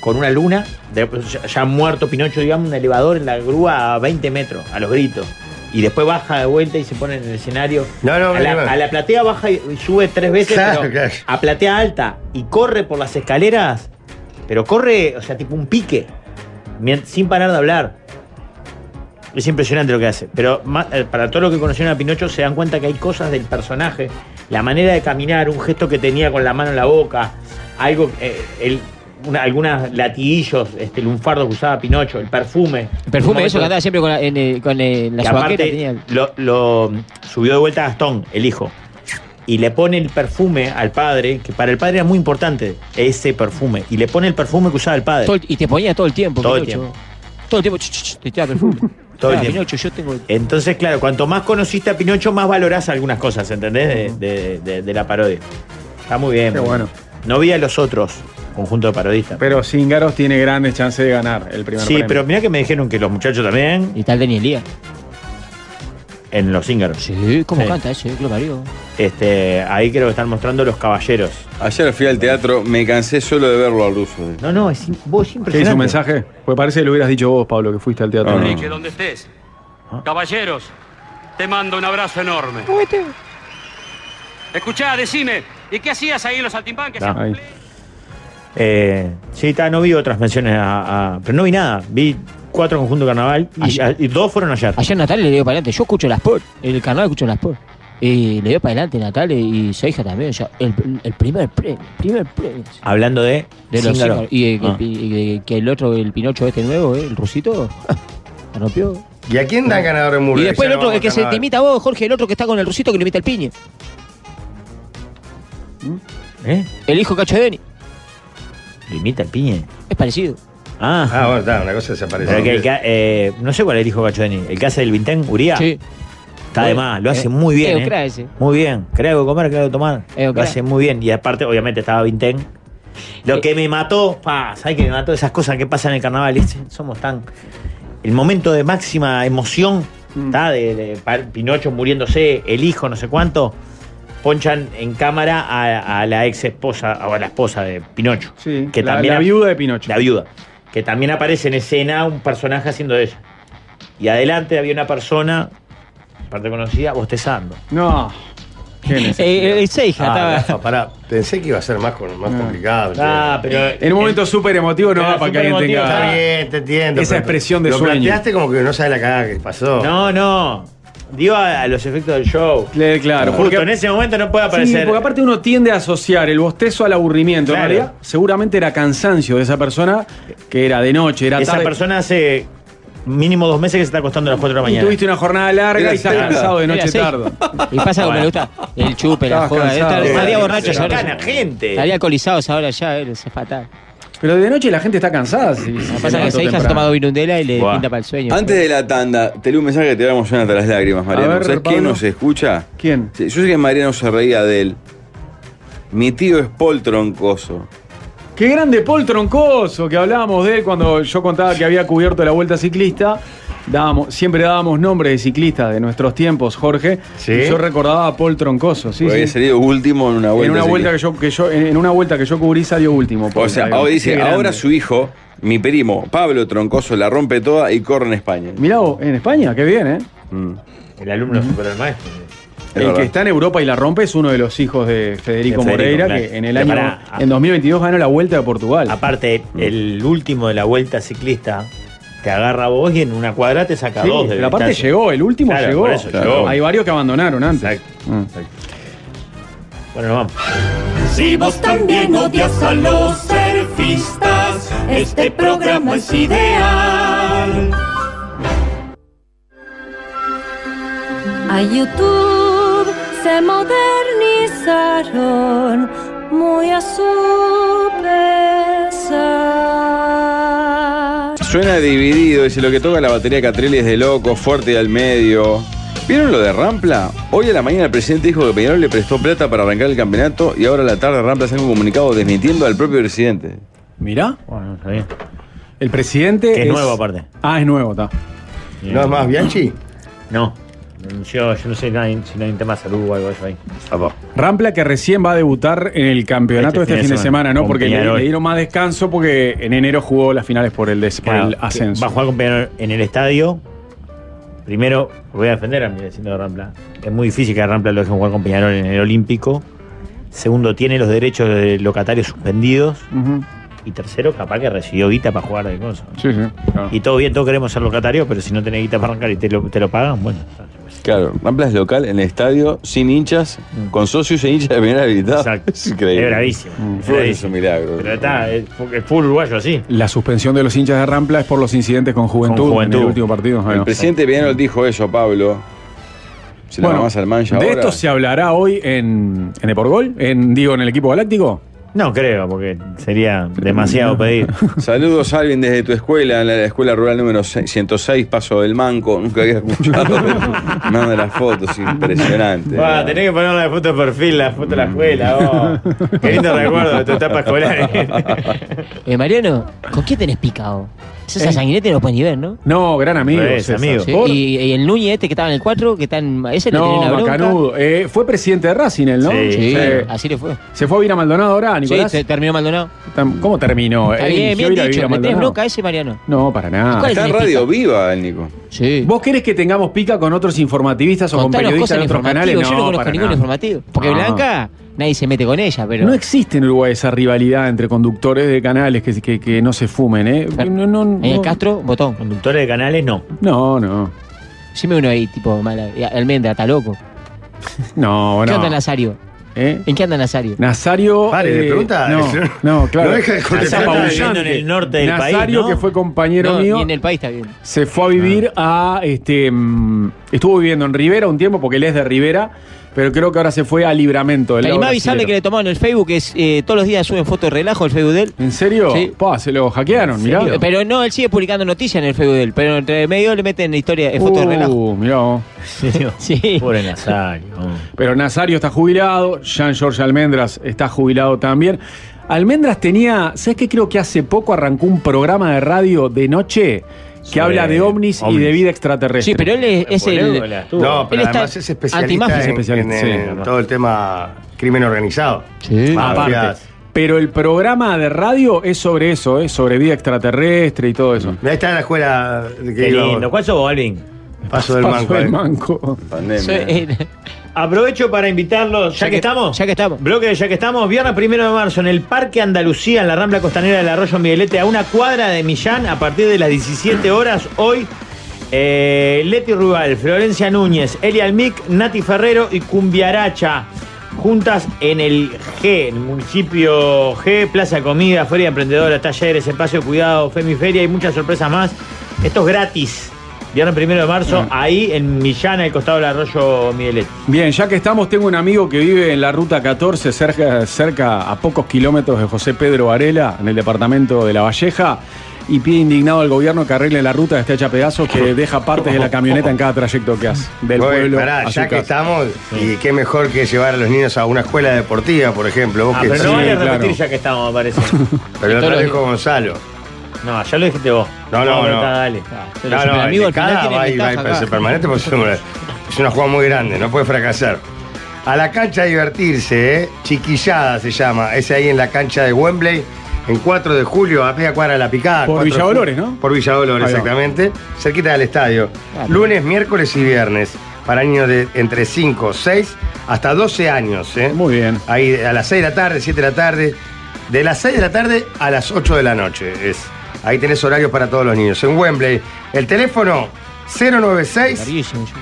Speaker 3: con una luna. de- ya, ya muerto Pinocho, digamos, un elevador en la grúa a 20 metros, a los gritos. Y después baja de vuelta y se pone en el escenario.
Speaker 1: No, no,
Speaker 3: a, la,
Speaker 1: no.
Speaker 3: a la platea baja y y sube tres veces.
Speaker 1: Claro,
Speaker 3: pero
Speaker 1: claro.
Speaker 3: A platea alta y corre por las escaleras. Pero corre, o sea, tipo un pique. mien- Sin parar de hablar. Es impresionante lo que hace. Pero ma- eh, para todos los que conocieron a Pinocho se dan cuenta que hay cosas del personaje. La manera de caminar, un gesto que tenía con la mano en la boca, algo, eh, el- una- algunos latiguillos, este lunfardo que usaba Pinocho, el perfume.
Speaker 6: El perfume,
Speaker 3: Un
Speaker 6: eso que
Speaker 3: momento-
Speaker 6: andaba siempre con la, en, eh, con eh, la
Speaker 3: que
Speaker 6: sobaquera.
Speaker 3: aparte
Speaker 6: tenía el-
Speaker 3: lo, lo subió de vuelta a Gastón, el hijo. Y le pone el perfume al padre, que para el padre era muy importante ese perfume. Y le pone el perfume que usaba el padre.
Speaker 6: todo el- y te ponía todo el tiempo.
Speaker 3: Todo el
Speaker 6: Pinocho.
Speaker 3: tiempo.
Speaker 6: Todo el tiempo. ch, ch, ch, te tiraba perfume.
Speaker 3: Todo el
Speaker 6: Ah,
Speaker 3: tiempo.
Speaker 6: Pinocho, yo tengo.
Speaker 3: Entonces, claro, cuanto más conociste a Pinocho, más valorás algunas cosas, ¿entendés? De, de- de- de la parodia. Está muy bien.
Speaker 2: Qué
Speaker 3: muy bien.
Speaker 2: bueno.
Speaker 3: No vi a los otros conjunto de parodistas.
Speaker 2: Pero Cíngaros tiene grandes chances de ganar el primer
Speaker 3: sí,
Speaker 2: premio.
Speaker 3: pero mirá que me dijeron que los muchachos también
Speaker 6: Y tal Daniel Lía.
Speaker 3: en los íngaros.
Speaker 6: Sí, ¿cómo
Speaker 3: Sí.
Speaker 6: canta ese? Que lo parió.
Speaker 3: Este, ahí creo que están mostrando los caballeros.
Speaker 4: Ayer fui al teatro, me cansé solo de verlo al ruso. eh.
Speaker 3: No, no, es, im- vos
Speaker 2: ¿Qué hizo un
Speaker 3: impresionante. Ah,
Speaker 2: mensaje? Pues parece que lo hubieras dicho vos, Pablo, que fuiste al teatro.
Speaker 4: No, no.
Speaker 1: Ah.
Speaker 7: Enrique, donde estés. Caballeros, te mando un abrazo enorme. Escuchá, decime, ¿y qué hacías ahí en los saltimbanques?
Speaker 3: Da.
Speaker 2: Ahí.
Speaker 3: Ah. Eh, sí, ta, no vi otras menciones a, a- Pero no vi nada. Vi cuatro conjuntos de carnaval y,
Speaker 6: Ayer.
Speaker 3: y dos fueron ayer.
Speaker 6: Ayer Natal le dio para adelante. Yo escucho las por. El canal escucho las por. Y le dio para adelante Natal y su hija también. O sea, el, el primer premio. Primer premio.
Speaker 3: Hablando de.
Speaker 6: De los
Speaker 3: Zíngaro.
Speaker 6: Zíngaro. Y, eh, que-
Speaker 3: Ah.
Speaker 6: y, eh, que el otro, el Pinocho este nuevo, eh, el rusito, la rompió.
Speaker 1: ¿Y a quién dan ganador en
Speaker 6: Y
Speaker 1: Murguía?
Speaker 6: después
Speaker 1: Ya
Speaker 6: el
Speaker 1: no
Speaker 6: otro,
Speaker 1: vamos
Speaker 6: el que
Speaker 1: a
Speaker 6: se
Speaker 1: nada.
Speaker 6: te imita a vos, Jorge, el otro que está con el rusito que lo imita el piñe.
Speaker 3: ¿Eh?
Speaker 6: El hijo Cacho de Beni.
Speaker 3: Limita el piñe.
Speaker 6: Es parecido.
Speaker 3: Ah.
Speaker 1: Ah, bueno, está, una cosa desapareció.
Speaker 3: Pero que el que ha- eh, no sé cuál es el hijo de Cachoni. El que hace el vintén, Uría.
Speaker 6: Sí.
Speaker 3: Está de más, lo hace
Speaker 6: Eh,
Speaker 3: muy bien.
Speaker 6: eh,
Speaker 3: eh.
Speaker 6: cra ese.
Speaker 3: Muy bien. Crea algo de comer, crea algo de tomar.
Speaker 6: Eh,
Speaker 3: lo
Speaker 6: cra.
Speaker 3: hace muy bien. Y aparte, obviamente, estaba vintén. Lo
Speaker 6: Eh.
Speaker 3: que me mató, pa, ¿sabes qué me mató? Esas cosas que pasan en el carnaval. ¿viste? Somos tan. El momento de máxima emoción,
Speaker 6: Mm.
Speaker 3: ¿tá? De, de pa- Pinocho muriéndose, el hijo, no sé cuánto. Ponchan en cámara a, a la ex esposa o a la esposa de Pinocho.
Speaker 2: Sí,
Speaker 3: que
Speaker 2: la,
Speaker 3: también
Speaker 2: la
Speaker 3: ha-
Speaker 2: viuda de Pinocho.
Speaker 3: la viuda. Que también aparece en escena un personaje haciendo de ella. Y adelante había una persona, parte conocida, bostezando.
Speaker 2: No. ¿Quién es?
Speaker 6: Eh, eh, esa hija
Speaker 1: Ah,
Speaker 6: estaba.
Speaker 1: Rafa, pará. Pensé que iba a ser más, con- más complicado.
Speaker 3: Ah, pero.
Speaker 2: En un momento súper emotivo no
Speaker 3: Era
Speaker 2: va para que
Speaker 3: súper
Speaker 2: alguien
Speaker 3: emotivo,
Speaker 1: Está
Speaker 2: tenga.
Speaker 1: bien, te entiendo.
Speaker 2: Esa
Speaker 1: pero
Speaker 2: expresión de
Speaker 1: lo
Speaker 2: sueño.
Speaker 1: Lo planteaste como que no sabe la cagada que pasó.
Speaker 3: No, no. Digo a, a los efectos del show.
Speaker 2: Le- Claro,
Speaker 3: Justo
Speaker 2: porque,
Speaker 3: en ese momento no puede
Speaker 2: sí,
Speaker 3: aparecer.
Speaker 2: porque aparte uno tiende a asociar el bostezo al aburrimiento.
Speaker 3: Claro.
Speaker 2: En realidad, seguramente era cansancio de esa persona, que era de noche, era
Speaker 3: esa
Speaker 2: tarde.
Speaker 3: persona hace mínimo dos meses que se está acostando a las 4 de la
Speaker 2: y
Speaker 3: mañana.
Speaker 2: tuviste una jornada larga
Speaker 4: Era
Speaker 2: y estás
Speaker 4: seis.
Speaker 2: cansado de
Speaker 6: Era
Speaker 2: noche
Speaker 6: seis.
Speaker 2: tarde.
Speaker 6: Y pasa como
Speaker 3: Bueno.
Speaker 6: le gusta. El chupe, la
Speaker 2: Estabas
Speaker 6: joda. Estaría
Speaker 2: cansado. Estaría
Speaker 6: estaría borracho
Speaker 3: borrachos
Speaker 6: ahora.
Speaker 3: ahora. gente.
Speaker 6: Estaría alcoholizados ahora ya, eh, es fatal.
Speaker 2: Pero de noche la gente está cansada. Si, si se
Speaker 6: Pasa que
Speaker 2: levantó
Speaker 6: esa hija se ha
Speaker 2: temprano.
Speaker 6: tomado virundela y le
Speaker 3: Buah.
Speaker 6: pinta para el sueño.
Speaker 4: Antes de la tanda, te leí un mensaje que te va a emocionar hasta las lágrimas, Mariano.
Speaker 2: A ver,
Speaker 4: ¿Sabes quién
Speaker 2: Pablo.
Speaker 4: nos escucha?
Speaker 2: ¿Quién?
Speaker 4: Sí, yo sé que Mariano se reía de él. Mi tío es Paul Troncoso.
Speaker 2: Qué grande Paul Troncoso, que hablábamos de él cuando yo contaba que había cubierto la vuelta ciclista. Dábamos, siempre dábamos nombres de ciclistas de nuestros tiempos, Jorge.
Speaker 1: Sí.
Speaker 2: Y Yo recordaba a Paul Troncoso, sí.
Speaker 4: Porque había
Speaker 2: sí.
Speaker 4: salido último en una vuelta.
Speaker 2: en una
Speaker 4: así
Speaker 2: vuelta
Speaker 4: que-
Speaker 2: que yo, que yo, en en una vuelta que yo cubrí salió último. Paul,
Speaker 4: O sea,
Speaker 2: digamos.
Speaker 4: ahora
Speaker 2: Qué
Speaker 4: dice,
Speaker 2: grande.
Speaker 4: ahora su hijo, mi primo, Pablo Troncoso, la rompe toda y corre en España.
Speaker 2: Mirá vos, en España, qué bien, ¿eh?
Speaker 4: Mm.
Speaker 3: El alumno supera al maestro.
Speaker 4: Es
Speaker 2: El
Speaker 4: verdad.
Speaker 2: que está en Europa y la rompe es uno de los hijos de Federico,
Speaker 3: De Federico,
Speaker 2: Moreira,
Speaker 3: claro.
Speaker 2: que en el
Speaker 3: Que
Speaker 2: año
Speaker 3: pará, ah.
Speaker 2: en 2022 ganó la Vuelta de Portugal.
Speaker 3: Aparte,
Speaker 2: Mm.
Speaker 3: el último de la vuelta ciclista te agarra a vos y en una cuadra te saca
Speaker 2: Sí,
Speaker 3: dos. de
Speaker 2: pero aparte
Speaker 3: distancia.
Speaker 2: llegó, el último
Speaker 3: Claro,
Speaker 2: llegó.
Speaker 3: por eso,
Speaker 4: Claro.
Speaker 3: llegó.
Speaker 2: Hay varios que abandonaron antes.
Speaker 3: Exacto,
Speaker 2: Mm.
Speaker 3: Bueno, nos vamos.
Speaker 8: Si vos también odias a los surfistas, este programa es ideal.
Speaker 9: A YouTube se modernizaron muy a su pesar.
Speaker 4: Suena dividido, dice lo que toca la batería Catrelli es de loco, fuerte y al medio. ¿Vieron lo de Rampla? Hoy a la mañana el presidente dijo que Peñarol le prestó plata para arrancar el campeonato y ahora a la tarde Rampla saca un comunicado desmintiendo al propio presidente.
Speaker 2: Mirá,
Speaker 3: Bueno, está bien.
Speaker 2: el presidente.
Speaker 3: Que es nuevo, aparte.
Speaker 2: Ah, es nuevo, está.
Speaker 1: ¿No es más Bianchi?
Speaker 3: No. Yo, yo no sé nadie- si nadie tema salud o algo de eso ahí.
Speaker 2: Rampla que recién va a debutar en el campeonato este, fin de semana, ¿no?
Speaker 3: con
Speaker 2: Porque le,
Speaker 3: Peñarol.
Speaker 2: le dieron más descanso porque en enero jugó las finales por el, des- por el
Speaker 3: Claro,
Speaker 2: ascenso.
Speaker 3: Va a jugar con Peñarol en el estadio. Primero, voy a defender a mi vecino de Rampla. Es muy difícil que a Rampla lo dejen jugar con Peñarol en el Olímpico. Segundo, tiene los derechos de locatarios suspendidos.
Speaker 2: Ujú.
Speaker 3: Y tercero, capaz que recibió guita para jugar de cosas.
Speaker 2: Sí, sí. claro.
Speaker 3: Y todo bien, todos queremos ser locatarios, pero si no tenés guita para arrancar y te lo, te lo pagan, bueno.
Speaker 4: Claro, Rampla es local en el estadio, sin hinchas, con socios e hinchas de primera habilidad.
Speaker 3: Mm. Exacto.
Speaker 4: Es increíble.
Speaker 3: Es bravísimo.
Speaker 1: Mm.
Speaker 3: es
Speaker 4: Flores es
Speaker 3: bravísimo.
Speaker 4: un milagro.
Speaker 3: Pero está, eh. el, el fútbol uruguayo así.
Speaker 2: La suspensión de los hinchas de Rampla es por los incidentes con Juventud,
Speaker 3: Con Juventud.
Speaker 2: en el último partido.
Speaker 4: El
Speaker 2: Bueno.
Speaker 4: presidente Peñarol dijo eso, Pablo. Se la
Speaker 2: Bueno,
Speaker 4: más al
Speaker 2: de
Speaker 4: mancha ahora.
Speaker 2: esto se hablará hoy en, en Eporgol, en, digo, en el equipo galáctico.
Speaker 3: No creo, porque sería demasiado pedir.
Speaker 4: Saludos, Alvin, desde tu escuela, la escuela rural número 6, 106, Paso del Manco. Nunca había escuchado. Manda las fotos, impresionante.
Speaker 3: Va, tenés que poner la foto de perfil, la foto de la escuela. vos. Qué lindo recuerdo de tu etapa escolar.
Speaker 6: Eh, Mariano, ¿con quién tenés picado? César Sanguinetti no lo pueden ni ver, ¿no?
Speaker 2: No, gran amigo.
Speaker 3: Res,
Speaker 2: César.
Speaker 3: amigo.
Speaker 6: Sí,
Speaker 2: Por-
Speaker 6: Y, y el Núñez este que estaba en el 4, que está en... Ese le
Speaker 2: no,
Speaker 6: tenía una bronca.
Speaker 2: Macanudo. Eh, fue presidente de Racing él, ¿no?
Speaker 3: Sí.
Speaker 6: Sí,
Speaker 2: Se-
Speaker 6: así le fue.
Speaker 2: Se fue a vivir a Maldonado ahora,
Speaker 6: Sí,
Speaker 2: Nicolás.
Speaker 6: te- terminó Maldonado.
Speaker 2: Tam- ¿Cómo terminó?
Speaker 6: Está
Speaker 2: Él
Speaker 6: bien,
Speaker 2: eligió
Speaker 6: bien
Speaker 2: ir a vivir
Speaker 6: dicho.
Speaker 2: a
Speaker 6: Metés
Speaker 2: Maldonado.
Speaker 6: bronca a ese Mariano.
Speaker 2: No, para nada.
Speaker 6: ¿Cuál es
Speaker 4: Está en
Speaker 6: el
Speaker 4: radio
Speaker 6: pista?
Speaker 4: viva el Nico.
Speaker 6: Sí.
Speaker 2: ¿Vos querés que tengamos pica con otros informativistas o con
Speaker 6: Contanos cosas
Speaker 2: periodistas de
Speaker 6: en
Speaker 2: otros
Speaker 6: informativos.
Speaker 2: canales?
Speaker 6: Yo no conozco
Speaker 2: para
Speaker 6: ningún
Speaker 2: nada.
Speaker 6: informativo. Porque
Speaker 2: No.
Speaker 6: Blanca, nadie se mete con ella, pero...
Speaker 2: No existe en Uruguay esa rivalidad entre conductores de canales que, que, que no se fumen, ¿eh?
Speaker 6: Claro.
Speaker 2: No, no, no.
Speaker 6: Ahí el Castro, botón.
Speaker 3: Conductores de canales, no.
Speaker 2: No, no.
Speaker 6: Sí me uno ahí, tipo, mala. y Almendra, está loco.
Speaker 2: No,
Speaker 6: ¿Qué
Speaker 2: no.
Speaker 6: onda Nazario?
Speaker 2: ¿Eh?
Speaker 6: ¿En qué anda Nazario?
Speaker 2: Nazario. eh,
Speaker 1: Pare, le pregunta.
Speaker 2: No, no, claro.
Speaker 1: No deja de contestar.
Speaker 2: Es apabullante.
Speaker 3: Está viviendo en el norte del
Speaker 2: Nazario,
Speaker 3: país, ¿no?
Speaker 2: que fue compañero
Speaker 6: No,
Speaker 2: mío,
Speaker 6: ni en el Ah. país está bien.
Speaker 2: se fue a vivir a. este mm, Estuvo viviendo en Rivera un tiempo porque él es de Rivera, pero creo que ahora se fue a Libramento. del
Speaker 6: La
Speaker 2: lado
Speaker 6: más avisable que
Speaker 2: brasilero.
Speaker 6: le tomaron el Facebook es eh, todos los días suben fotos de relajo el Facebook de él.
Speaker 2: ¿En serio?
Speaker 6: Sí.
Speaker 2: Pa, se lo hackearon, mirá.
Speaker 6: Eh, Pero no, él sigue publicando noticias en el Facebook de él, pero entre medio le meten historia, eh, fotos de relajo.
Speaker 2: Uh, mirá vos.
Speaker 6: Sí.
Speaker 3: Pobre Nazario.
Speaker 2: Pero Nazario está jubilado, Jean George Almendras está jubilado también. Almendras tenía, ¿sabes qué? Creo que hace poco arrancó un programa de radio de noche que
Speaker 3: Sobre
Speaker 2: habla de ovnis, y
Speaker 3: ovnis.
Speaker 2: de vida extraterrestre.
Speaker 6: Sí, pero él es, es el...
Speaker 1: No, pero
Speaker 6: Él está
Speaker 1: además es especialista
Speaker 6: antimafia.
Speaker 1: en,
Speaker 2: Especialista,
Speaker 1: en-
Speaker 2: sí,
Speaker 1: en todo el tema crimen organizado.
Speaker 6: Sí.
Speaker 1: Mafias.
Speaker 2: Aparte. Pero el programa de radio es sobre eso, es sobre vida extraterrestre y todo eso.
Speaker 1: Ahí está la escuela de que
Speaker 3: Qué
Speaker 1: iba-
Speaker 3: lindo. ¿Cuál sos vos, Alvin?
Speaker 1: Paso del
Speaker 2: Pasó
Speaker 1: Manco.
Speaker 2: el
Speaker 1: eh.
Speaker 2: manco.
Speaker 4: Pandemia.
Speaker 6: Sí, eh,
Speaker 3: Aprovecho para invitarlos, ya,
Speaker 6: Ya
Speaker 3: que,
Speaker 6: que-
Speaker 3: estamos.
Speaker 6: ya que estamos.
Speaker 3: Bloque de ya que estamos, viernes primero de marzo en el Parque Andalucía, en la Rambla Costanera del Arroyo Miguelete, a una cuadra de Millán, a partir de las 17 horas. Hoy, eh, Leti Rugal, Florencia Núñez, Eli Almic, Nati Ferrero y Cumbiaracha. Juntas en el G, el municipio G, Plaza Comida, Feria Emprendedora, Talleres, Espacio Cuidado, Femiferia y muchas sorpresas más. Esto es gratis. Viernes primero de marzo, ahí en Millán, al costado del arroyo Miguelete.
Speaker 2: Bien, ya que estamos, tengo un amigo que vive en la ruta 14, cerca, cerca a pocos kilómetros de José Pedro Varela, en el departamento de La Valleja, y pide indignado al gobierno que arregle la ruta que está hecha a pedazos, que deja partes de la camioneta en cada trayecto que hace, del
Speaker 1: Oye,
Speaker 2: pueblo
Speaker 1: pará,
Speaker 2: a su
Speaker 1: ya que
Speaker 2: casa.
Speaker 1: estamos, y qué mejor que llevar a los niños a una escuela deportiva, por ejemplo. Vos
Speaker 3: Ah,
Speaker 1: que
Speaker 3: pero
Speaker 1: sí,
Speaker 3: no vale
Speaker 2: claro.
Speaker 3: repetir ya que estamos, me parece.
Speaker 1: pero lo
Speaker 6: Todos los-
Speaker 1: dijo Gonzalo.
Speaker 3: No, ya lo dijiste vos.
Speaker 1: No, no,
Speaker 3: pero
Speaker 1: no.
Speaker 3: está, dale.
Speaker 6: pero
Speaker 1: No,
Speaker 6: si el
Speaker 1: no,
Speaker 6: amigo
Speaker 1: el
Speaker 6: al
Speaker 1: de
Speaker 6: final
Speaker 1: cada
Speaker 6: tiene
Speaker 1: va, y va
Speaker 6: ventaja
Speaker 1: y parece
Speaker 6: acá.
Speaker 1: permanente porque es una, es una jugada muy grande, no puede fracasar. A la cancha a divertirse, ¿eh? Chiquillada se llama. Es ahí en la cancha de Wembley, en 4 de julio, a media cuadra de la picada.
Speaker 2: Por
Speaker 1: 4 de
Speaker 2: Villa
Speaker 1: julio.
Speaker 2: Dolores, ¿no?
Speaker 1: Por Villa Dolores,
Speaker 2: Ahí va.
Speaker 1: exactamente. Cerquita del estadio. Lunes, miércoles y viernes. Para niños de entre 5, 6 hasta 12 años, ¿eh?
Speaker 2: Muy bien.
Speaker 1: Ahí a las 6 de la tarde, 7 de la tarde. De las 6 de la tarde a las 8 de la noche. Es. Ahí tenés horarios para todos los niños. En Wembley, el teléfono 096
Speaker 6: Larguísimo, yo.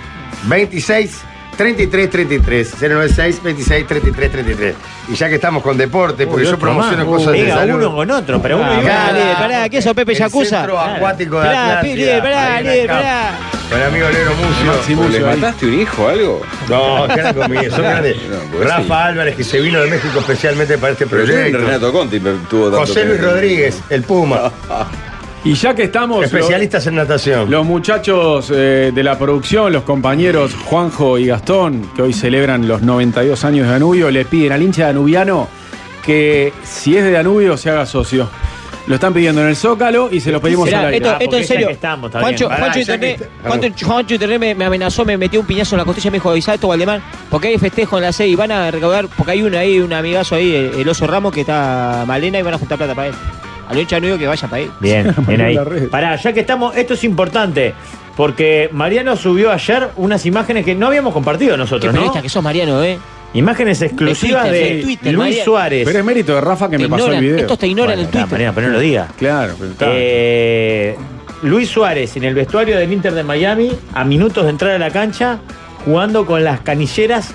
Speaker 1: 26 33 33. 096 26 33 33. Y ya que estamos con deporte, porque yo promociono cosas de
Speaker 3: Pega
Speaker 1: salud.
Speaker 3: uno con otro, pero uno y uno.
Speaker 6: Pará,
Speaker 1: Claro.
Speaker 6: líder, pará, ¿qué eso Pepe
Speaker 1: Ah, El
Speaker 6: Yacuza?
Speaker 1: Centro Acuático de
Speaker 6: Pará,
Speaker 1: Atlántida,
Speaker 6: líder, pará,
Speaker 1: ahí en la
Speaker 6: líder,
Speaker 1: camp.
Speaker 6: pará.
Speaker 1: Con el amigo Lero Mucio.
Speaker 4: ¿Le
Speaker 2: Mucio ahí.
Speaker 4: mataste un hijo o algo?
Speaker 1: No, quedan conmigo, son grandes.
Speaker 4: No, pues
Speaker 1: Rafa
Speaker 4: sí.
Speaker 1: Álvarez, que se vino de México especialmente para este
Speaker 4: Pero
Speaker 1: proyecto.
Speaker 4: Renato Conti pero tuvo tanto
Speaker 1: José
Speaker 4: que-
Speaker 1: Luis Rodríguez, el Puma,
Speaker 2: Y ya que estamos, los-
Speaker 1: especialistas en natación.
Speaker 2: los muchachos eh, de la producción, los compañeros Juanjo y Gastón, que hoy celebran los 92 años de Danubio, le piden al hincha danubiano que si es de Danubio se haga socio. Lo están pidiendo en el Zócalo y se lo pedimos
Speaker 6: Esperá,
Speaker 2: al aire.
Speaker 6: esto,
Speaker 3: Ah,
Speaker 6: esto
Speaker 3: porque
Speaker 6: en
Speaker 3: ya
Speaker 6: serio.
Speaker 3: que estamos, está
Speaker 6: Juancho,
Speaker 1: bien.
Speaker 6: Juancho
Speaker 1: Pará, ya
Speaker 6: Internet,
Speaker 1: que está-
Speaker 6: Juancho, Juancho Internet me, me amenazó, me metió un piñazo en la costilla y me dijo, avisá esto, Valdemar, porque hay festejo en la sede y van a recaudar, porque hay uno ahí, un amigazo ahí, el, el oso Ramos, que está malena y van a juntar plata para él. A los hinchas nudo que vaya para ahí.
Speaker 3: Bien, bien ahí.
Speaker 2: la red.
Speaker 3: Pará, ya que estamos, esto es importante. Porque Mariano subió ayer unas imágenes que no habíamos compartido
Speaker 6: Qué
Speaker 3: nosotros, ¿no?
Speaker 6: periodista que sos, Mariano, ¿eh?
Speaker 3: Imágenes exclusivas de,
Speaker 6: De Twitter, de Twitter,
Speaker 3: Luis
Speaker 6: Mariano.
Speaker 3: Suárez.
Speaker 2: Pero es mérito de Rafa que
Speaker 6: Te
Speaker 2: me pasó el
Speaker 6: ignoran,
Speaker 2: video.
Speaker 6: Estos te ignoran
Speaker 3: Bueno,
Speaker 6: el
Speaker 3: está,
Speaker 6: Twitter.
Speaker 3: Mariano, pero no lo diga.
Speaker 2: Claro, pero está.
Speaker 3: Eh, Luis Suárez en el vestuario del Inter de Miami, a minutos de entrar a la cancha, jugando con las canilleras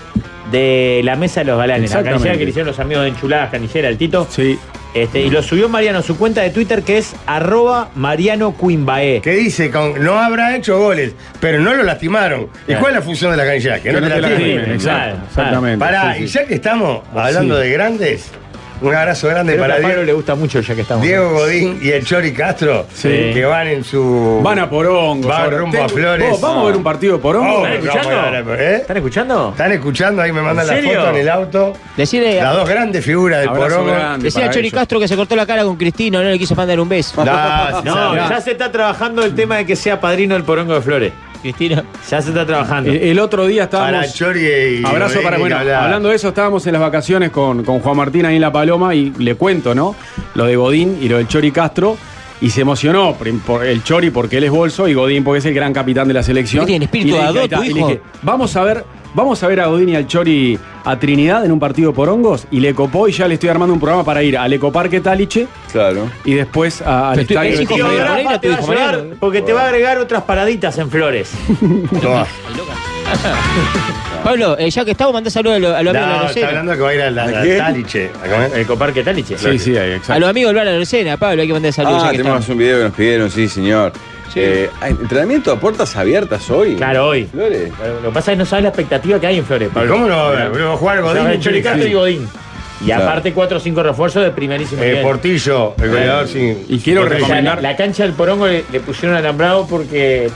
Speaker 3: de la mesa de los galanes. La
Speaker 2: Exactamente.
Speaker 3: canillera que le hicieron los amigos de Enchuladas, canillera, el Tito.
Speaker 2: Sí.
Speaker 3: Este, y lo subió Mariano a su cuenta de Twitter que es arroba Mariano Cuimbae.
Speaker 1: que dice con, no habrá hecho goles, pero no lo lastimaron. ¿Y
Speaker 3: Claro.
Speaker 1: cuál es la función de la canilla? Que, no te
Speaker 3: la
Speaker 1: lastimen.
Speaker 3: lastimen.
Speaker 2: Exacto,
Speaker 3: Claro,
Speaker 2: exactamente.
Speaker 1: Pará,
Speaker 2: Sí, sí.
Speaker 1: y ya que estamos hablando de grandes, Un abrazo grande
Speaker 3: Creo que
Speaker 1: para
Speaker 3: a Pablo
Speaker 1: Diego,
Speaker 3: le gusta mucho ya que estamos.
Speaker 1: Diego Godín y el Chori Castro,
Speaker 2: Sí.
Speaker 1: que van en su.
Speaker 2: Van a Porongo.
Speaker 1: Van rumbo a Flores.
Speaker 2: vamos a ver un partido de Porongo.
Speaker 1: Oh,
Speaker 2: Escuchá,
Speaker 1: vamos a ver, ¿eh?
Speaker 3: ¿Están escuchando?
Speaker 1: ¿Están escuchando? Ahí me mandan
Speaker 3: ¿En
Speaker 1: la
Speaker 3: serio?
Speaker 1: foto en el auto.
Speaker 6: Decirle,
Speaker 1: Las dos grandes figuras del
Speaker 2: abrazo
Speaker 1: Porongo.
Speaker 2: grande
Speaker 6: decirle a
Speaker 2: para
Speaker 6: Chori
Speaker 2: ellos.
Speaker 6: Castro que se cortó la cara con Cristino, no le quiso mandar un beso.
Speaker 1: Da,
Speaker 3: No,
Speaker 1: da.
Speaker 3: ya se está trabajando el tema de que sea padrino del porongo de flores.
Speaker 6: Cristino.
Speaker 3: Ya se está trabajando.
Speaker 2: El, Eh, el otro día estábamos.
Speaker 1: Para Chori y
Speaker 2: Abrazo
Speaker 1: Godín,
Speaker 2: para.
Speaker 1: ni
Speaker 2: Bueno,
Speaker 1: hablar.
Speaker 2: hablando de eso, estábamos en las vacaciones con, con Juan Martín ahí en La Paloma y le cuento, ¿no? Lo de Godín y lo del Chori Castro. Y se emocionó por- por el Chori porque él es bolso y Godín porque es el gran capitán de la selección.
Speaker 6: ¿Qué tiene, espíritu
Speaker 2: Y le
Speaker 6: de
Speaker 2: dije,
Speaker 6: Adó,
Speaker 2: ahí está,
Speaker 6: tu
Speaker 2: y le
Speaker 6: hijo?
Speaker 2: dije, vamos a ver, vamos a ver a Godín y al Chori a Trinidad en un partido por hongos y le copó y ya le estoy armando un programa para ir al Ecoparque Taliche
Speaker 4: Claro.
Speaker 2: y después a- al
Speaker 6: Pero estoy-
Speaker 2: estadio
Speaker 6: es
Speaker 2: de
Speaker 6: hijo
Speaker 2: Trinidad.
Speaker 6: Mariano, Mariano,
Speaker 3: te va a
Speaker 6: tu hijo
Speaker 3: ayudar
Speaker 6: Mariano.
Speaker 3: porque te va a agregar otras paraditas en flores.
Speaker 1: Toma.
Speaker 6: Pablo, eh, ya que estamos, mandá saludos a los a los amigos de la
Speaker 1: No, está
Speaker 6: Arocena.
Speaker 1: hablando que va a ir a la, la
Speaker 4: quién?
Speaker 1: Taliche. a comer.
Speaker 3: El coparque Taliche.
Speaker 2: Sí, sí, ahí, exacto.
Speaker 6: A los amigos del Bar Arocena, Pablo, hay que mandar saludos.
Speaker 4: Ah,
Speaker 6: ya que
Speaker 4: tenemos
Speaker 6: estamos.
Speaker 4: un video que nos pidieron, sí, señor. Eh, ay, entrenamiento a puertas abiertas hoy.
Speaker 3: Claro, hoy.
Speaker 4: Flores.
Speaker 3: Lo que pasa es que no sabes la expectativa que hay en Flores, Pablo.
Speaker 1: ¿Cómo no va a haber? Bueno, va a jugar Godín
Speaker 3: Sabes,
Speaker 1: y
Speaker 3: Chori
Speaker 1: Chori
Speaker 3: Castro y
Speaker 1: Castro.
Speaker 3: Godín. Y
Speaker 4: Claro.
Speaker 3: aparte 4 o 5 refuerzos de primerísimo
Speaker 1: Eh,
Speaker 3: nivel.
Speaker 1: Portillo, el goleador sin.
Speaker 2: Y quiero
Speaker 3: O sea, la,
Speaker 2: recomendar-
Speaker 3: la cancha del Porongo le, le pusieron alambrado porque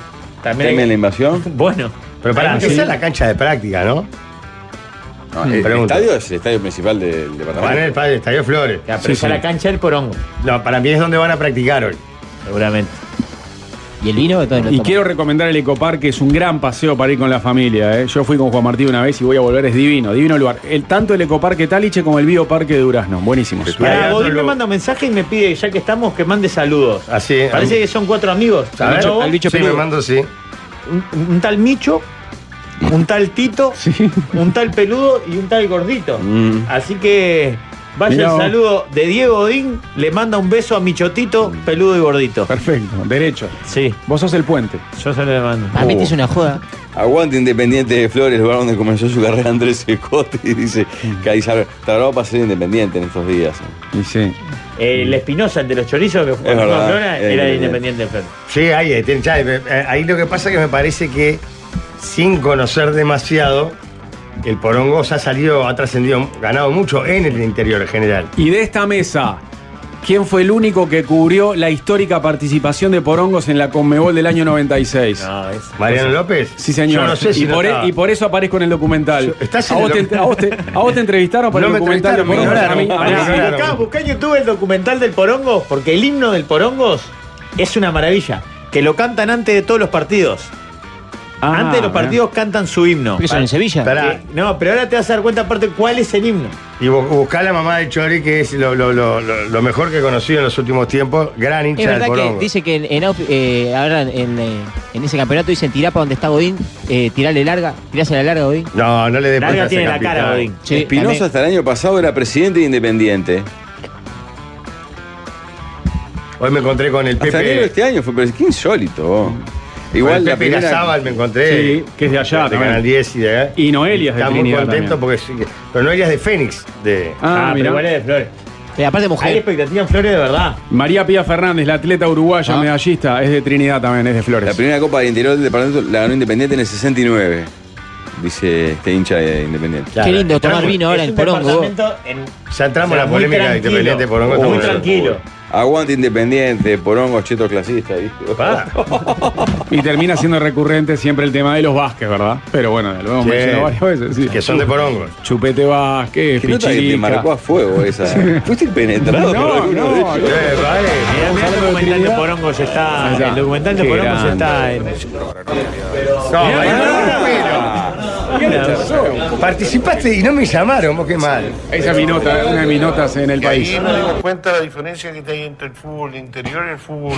Speaker 3: también...
Speaker 4: ¿Temen la invasión?
Speaker 3: Bueno.
Speaker 1: Pero pará,
Speaker 2: Ah,
Speaker 3: Hay
Speaker 1: esa
Speaker 3: mucho-
Speaker 1: es la cancha de práctica, ¿no?
Speaker 4: No, el, el
Speaker 1: Pregunta.
Speaker 4: estadio es el estadio principal del
Speaker 1: Van el
Speaker 4: departamento.
Speaker 1: padre, Estadio Flores.
Speaker 3: Ya, pero
Speaker 2: Sí,
Speaker 3: esa
Speaker 2: sí.
Speaker 3: es la cancha del Porongo,
Speaker 1: No, para mí es donde van a practicar hoy.
Speaker 3: seguramente.
Speaker 6: Y el vino, todo lo
Speaker 2: Y
Speaker 6: tomamos.
Speaker 2: quiero recomendar el Ecoparque, es un gran paseo para ir con la familia. ¿eh? Yo fui con Juan Martín una vez y voy a volver, es divino, divino lugar. El, tanto el Ecoparque Taliche como el Bioparque de Durazno, buenísimos.
Speaker 1: Claro.
Speaker 3: Pará,
Speaker 1: Ahí,
Speaker 3: Godín
Speaker 1: Antonio.
Speaker 3: me manda un mensaje y me pide, ya que estamos, que mande saludos.
Speaker 1: Así.
Speaker 3: Parece que son cuatro amigos.
Speaker 1: A ver,
Speaker 3: Lobo,
Speaker 1: al bicho sí, me
Speaker 3: peludo.
Speaker 1: mando, sí.
Speaker 3: un, un tal Micho, un tal Tito, un tal Peludo y un tal Gordito.
Speaker 4: Mm.
Speaker 3: Así que vaya
Speaker 2: Mirá
Speaker 3: el
Speaker 2: vos.
Speaker 3: saludo de Diego Odín, le manda un beso a Michotito,
Speaker 2: Mm.
Speaker 3: Peludo y Gordito.
Speaker 2: Perfecto, derecho.
Speaker 3: Sí,
Speaker 2: Vos sos el puente.
Speaker 3: yo se lo mando.
Speaker 6: A mí te Ah, hizo una joda.
Speaker 4: Aguante Independiente de Flores, lugar donde comenzó su carrera Andrés Escote. Y dice que ahí sabe, tardó para ser independiente en estos días.
Speaker 2: Y sí. Mm.
Speaker 3: El Espinosa, el de los chorizos, que fue
Speaker 4: Es
Speaker 3: a
Speaker 4: verdad,
Speaker 3: Flora,
Speaker 4: es
Speaker 2: Eh,
Speaker 3: era de
Speaker 4: independiente.
Speaker 3: independiente de Flores.
Speaker 1: Sí, ahí, ahí, tiene- ya, eh, eh, ahí lo que pasa es que me parece que sin conocer demasiado, el Porongo se ha salido, ha trascendido, ganado mucho en el interior en general.
Speaker 2: Y de esta mesa, ¿quién fue el único que cubrió la histórica participación de Porongos en la Conmebol del año 96?
Speaker 3: No, es-
Speaker 1: Mariano López.
Speaker 2: Pues, Sí, señor.
Speaker 1: Yo no sé si
Speaker 2: y,
Speaker 1: no
Speaker 2: por,
Speaker 1: estaba.
Speaker 2: e- y por eso aparezco en el documental.
Speaker 1: Yo- estás
Speaker 2: a,
Speaker 1: en
Speaker 2: vos
Speaker 1: el
Speaker 2: te, a vos te- a vos te entrevistaron para
Speaker 1: No me
Speaker 2: el documental de
Speaker 1: entrevistaron, me
Speaker 2: Porongos. A mí-
Speaker 1: ignoraron.
Speaker 2: a mí-
Speaker 1: Ah,
Speaker 3: Pará,
Speaker 1: claro.
Speaker 3: Buscá, buscá en YouTube el documental del Porongos, porque el himno del Porongos es una maravilla. Que lo cantan antes de todos los partidos.
Speaker 2: Ah,
Speaker 3: antes de los
Speaker 2: mirá.
Speaker 3: partidos cantan su himno.
Speaker 6: ¿Pero eso en Sevilla?
Speaker 1: Pará.
Speaker 3: Eh, no, pero ahora te vas a dar cuenta aparte cuál es el himno.
Speaker 1: Y bu- buscá a la mamá de Chori, que es lo, lo- lo- lo- lo mejor que he conocido en los últimos tiempos. Gran
Speaker 6: Es
Speaker 1: hincha del
Speaker 6: verdad que
Speaker 1: Porongo.
Speaker 6: dice que en, en Auf- eh, ahora en, eh, en ese campeonato dicen tirá para donde está Godín, eh, tirale larga, tirásela larga Godín. Eh,
Speaker 1: No, no le dé pelota a
Speaker 3: Larga
Speaker 1: ese
Speaker 3: tiene la cara,
Speaker 1: capitán.
Speaker 3: Godín.
Speaker 6: Sí,
Speaker 4: Espinosa
Speaker 6: también.
Speaker 4: hasta el año pasado era presidente de Independiente.
Speaker 1: Hoy me encontré con el
Speaker 4: Hasta enero de
Speaker 1: Pepe.
Speaker 4: este año fue presidente. Qué insólito. Igual
Speaker 1: Igual el
Speaker 4: la
Speaker 1: Pepe
Speaker 4: primera.
Speaker 1: Irasabal me encontré.
Speaker 2: Sí, que es de allá.
Speaker 1: de
Speaker 2: también.
Speaker 1: Canal 10 y de acá.
Speaker 2: Y Noelia es de
Speaker 1: Está muy
Speaker 2: Trinidad
Speaker 1: contento
Speaker 2: también.
Speaker 1: porque sí. que- Pero Noelia es de Fénix. De,
Speaker 2: Ah,
Speaker 3: pero
Speaker 2: mirá.
Speaker 3: igual es de Flores.
Speaker 6: Eh, aparte
Speaker 3: Hay
Speaker 6: mujer.
Speaker 3: expectativa en Flores de verdad.
Speaker 2: María Pía Fernández, la atleta uruguaya,
Speaker 6: Ah.
Speaker 2: medallista, es de Trinidad también, es de
Speaker 4: La
Speaker 2: Flores.
Speaker 4: primera Copa del Interior del Departamento la ganó Independiente en el 69. Dice este hincha de Independiente.
Speaker 1: Claro,
Speaker 6: Qué lindo
Speaker 1: entramos-
Speaker 6: tomar vino ahora
Speaker 3: Es
Speaker 6: en
Speaker 3: un
Speaker 6: Porongo. vos.
Speaker 3: departamento en-
Speaker 1: Ya entramos
Speaker 3: o sea,
Speaker 1: en la
Speaker 3: muy
Speaker 1: polémica de
Speaker 3: tranquilo,
Speaker 1: Independiente Porongo.
Speaker 3: Muy
Speaker 1: estamos-
Speaker 3: tranquilo.
Speaker 4: Aguante Independiente, porongo, cheto clasista, ¿viste?
Speaker 1: Pa.
Speaker 2: Y termina siendo recurrente siempre el tema de los Vázquez, ¿verdad? Pero bueno, lo hemos
Speaker 1: Sí.
Speaker 2: mencionado varias veces. sí.
Speaker 1: Que son de Porongo.
Speaker 2: Chupete Vázquez,
Speaker 4: Que nota que te
Speaker 2: Pichirica.
Speaker 4: marcó a fuego esa. ¿Fuiste penetrado
Speaker 2: No,
Speaker 4: por alguno
Speaker 2: no,
Speaker 4: de ellos?
Speaker 2: no.
Speaker 1: Eh, vale.
Speaker 3: Mirá, mirá el
Speaker 2: hablando de
Speaker 3: documental de
Speaker 2: Trinidad.
Speaker 3: Porongo se
Speaker 2: Ahí
Speaker 3: está.
Speaker 2: está.
Speaker 3: El documental de
Speaker 2: Qué
Speaker 3: Porongo se
Speaker 2: grande.
Speaker 3: está en.
Speaker 1: No, bueno,
Speaker 3: Mirá,
Speaker 1: bueno. Participaste y no me llamaron, vos qué mal.
Speaker 2: Esa es mi nota, una de mis notas en el país.
Speaker 10: nos dimos cuenta de la diferencia que hay entre el fútbol interior y el fútbol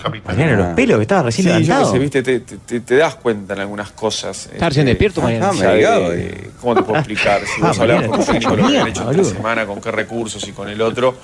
Speaker 10: capital.
Speaker 3: Mariano, los pelos que estaba recién
Speaker 11: Sí, yo qué
Speaker 3: levantado.
Speaker 11: sé, viste, te, te- te das cuenta en algunas cosas.
Speaker 6: Está recién despierto, Mariano.
Speaker 4: Ah,
Speaker 11: o
Speaker 4: me
Speaker 11: sea, de-
Speaker 4: ligado, eh.
Speaker 11: ¿Cómo te puedo explicar? Si
Speaker 3: Ah,
Speaker 11: vos hablabas
Speaker 3: Mariano,
Speaker 11: con un
Speaker 3: estás
Speaker 11: técnico
Speaker 3: hecho
Speaker 11: lo que
Speaker 3: mierda,
Speaker 11: han hecho esta
Speaker 3: boludo.
Speaker 11: semana, con qué recursos y con el otro.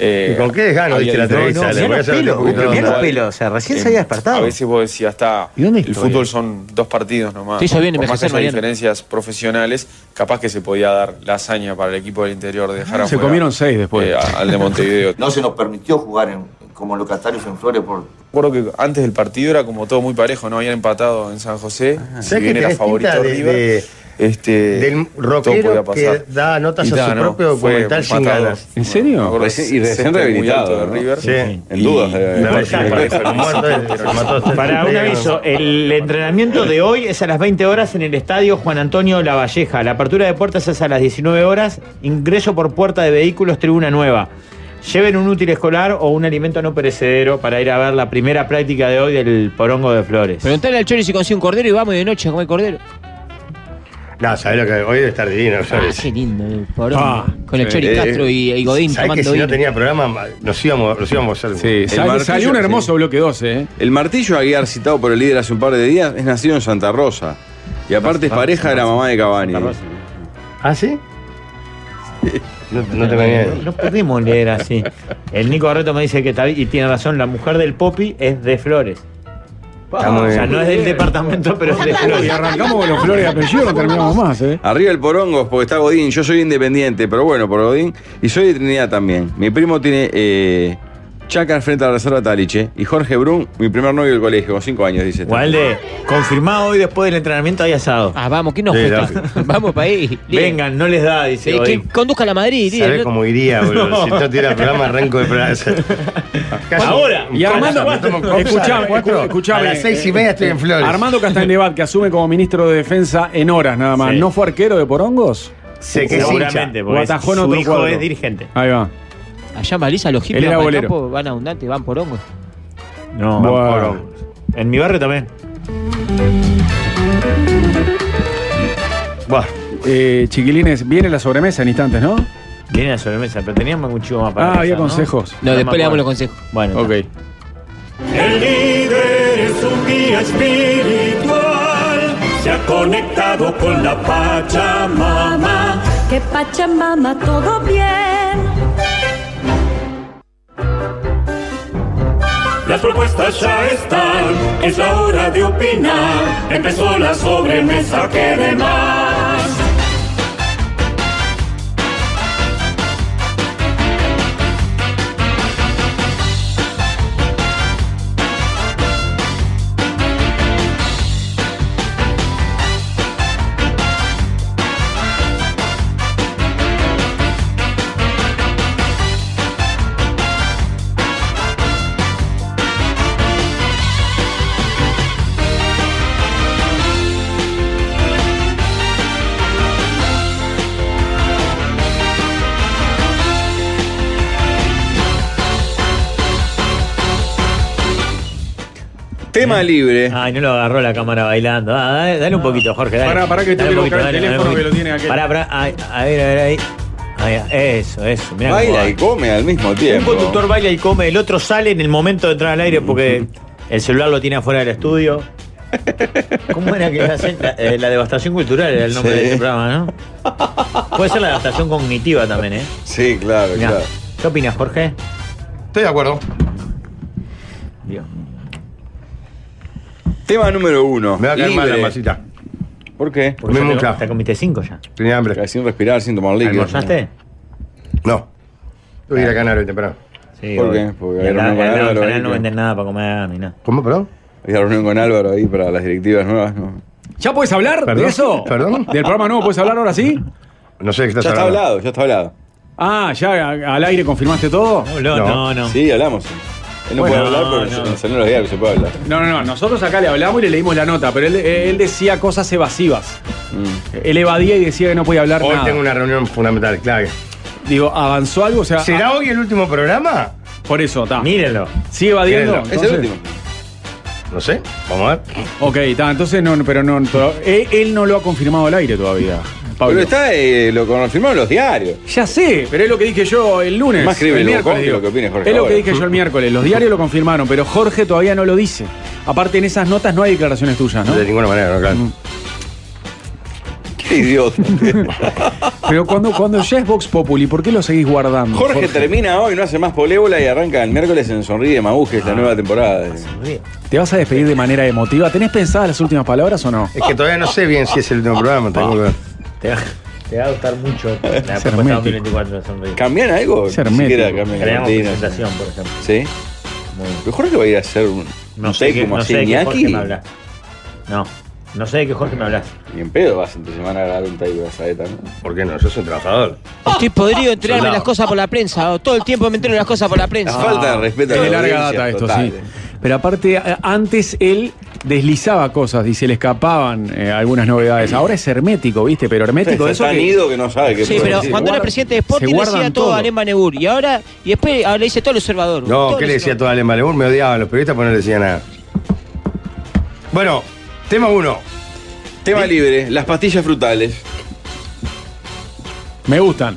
Speaker 11: eh,
Speaker 1: ¿Y con qué desgano
Speaker 11: había
Speaker 1: diste la
Speaker 11: diferentes-
Speaker 1: entrevista?
Speaker 3: No,
Speaker 1: Le
Speaker 3: mirá
Speaker 1: voy a
Speaker 3: los
Speaker 1: hacer un
Speaker 3: pelos,
Speaker 1: poquito
Speaker 3: boludo,
Speaker 1: de
Speaker 3: mirá los
Speaker 1: onda.
Speaker 3: pelos. O sea, recién
Speaker 11: Eh,
Speaker 3: se había despertado.
Speaker 11: A veces vos decías, está.
Speaker 3: ¿Y dónde
Speaker 11: El
Speaker 3: estoy?
Speaker 11: fútbol son dos partidos nomás.
Speaker 6: Te hizo bien
Speaker 11: Por más que
Speaker 6: envejecer,
Speaker 11: haya
Speaker 6: Mariano.
Speaker 11: diferencias profesionales, capaz que se podía dar la hazaña para el equipo del interior de dejar
Speaker 2: Se
Speaker 11: afuera,
Speaker 2: comieron seis después.
Speaker 11: eh, a- al de Montevideo.
Speaker 10: No se nos permitió jugar en, como locatarios en Flores por
Speaker 11: Recuerdo que antes del partido era como todo muy parejo, no habían empatado en San José. si
Speaker 1: ¿Sabés que
Speaker 11: bien era
Speaker 1: tenés
Speaker 11: favorito
Speaker 1: pinta de,
Speaker 11: River.
Speaker 1: de-
Speaker 11: Este,
Speaker 1: Ah. Del
Speaker 11: todo
Speaker 1: rockero
Speaker 11: podía pasar.
Speaker 1: que da notas
Speaker 11: Y
Speaker 1: a
Speaker 11: da,
Speaker 1: su
Speaker 11: ¿no?
Speaker 1: propio
Speaker 11: Fue
Speaker 1: documental sin
Speaker 11: matador.
Speaker 1: ganas. Pues
Speaker 2: ¿En serio?
Speaker 11: acuerdo,
Speaker 4: Reci- y
Speaker 11: ese
Speaker 4: recién
Speaker 11: muy
Speaker 4: rehabilitado,
Speaker 11: alto de
Speaker 4: ¿no?
Speaker 11: River.
Speaker 4: Sí. En
Speaker 11: Y-
Speaker 4: dudas, eh.
Speaker 11: y-
Speaker 4: La verdad que-
Speaker 11: Por
Speaker 1: muerto él, pero mató a-
Speaker 3: Para un aviso, el entrenamiento de hoy es a las 20 horas en el estadio Juan Antonio Lavalleja. La apertura de puertas es a las 19 horas. Ingreso por puerta de vehículos, tribuna nueva. Lleven un útil escolar o un alimento no perecedero para ir a ver la primera práctica de hoy del Porongo de Flores.
Speaker 6: Preguntale al Chori si consigue un cordero y vamos de noche a comer cordero.
Speaker 1: No, sabés lo que hoy debe estar
Speaker 3: Ah,
Speaker 1: divino. ¿sabes?
Speaker 6: Ah, qué lindo, el porongo. Con el Chori Castro y, y Godín
Speaker 1: ¿sabés que
Speaker 6: tomando
Speaker 1: si
Speaker 6: vino.
Speaker 1: no tenía programa, nos íbamos, nos íbamos a hacer.
Speaker 4: El martillo-
Speaker 2: salió un hermoso bloque 12, ¿eh?
Speaker 4: El martillo Aguiar, citado por el líder hace un par de días, es nacido en Santa Rosa. Y aparte es pareja de la mamá de Cavani.
Speaker 1: ¿Ah, sí? No, no tengo ni idea.
Speaker 3: No, no pudimos leer así. El Nico Barreto me dice que está bien, y tiene razón, la mujer del Popi es de Flores.
Speaker 4: Está muy
Speaker 3: o sea,
Speaker 4: bien.
Speaker 3: no es del departamento, pero es de Flores.
Speaker 2: Y arrancamos con los flores de apellido, no terminamos más, ¿eh?
Speaker 4: Arriba el Porongos, porque está Godín. Yo soy independiente, pero bueno, por Godín. Y soy de Trinidad también. Mi primo tiene eh, Chacar frente a la reserva Taliche. Y Jorge Brun, mi primer novio del colegio, con cinco años, dice.
Speaker 3: Walde, confirmado hoy después del entrenamiento hay asado.
Speaker 6: Ah, vamos, que nos
Speaker 4: Sí,
Speaker 6: cuesta? Vamos para ahí.
Speaker 3: Vengan, no les da, dice.
Speaker 6: Eh, que
Speaker 3: hoy.
Speaker 6: conduzca la Madrid. líder,
Speaker 1: ¿Sabés
Speaker 6: ¿no?
Speaker 1: cómo iría, boludo?
Speaker 3: No.
Speaker 1: Si no tuviera programa, arranco de programa. Casi-
Speaker 3: Ahora,
Speaker 2: Y Armando,
Speaker 1: Me tomo copsa,
Speaker 2: escuchame,
Speaker 1: cuatro,
Speaker 2: escuchame.
Speaker 1: A las seis y media estoy en Flores.
Speaker 2: eh, Armando Castañebat, que asume como ministro de Defensa en horas nada más,
Speaker 3: Sí.
Speaker 2: ¿no fue arquero de Porongos?
Speaker 1: Sé que es hincha.
Speaker 3: Seguramente,
Speaker 2: hincha.
Speaker 3: porque
Speaker 2: O atajó en
Speaker 3: su
Speaker 2: otro
Speaker 3: hijo
Speaker 2: cuadro.
Speaker 3: es dirigente.
Speaker 2: Ahí va.
Speaker 6: Allá en Baliza los
Speaker 2: Él
Speaker 6: hippies
Speaker 2: era
Speaker 6: van, pa'l
Speaker 2: bolero.
Speaker 6: campo, van abundantes, van por hongos.
Speaker 3: No,
Speaker 2: Bueno.
Speaker 1: Porongos.
Speaker 3: en mi barrio también.
Speaker 1: Buah,
Speaker 2: Eh, chiquilines, viene la sobremesa en instantes, ¿no?
Speaker 3: Viene la sobremesa, pero teníamos un chivo más para
Speaker 2: Ah,
Speaker 3: esa,
Speaker 2: había consejos.
Speaker 6: No,
Speaker 3: me
Speaker 6: después le damos
Speaker 3: acuerdo.
Speaker 6: los consejos.
Speaker 3: Bueno,
Speaker 2: Ok.
Speaker 8: El líder es un guía espiritual, se ha conectado con la Pachamama.
Speaker 9: Que Pachamama todo bien.
Speaker 8: Las propuestas ya están, es la hora de opinar. Empezó la sobremesa que de más.
Speaker 3: eh.
Speaker 4: Tema libre.
Speaker 3: Ay, no lo agarró la cámara bailando. Ah, dale, dale un poquito, Jorge. Dale.
Speaker 2: Pará, pará que
Speaker 3: Dale
Speaker 2: tengo
Speaker 3: un
Speaker 2: que
Speaker 3: poquito,
Speaker 2: buscar el
Speaker 3: dale, dale
Speaker 2: teléfono
Speaker 3: un
Speaker 2: que lo tiene
Speaker 3: poquito.
Speaker 2: aquel.
Speaker 3: Pará, pará. Ay, a ver, a ver ahí. Ahí, Eso, eso. Mirá cómo
Speaker 4: Baila
Speaker 3: va.
Speaker 4: y come al mismo
Speaker 3: Un
Speaker 4: tiempo.
Speaker 3: conductor baila y come, el otro sale en el momento de entrar al aire porque el celular lo tiene afuera del estudio. ¿Cómo era que le hacen? La, eh, la devastación cultural era el nombre
Speaker 4: Sí.
Speaker 3: de este programa, ¿no? Puede ser la devastación cognitiva también, ¿eh?
Speaker 4: Sí, claro,
Speaker 3: Mirá.
Speaker 4: claro.
Speaker 3: ¿Qué opinas, Jorge?
Speaker 12: Estoy de acuerdo.
Speaker 3: Dios.
Speaker 4: Tema número uno.
Speaker 1: me va a caer mal la
Speaker 4: libre.
Speaker 1: masita.
Speaker 4: ¿Por qué?
Speaker 1: Comí mucha.
Speaker 3: Te comiste cinco ya.
Speaker 1: Tenía hambre.
Speaker 4: Porque Sin respirar, sin tomar líquido.
Speaker 3: ¿Almorzaste?
Speaker 1: No. Tuve que ir a ganar hoy temprano.
Speaker 3: Sí.
Speaker 4: ¿Por
Speaker 3: obvio.
Speaker 4: qué? Porque
Speaker 3: Y
Speaker 4: hay
Speaker 3: en la-
Speaker 4: reunión con
Speaker 3: en la- en la-
Speaker 4: Álvaro ahí
Speaker 3: en la- no
Speaker 4: que-
Speaker 3: venden nada para comer ni nada.
Speaker 1: ¿Cómo, perdón?
Speaker 4: Hay la reunión con Álvaro ahí para las directivas nuevas. ¿no?
Speaker 2: ¿Ya puedes hablar
Speaker 1: ¿Perdón?
Speaker 2: de eso?
Speaker 1: ¿Perdón?
Speaker 2: ¿Del programa nuevo puedes hablar ahora sí?
Speaker 1: No sé de qué
Speaker 4: Ya
Speaker 1: estás
Speaker 4: está
Speaker 1: hablando.
Speaker 4: hablado, ya está hablado.
Speaker 2: Ah, ¿ya a- al aire confirmaste todo?
Speaker 3: No, no, no.
Speaker 1: No.
Speaker 3: no.
Speaker 4: Sí, hablamos. Él no
Speaker 2: Bueno,
Speaker 4: puede hablar, pero
Speaker 3: no.
Speaker 4: en el Salón de los Diarios se puede hablar.
Speaker 2: No, no, no. Nosotros acá le hablamos y le leímos la nota, pero él, él decía cosas evasivas. Él evadía y decía que no podía hablar
Speaker 1: Hoy
Speaker 2: nada.
Speaker 1: tengo una reunión fundamental, clave.
Speaker 2: Digo, ¿avanzó algo? O sea,
Speaker 1: ¿Será hoy el último programa?
Speaker 2: ah, por eso, está.
Speaker 3: Mírenlo.
Speaker 2: ¿Sigue evadiendo?
Speaker 1: Mírenlo.
Speaker 4: Es
Speaker 2: Entonces-
Speaker 4: el último.
Speaker 1: No sé, vamos a ver.
Speaker 2: Ok, está. Entonces, no, pero no. to- él, él no lo ha confirmado al aire todavía, Pablo.
Speaker 4: Pero está, eh, lo confirmaron los diarios.
Speaker 2: Ya sé, pero es lo que dije yo el lunes.
Speaker 4: Más creíble
Speaker 2: el
Speaker 4: lo
Speaker 2: miércoles,
Speaker 4: que
Speaker 2: digo.
Speaker 4: lo que opine Jorge
Speaker 2: Es lo que
Speaker 4: ahora.
Speaker 2: dije yo el miércoles. Los diarios lo confirmaron, pero Jorge todavía no lo dice. Aparte, en esas notas no hay declaraciones tuyas, ¿no?
Speaker 1: De ninguna manera, no, claro.
Speaker 4: Qué idiota.
Speaker 2: Pero cuando, cuando ya es Vox Populi, ¿por qué lo seguís guardando?
Speaker 4: Jorge, termina hoy, no hace más polébola y arranca el miércoles en Sonríe Magujes,
Speaker 2: Ah.
Speaker 4: la nueva temporada.
Speaker 2: ¿Te vas a despedir de manera emotiva? ¿Tenés pensadas las últimas palabras o no?
Speaker 1: Es que todavía no sé bien si es el último programa. tengo que ver.
Speaker 3: Te va, te va a gustar mucho la propuesta
Speaker 2: hermético.
Speaker 3: 2024 de sonreír.
Speaker 4: ¿Cambian algo? Ni
Speaker 2: Es hermético.
Speaker 4: siquiera cambian la
Speaker 3: Creamos
Speaker 4: rutina.
Speaker 3: presentación, por ejemplo.
Speaker 4: ¿Sí?
Speaker 3: Muy bien.
Speaker 4: Pero Jorge va a ir a hacer un.
Speaker 3: No sé qué,
Speaker 4: como
Speaker 3: no
Speaker 4: así,
Speaker 3: sé de qué
Speaker 4: ñaqui.
Speaker 3: Jorge me habla. No, No sé de qué Jorge me hablas.
Speaker 4: Ni en pedo vas entre semana a grabar un taller de saeta, ¿no?
Speaker 1: ¿Por qué no? Yo soy un trabajador.
Speaker 6: Estoy podrido enterarme
Speaker 1: Soldado.
Speaker 6: las cosas por la prensa. o Todo el tiempo me entero las cosas por la prensa.
Speaker 2: Ah, Tiene larga data esto, sí.
Speaker 6: eh.
Speaker 4: eh.
Speaker 2: Pero aparte, a- antes él deslizaba cosas y se le escapaban eh, algunas novedades. Ahora es hermético, ¿viste? Pero hermético de eso.
Speaker 4: Está ido que no sabe qué
Speaker 6: Sí,
Speaker 4: puede
Speaker 6: pero
Speaker 4: decir.
Speaker 6: cuando era
Speaker 4: Guarda-
Speaker 6: presidente de
Speaker 4: se
Speaker 6: Sporting
Speaker 4: guardan
Speaker 6: decía todo
Speaker 4: todo.
Speaker 6: a Alemán Nebur. Y ahora, y después ahora le dice todo el observador.
Speaker 1: No,
Speaker 6: Todo
Speaker 1: ¿qué
Speaker 6: el
Speaker 1: le decía todo a Alemán Lebur? Me odiaban los periodistas, pues no le decía nada. Bueno, tema uno.
Speaker 4: Tema libre, las pastillas frutales.
Speaker 2: Me gustan.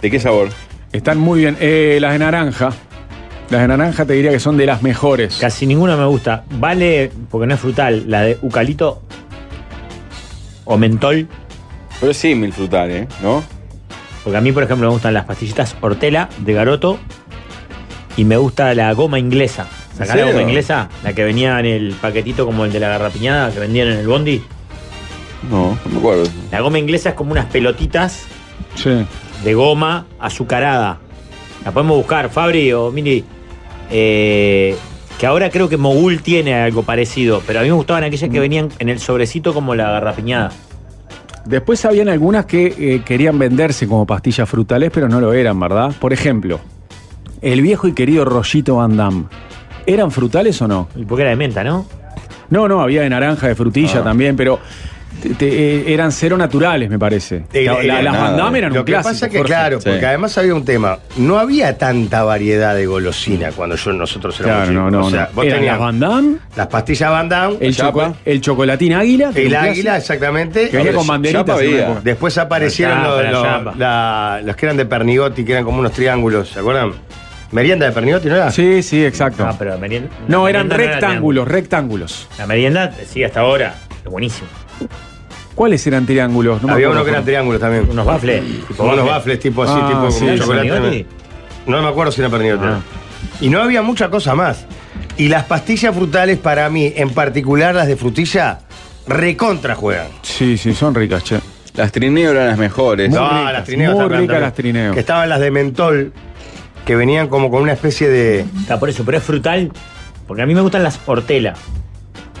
Speaker 4: ¿De qué sabor?
Speaker 2: Están muy bien. Eh, las de naranja. Las de naranja te diría que son de las mejores.
Speaker 3: Casi ninguna me gusta. Vale, porque no es frutal, la de eucalipto o mentol.
Speaker 4: Pero es símil frutal, ¿eh? ¿No?
Speaker 3: Porque a mí, por ejemplo, me gustan las pastillitas hortela de garoto y me gusta la goma inglesa. ¿Sacá
Speaker 4: ¿En
Speaker 3: la
Speaker 4: serio?
Speaker 3: goma inglesa? La que venía en el paquetito como el de la garrapiñada que vendían en el bondi.
Speaker 4: No, no me acuerdo.
Speaker 3: La goma inglesa es como unas pelotitas
Speaker 2: Sí.
Speaker 3: de goma azucarada. La podemos buscar, Fabri o Mili. Eh, que ahora creo que Mogul tiene algo parecido, pero a mí me gustaban aquellas
Speaker 2: Mm.
Speaker 3: que venían en el sobrecito como la garrapiñada.
Speaker 2: Después habían algunas que eh, querían venderse como pastillas frutales, pero no lo eran, ¿verdad? Por ejemplo, el viejo y querido rollito Van Damme. ¿Eran frutales o no?
Speaker 3: Y porque era de menta, ¿no?
Speaker 2: No, no, había de naranja, de frutilla
Speaker 1: Ah.
Speaker 2: también, pero te- te- eh, eran cero naturales, me parece. La- la- las Van Damme eran
Speaker 1: Eh, Lo
Speaker 2: un
Speaker 1: que
Speaker 2: clásico.
Speaker 1: pasa es que,
Speaker 2: Jorge.
Speaker 1: claro,
Speaker 2: Sí.
Speaker 1: porque además había un tema. No había tanta variedad de golosina cuando yo, nosotros éramos
Speaker 2: Claro, no,
Speaker 1: chicos.
Speaker 2: no,
Speaker 1: O sea,
Speaker 2: no.
Speaker 1: vos
Speaker 2: Eran
Speaker 1: tenías
Speaker 2: las Van Damme,
Speaker 1: las pastillas Van Damme,
Speaker 2: el,
Speaker 1: la chapa,
Speaker 2: choco- el chocolatín águila. que
Speaker 1: el
Speaker 2: era un
Speaker 1: águila,
Speaker 2: clásico.
Speaker 1: exactamente.
Speaker 2: Que venía con banderitas en una época.
Speaker 1: Después aparecieron
Speaker 2: La chapa,
Speaker 1: los,
Speaker 2: la
Speaker 1: los-
Speaker 2: chapa.
Speaker 1: la- los que eran de Pernigotti, que eran como unos triángulos, ¿se acuerdan? Merienda de Pernigotti, ¿no era?
Speaker 2: Sí, sí, exacto.
Speaker 3: Ah, pero merienda.
Speaker 2: No, eran
Speaker 3: merienda no era
Speaker 2: rectángulos, rectángulos.
Speaker 3: La merienda, sí, hasta ahora. Es buenísimo.
Speaker 2: ¿Cuáles eran triángulos? No me
Speaker 1: Había
Speaker 2: acuerdo.
Speaker 1: uno que eran triángulos también.
Speaker 3: Unos baffles. tipo
Speaker 1: unos
Speaker 3: baffles.
Speaker 1: baffles, tipo así,
Speaker 2: Ah,
Speaker 1: tipo
Speaker 2: sí,
Speaker 1: con
Speaker 2: ¿era
Speaker 1: chocolate.
Speaker 2: Pernigotti?
Speaker 1: No me acuerdo si era Pernigotti.
Speaker 2: Ah.
Speaker 1: Y no había mucha cosa más. Y las pastillas frutales, para mí, en particular las de frutilla, recontra juegan.
Speaker 2: Sí, sí, son ricas, che.
Speaker 4: Las trineo eran las mejores.
Speaker 1: no, las trineos.
Speaker 2: muy
Speaker 1: también,
Speaker 2: ricas
Speaker 1: también.
Speaker 2: las trineos.
Speaker 1: Que estaban las de mentol, que venían como con una especie de.
Speaker 3: Está por eso, pero es frutal. Porque a mí me gustan las hortela.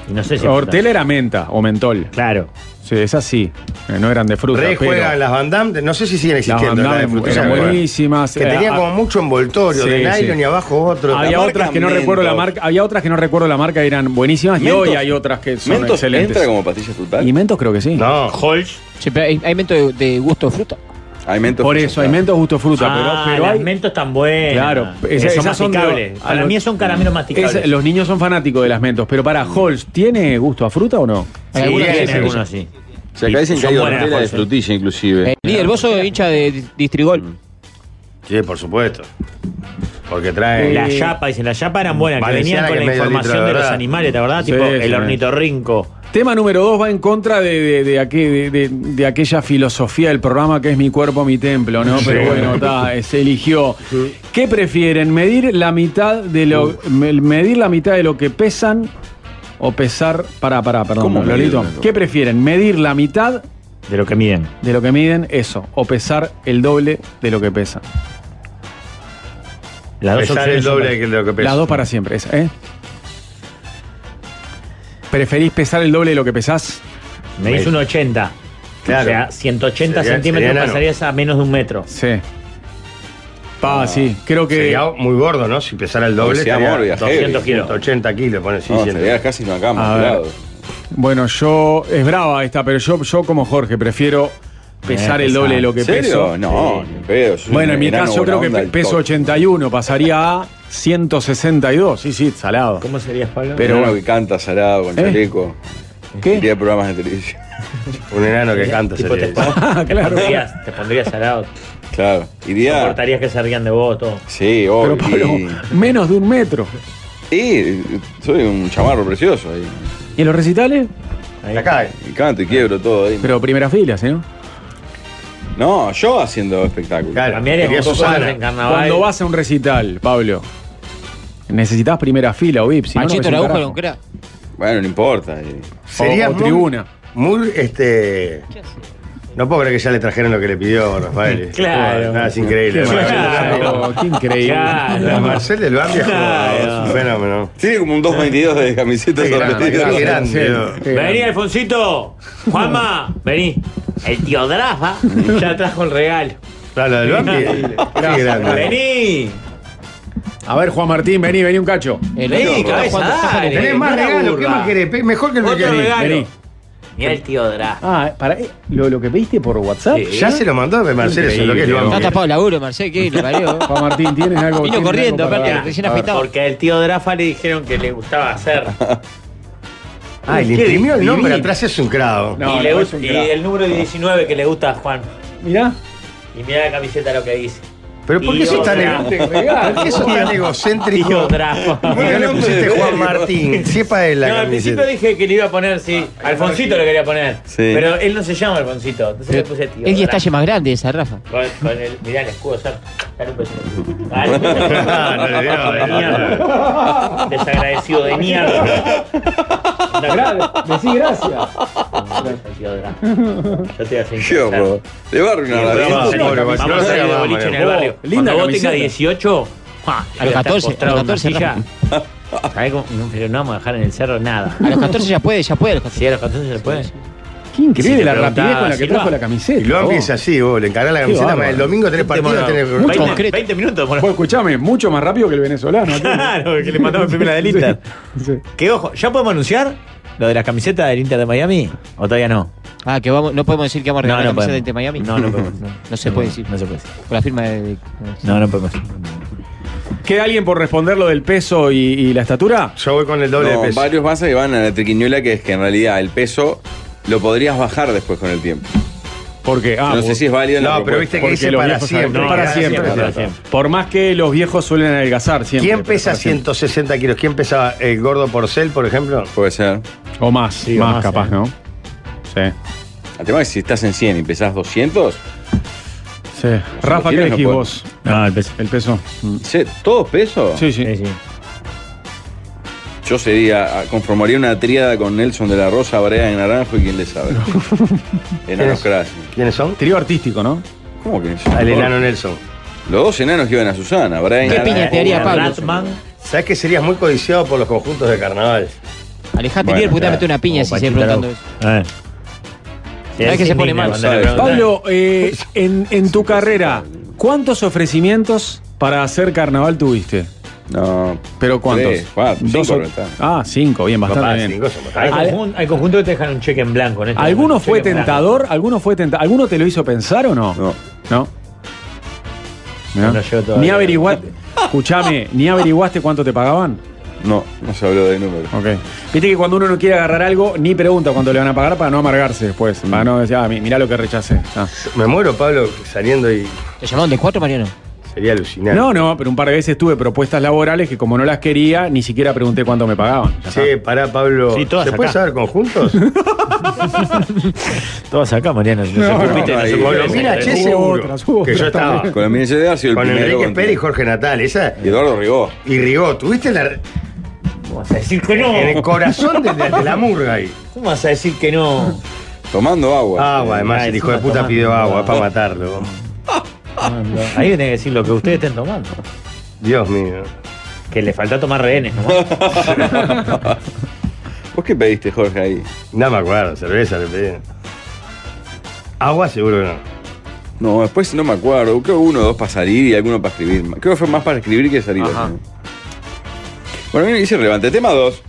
Speaker 3: Y no sé si. es
Speaker 2: Hortel era menta o mentol.
Speaker 3: Claro.
Speaker 2: Sí, es así. Eh, No eran de fruta.
Speaker 1: Re
Speaker 2: pero-
Speaker 1: juegan las Van Damme, no sé si siguen
Speaker 2: Las
Speaker 1: existiendo.
Speaker 2: Van
Speaker 1: las de
Speaker 2: Damme
Speaker 1: frutilla
Speaker 2: eran
Speaker 1: juegan.
Speaker 2: buenísimas.
Speaker 1: Que
Speaker 2: Eh,
Speaker 1: tenía
Speaker 2: a-
Speaker 1: como mucho envoltorio de
Speaker 2: Sí,
Speaker 1: nylon
Speaker 2: sí.
Speaker 1: y abajo otro.
Speaker 2: Había
Speaker 1: La
Speaker 2: otras
Speaker 1: marca
Speaker 2: que no recuerdo la
Speaker 1: Mentos.
Speaker 2: marca, había otras que no recuerdo la marca, eran buenísimas
Speaker 6: Mentos-
Speaker 2: y hoy hay otras que son
Speaker 6: Mentos
Speaker 2: excelentes.
Speaker 6: entra como
Speaker 4: pastillas frutales?
Speaker 2: Y mentos creo que sí.
Speaker 1: No,
Speaker 3: Holz.
Speaker 6: Sí, pero hay, hay mento de, de gusto de fruta.
Speaker 4: Hay mentos
Speaker 2: Por eso, hay mentos gusto fruta,
Speaker 3: Ah,
Speaker 2: pero, pero
Speaker 3: las
Speaker 2: hay
Speaker 3: mentos tan buenas.
Speaker 2: Claro,
Speaker 3: Eh,
Speaker 2: esa-
Speaker 3: son
Speaker 2: esas son de-
Speaker 3: masticables.
Speaker 2: a
Speaker 3: Para
Speaker 2: los-
Speaker 3: mí son caramelos masticables.
Speaker 2: Esa- los niños son fanáticos de las mentos, pero para
Speaker 1: Mm.
Speaker 2: Holz, ¿tiene gusto a fruta o no?
Speaker 6: Hay algunos que tienen
Speaker 3: algunos sí.
Speaker 4: O sea, acá dicen que
Speaker 2: Son
Speaker 4: hay
Speaker 2: buenas
Speaker 4: hortela de
Speaker 2: las cosas. Eh,
Speaker 4: frutilla, inclusive.
Speaker 6: Líder, Eh, vos sos hincha de di-
Speaker 1: Mm.
Speaker 6: Distrigol.
Speaker 1: Sí, por supuesto. Porque traen.
Speaker 3: La yapa, dicen, la yapa eran buenas, que
Speaker 1: Valenciana
Speaker 3: venían con
Speaker 1: que
Speaker 3: la
Speaker 1: medio litro,
Speaker 3: información de los
Speaker 1: ¿verdad?
Speaker 3: animales, ¿te verdad?
Speaker 2: Sí,
Speaker 3: tipo
Speaker 2: sí,
Speaker 3: el
Speaker 2: sí.
Speaker 3: ornitorrinco.
Speaker 2: Tema número dos va en contra de, de- de aquel- de- de- de aquella filosofía del programa que es mi cuerpo, mi templo, ¿no? Pero
Speaker 5: Sí.
Speaker 2: bueno, ta, eh, se eligió. ¿Qué prefieren? ¿Medir la mitad de lo me- medir la mitad de lo que pesan o pesar para para perdón,
Speaker 4: ¿Cómo
Speaker 2: Lolito?
Speaker 4: medir?
Speaker 2: ¿Qué prefieren? ¿Medir la mitad
Speaker 3: De lo que miden.
Speaker 2: de lo que miden eso o pesar el doble de lo que pesan?
Speaker 3: Las dos
Speaker 1: pesar el
Speaker 3: opciones son
Speaker 1: doble
Speaker 3: para-
Speaker 1: de lo que pesa.
Speaker 2: Las dos para siempre, esa, ¿eh? ¿Preferís pesar el doble de lo que pesás?
Speaker 3: Me hizo un 80.
Speaker 1: Claro.
Speaker 3: O sea, 180
Speaker 1: Sería-
Speaker 3: centímetros
Speaker 1: sería enano.
Speaker 3: pasarías a menos de un metro.
Speaker 2: Sí. Pa, sí, creo que
Speaker 1: Sería muy gordo, ¿no? Si pesara el doble,
Speaker 4: Pues sea
Speaker 1: estaría
Speaker 4: amor, viajero.
Speaker 3: 200 kilos.
Speaker 1: 180 kilos, pone sí,
Speaker 4: No,
Speaker 1: 100.
Speaker 4: sería casi una
Speaker 2: A
Speaker 4: cama,
Speaker 2: ver.
Speaker 4: claro.
Speaker 2: Bueno, yo. Es brava esta, pero yo, yo como Jorge prefiero pesar
Speaker 3: Eh,
Speaker 2: el doble de lo que
Speaker 4: ¿En serio?
Speaker 2: peso.
Speaker 4: No, ni en pedo. soy
Speaker 2: Bueno,
Speaker 4: un
Speaker 2: en mi
Speaker 4: enano
Speaker 2: caso yo
Speaker 4: buena
Speaker 2: creo que
Speaker 4: onda
Speaker 2: pe-
Speaker 4: del
Speaker 2: peso
Speaker 4: todo.
Speaker 2: 81, pasaría a 162. Sí, sí, salado.
Speaker 3: ¿Cómo serías, Pablo?
Speaker 2: Pero
Speaker 4: Pero
Speaker 2: bueno.
Speaker 4: bueno, que canta Sarado con
Speaker 2: ¿Eh?
Speaker 4: chaleco.
Speaker 2: ¿Qué?
Speaker 4: Iría a programas de televisión.
Speaker 1: Un enano que canta
Speaker 3: Tipo,
Speaker 1: sería
Speaker 3: te,
Speaker 1: eso.
Speaker 2: Ah,
Speaker 3: te
Speaker 2: claro.
Speaker 3: pondrías, te pondrías al lado.
Speaker 4: Claro. Iría.
Speaker 3: Soportarías que se rían de vos, todo.
Speaker 4: Sí, obvio.
Speaker 2: Pero Pablo, menos de un metro.
Speaker 4: Y, y soy un chamarro precioso ahí.
Speaker 2: ¿Y en los recitales?
Speaker 3: Ahí.
Speaker 1: La cae.
Speaker 4: Y canto y quiebro todo ahí.
Speaker 2: Pero primera fila, ¿sí? ¿no?
Speaker 4: No, yo haciendo espectáculos.
Speaker 1: Claro.
Speaker 3: Cambiarías
Speaker 1: Sería
Speaker 3: como
Speaker 1: Susana.
Speaker 3: cosas en carnaval.
Speaker 2: Cuando vas a un recital, Pablo, necesitas primera fila o VIP. Si no, no
Speaker 6: Panchito
Speaker 2: ves un
Speaker 6: Araujo era
Speaker 2: carajo.
Speaker 6: un crack.
Speaker 4: Bueno, no importa. eh.
Speaker 2: O- o
Speaker 1: Sería muy,
Speaker 2: tribuna.
Speaker 1: muy, este, No puedo creer que ya le trajeron lo que le pidió Rafael.
Speaker 2: Claro.
Speaker 1: Nada, es increíble.
Speaker 2: Qué maravilla, qué increíble. Claro.
Speaker 1: Marcel del Bambia es un fenómeno.
Speaker 4: Tiene como un 2.22 de camiseta
Speaker 1: Qué grande,
Speaker 4: repetida.
Speaker 1: qué grande,
Speaker 4: Sí.
Speaker 3: Vení, Alfonsito. Juanma, vení. El tío Drafa ya trajo el regalo.
Speaker 1: Claro, del
Speaker 2: Gracias.
Speaker 3: Vení.
Speaker 2: A ver, Juan Martín, vení, vení un cacho.
Speaker 3: Vení, cabeza, dale.
Speaker 1: Tenés más
Speaker 3: Una
Speaker 1: regalos,
Speaker 3: burla.
Speaker 1: ¿qué más querés? Pe- Mejor que el
Speaker 3: Eh, Otro
Speaker 1: Pequeñín.
Speaker 3: regalo.
Speaker 1: Vení.
Speaker 3: Mira el tío Drafa.
Speaker 2: Ah, para, eh, lo, lo que pediste por WhatsApp.
Speaker 1: Ya se lo mandó de Marcelo, eso es lo que es lo
Speaker 6: Está
Speaker 1: vamos.
Speaker 6: tapado el laburo, Marcel, ¿qué? Le parió.
Speaker 2: Juan Martín, tienes algo.
Speaker 6: Vino
Speaker 2: tienes
Speaker 6: corriendo,
Speaker 2: algo para-
Speaker 6: aparte, recién
Speaker 2: A ver.
Speaker 6: afeitado.
Speaker 3: Porque al tío Drafa le dijeron que le gustaba hacer.
Speaker 1: Ah, y le
Speaker 3: Qué
Speaker 1: imprimió el
Speaker 3: divino.
Speaker 1: nombre atrás, es un crado.
Speaker 3: y, le gusta- y el número 19 que le gusta a Juan.
Speaker 2: Mirá.
Speaker 3: Y mira la camiseta lo que dice.
Speaker 1: Pero ¿por qué
Speaker 3: Tío
Speaker 1: sos tan,
Speaker 3: Drafa.
Speaker 1: ego- ¿por qué sos tan egocéntrico?
Speaker 3: Tío Drafa.
Speaker 1: ¿Por qué no le pusiste Juan Martín? Sepa de la
Speaker 3: no, al principio
Speaker 1: camiseta.
Speaker 3: dije que le iba a poner, sí. Alfonsito lo quería poner.
Speaker 1: Sí.
Speaker 3: Pero él no se llama Alfonsito. Entonces le puse tío.
Speaker 6: Es que
Speaker 3: Drafa.
Speaker 6: estalle más grande esa, Rafa.
Speaker 3: Con, con el, mirá el escudo, Sar. Dale un beso. Dale un beso.
Speaker 1: No, no, no, no.
Speaker 3: Mierda. Desagradecido de mierda.
Speaker 2: Decí gracias.
Speaker 3: Tío Drafa. Yo te voy a hacer interesar.
Speaker 4: Le va a arruinar la vida.
Speaker 3: Vamos, vamos, vamos Oh, a ir de boliche en el barrio.
Speaker 2: linda
Speaker 3: Cuando vos
Speaker 2: camiseta.
Speaker 3: tengas 18, ¡ja!
Speaker 6: A los
Speaker 3: ya estás
Speaker 6: 14,
Speaker 3: postrado
Speaker 6: a los
Speaker 3: en una
Speaker 6: 14,
Speaker 3: silla. ¿Sabés cómo? No, pero no vamos a dejar en el cerro nada.
Speaker 6: A los 14 ya puede, ya puede. a los 14.
Speaker 3: Sí, a los 14 se le puede.
Speaker 2: Qué increíble
Speaker 3: Si te
Speaker 2: la rapidez
Speaker 3: preguntaba,
Speaker 2: con la que
Speaker 3: Silva.
Speaker 2: trajo la camiseta.
Speaker 1: Y lo
Speaker 3: Oh.
Speaker 2: vos.
Speaker 1: empieza así, vos, le encarás la
Speaker 2: Qué
Speaker 1: camiseta,
Speaker 2: bárbaro.
Speaker 1: el domingo tenés
Speaker 3: Este
Speaker 1: partido, tenés...
Speaker 2: Mucho
Speaker 3: 20,
Speaker 2: concreto.
Speaker 3: 20 minutos,
Speaker 2: Oh. Vos
Speaker 3: por
Speaker 2: escuchame, mucho más rápido que el venezolano. tío.
Speaker 3: Claro, que le mandamos primera del Inter.
Speaker 2: Sí.
Speaker 3: Que ojo, ¿ya podemos anunciar lo de las camisetas del Inter de Miami? ¿O todavía no?
Speaker 6: Ah, que vamos, no podemos decir que vamos a regalar
Speaker 3: No,
Speaker 6: la
Speaker 3: no
Speaker 6: camiseta
Speaker 3: podemos.
Speaker 6: de Miami.
Speaker 3: No, no podemos.
Speaker 6: No, no se puede decir.
Speaker 3: No se puede decir.
Speaker 6: Por la firma de. de-
Speaker 3: No, no podemos.
Speaker 2: ¿Queda alguien por responder lo del peso y, y la estatura?
Speaker 1: Yo voy con el doble
Speaker 4: No,
Speaker 1: de peso.
Speaker 4: varios pasa que van a la triquiñuela que es que en realidad el peso lo podrías bajar después con el tiempo.
Speaker 2: Porque, ah,
Speaker 4: no sé
Speaker 2: vos-
Speaker 4: si es válido en la
Speaker 1: No, pero
Speaker 4: propuesta.
Speaker 1: viste que dice
Speaker 2: los
Speaker 1: para
Speaker 2: viejos saben-
Speaker 1: siempre.
Speaker 2: no, para
Speaker 1: para
Speaker 2: siempre,
Speaker 1: siempre,
Speaker 2: para
Speaker 1: para
Speaker 2: siempre. Por más que los viejos suelen adelgazar siempre.
Speaker 1: ¿Quién
Speaker 2: pero
Speaker 1: pesa
Speaker 2: para siempre.
Speaker 1: 160 kilos? ¿Quién pesa el gordo porcel, por ejemplo?
Speaker 4: Puede ser.
Speaker 2: O más,
Speaker 3: Sí, o
Speaker 2: más,
Speaker 3: más,
Speaker 2: capaz,
Speaker 3: eh.
Speaker 2: ¿no? Sí.
Speaker 4: El tema es que si estás en 100 y pesás 200,
Speaker 2: sí. Rafa, ¿qué
Speaker 4: kilos no
Speaker 2: elegís
Speaker 4: puedo.
Speaker 2: vos?
Speaker 3: No, Ah, el peso.
Speaker 2: El peso.
Speaker 4: che, ¿todo peso?
Speaker 2: Sí, sí.
Speaker 3: Sí, sí.
Speaker 4: Yo sería, ah, conformaría una tríada con Nelson de la Rosa, Brea de Naranjo y quien le sabe. Enanos Crash.
Speaker 1: ¿Quiénes son?
Speaker 2: Trío artístico, ¿no?
Speaker 4: ¿Cómo que
Speaker 1: Ah, El enano Nelson.
Speaker 4: Los dos enanos que iban a Susana, Brea y
Speaker 6: ¿Qué
Speaker 4: Naranjo.
Speaker 6: piña te haría, Pablo?
Speaker 3: Ratman.
Speaker 1: ¿Sabes que serías muy codiciado por los conjuntos de carnaval?
Speaker 6: Alejate,
Speaker 4: Bueno,
Speaker 6: líder, porque te va a meter
Speaker 3: claro.
Speaker 6: una piña si
Speaker 3: Como
Speaker 6: se
Speaker 3: Pachita
Speaker 6: preguntando
Speaker 3: Lou.
Speaker 6: eso.
Speaker 3: A ver.
Speaker 6: Sabés que se pone mal.
Speaker 3: Cuando le preguntan.
Speaker 2: Pablo, eh, en, en tu carrera, ¿cuántos ofrecimientos para hacer carnaval tuviste?
Speaker 4: No.
Speaker 2: ¿Pero cuántos?
Speaker 4: Tres, cuatro,
Speaker 2: Dos
Speaker 4: cinco,
Speaker 2: o-
Speaker 4: pero está.
Speaker 2: Ah, cinco, bien, bastante
Speaker 1: Papá,
Speaker 2: bien.
Speaker 1: cinco son
Speaker 3: Hay
Speaker 1: bastante.
Speaker 3: conjun- hay conjuntos que te dejan un cheque en blanco. en este
Speaker 2: ¿Alguno
Speaker 3: momento,
Speaker 2: fue
Speaker 3: cheque en blanco.
Speaker 2: tentador? ¿Alguno fue tenta- ¿Alguno te lo hizo pensar o no?
Speaker 4: No.
Speaker 2: No. Mirá.
Speaker 3: No lo llevo todavía.
Speaker 2: Ni averiguaste. Escuchame, ni averiguaste cuánto te pagaban.
Speaker 4: No, no se habló de número.
Speaker 2: Ok. Viste que cuando uno no quiere agarrar algo, ni pregunta cuánto le van a pagar para no amargarse después. Para no decir, ah, mi- mirá lo que rechacé. Ah.
Speaker 1: Me muero, Pablo, saliendo y
Speaker 6: ¿Te llamaron de cuatro, Mariano?
Speaker 1: sería alucinante.
Speaker 2: No, no, pero un par de veces tuve propuestas laborales que como no las quería, ni siquiera pregunté cuánto me pagaban. Ya está.
Speaker 1: Che, pará, Pablo.
Speaker 3: Sí, todas
Speaker 1: ¿Se puede
Speaker 3: acá.
Speaker 1: saber conjuntos?
Speaker 3: Todos acá, Mariano. No,
Speaker 2: No,
Speaker 3: se
Speaker 2: no,
Speaker 4: no,
Speaker 3: preocupen, no se
Speaker 4: ahí.
Speaker 3: preocupen.
Speaker 1: Colombina, che,
Speaker 2: Hubo
Speaker 1: seguro.
Speaker 2: otras, hubo
Speaker 1: que yo
Speaker 2: otras
Speaker 1: estaba.
Speaker 2: también.
Speaker 4: Con la Miguel de Arcio, el
Speaker 1: Con
Speaker 4: primero.
Speaker 1: Enrique
Speaker 4: con-
Speaker 1: Pérez y Jorge Natal. Esa.
Speaker 4: y Eduardo Rigó.
Speaker 1: Y Rigó, tuviste la-
Speaker 3: ¿Cómo vas a decir que
Speaker 1: en el
Speaker 3: no?
Speaker 1: corazón de, de- de la murga ahí.
Speaker 3: ¿Cómo vas a decir que no?
Speaker 4: Tomando agua.
Speaker 1: Agua, además,
Speaker 3: Ay,
Speaker 1: el hijo de
Speaker 3: encima
Speaker 1: puta
Speaker 3: tomando.
Speaker 1: pidió agua, es para matarlo.
Speaker 3: Ahí tienen que decir lo que ustedes estén tomando.
Speaker 1: Dios mío.
Speaker 3: Que le falta tomar rehenes, ¿no?
Speaker 4: ¿Vos qué pediste, Jorge, ahí?
Speaker 1: No me acuerdo, cerveza le pedí. Agua seguro que no.
Speaker 4: No, después no me acuerdo. Creo que uno o dos para salir y alguno para escribir. Creo que fue más para escribir que salir. así. Bueno, mira, dice relevante. Tema 2.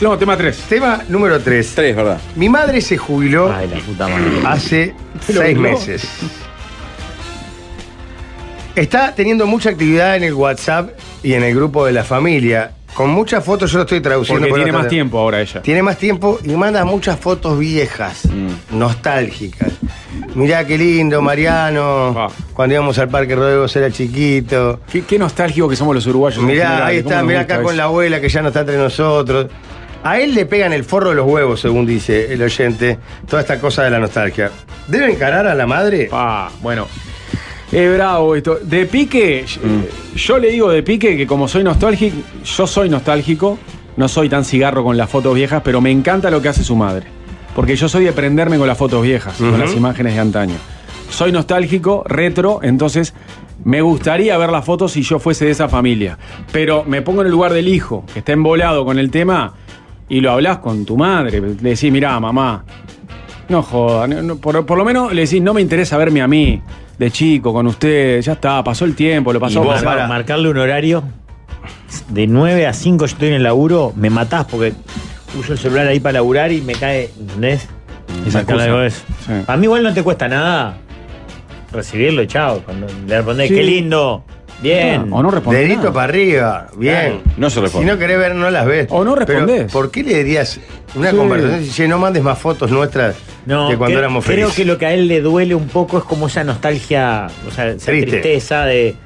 Speaker 2: No, tema 3.
Speaker 1: Tema número 3.
Speaker 4: 3, ¿verdad?
Speaker 1: Mi madre se jubiló
Speaker 3: Ay, la puta madre.
Speaker 1: hace
Speaker 2: Pero
Speaker 1: seis
Speaker 2: no.
Speaker 1: meses. Está teniendo mucha actividad en el WhatsApp y en el grupo de la familia. Con muchas fotos, yo lo estoy traduciendo.
Speaker 2: Porque
Speaker 1: por
Speaker 2: tiene
Speaker 1: otra-
Speaker 2: más tiempo ahora ella.
Speaker 1: Tiene más tiempo y manda muchas fotos viejas,
Speaker 4: Mm.
Speaker 1: nostálgicas. Mirá qué lindo, Mariano.
Speaker 2: Ah.
Speaker 1: Cuando íbamos al Parque Rodrigo era chiquito.
Speaker 2: Qué, qué nostálgico que somos los uruguayos. en
Speaker 1: Mirá,
Speaker 2: general,
Speaker 1: ahí
Speaker 2: ¿cómo
Speaker 1: está,
Speaker 2: nos
Speaker 1: mirá
Speaker 2: gusta
Speaker 1: acá
Speaker 2: eso?
Speaker 1: con la abuela que ya no está entre nosotros. A él le pegan el forro de los huevos, según dice el oyente, toda esta cosa de la nostalgia. ¿Debe encarar a la madre?
Speaker 2: Ah, bueno. Es bravo esto. De pique, yo le digo de pique que como soy nostálgico, yo soy nostálgico, no soy tan cigarro con las fotos viejas, pero me encanta lo que hace su madre. Porque yo soy de prenderme con las fotos viejas,
Speaker 1: Ujú.
Speaker 2: con las imágenes de antaño. Soy nostálgico, retro, entonces me gustaría ver las fotos si yo fuese de esa familia. Pero me pongo en el lugar del hijo, que está embolado con el tema, y lo hablas con tu madre. Le decís, mirá, mamá, no joda, no- no- por, por lo menos le decís, no me interesa verme a mí, de chico, con usted, ya está, pasó el tiempo, lo pasó
Speaker 3: y vos,
Speaker 2: pasó.
Speaker 3: para marcarle un horario de 9 a 5 yo estoy en el laburo, me matás porque uso el celular ahí para laburar y me cae, ¿entendés? Y
Speaker 2: Esa
Speaker 3: marcarle
Speaker 2: excusa.
Speaker 3: algo de eso. A mí igual no te cuesta nada recibirlo, chao. Cuando le respondés,
Speaker 1: Sí.
Speaker 3: qué lindo, bien.
Speaker 1: Dedito para arriba, bien.
Speaker 4: No se
Speaker 1: Si no querés ver, no las ves. O no respondés. ¿Por qué le dirías una
Speaker 3: Sí.
Speaker 1: conversación? Si che, no mandes más fotos nuestras de cuando
Speaker 3: creo,
Speaker 1: éramos
Speaker 3: creo
Speaker 1: felices.
Speaker 3: que lo que a él le duele un poco es como esa nostalgia, o sea, esa
Speaker 1: Triste.
Speaker 3: tristeza de,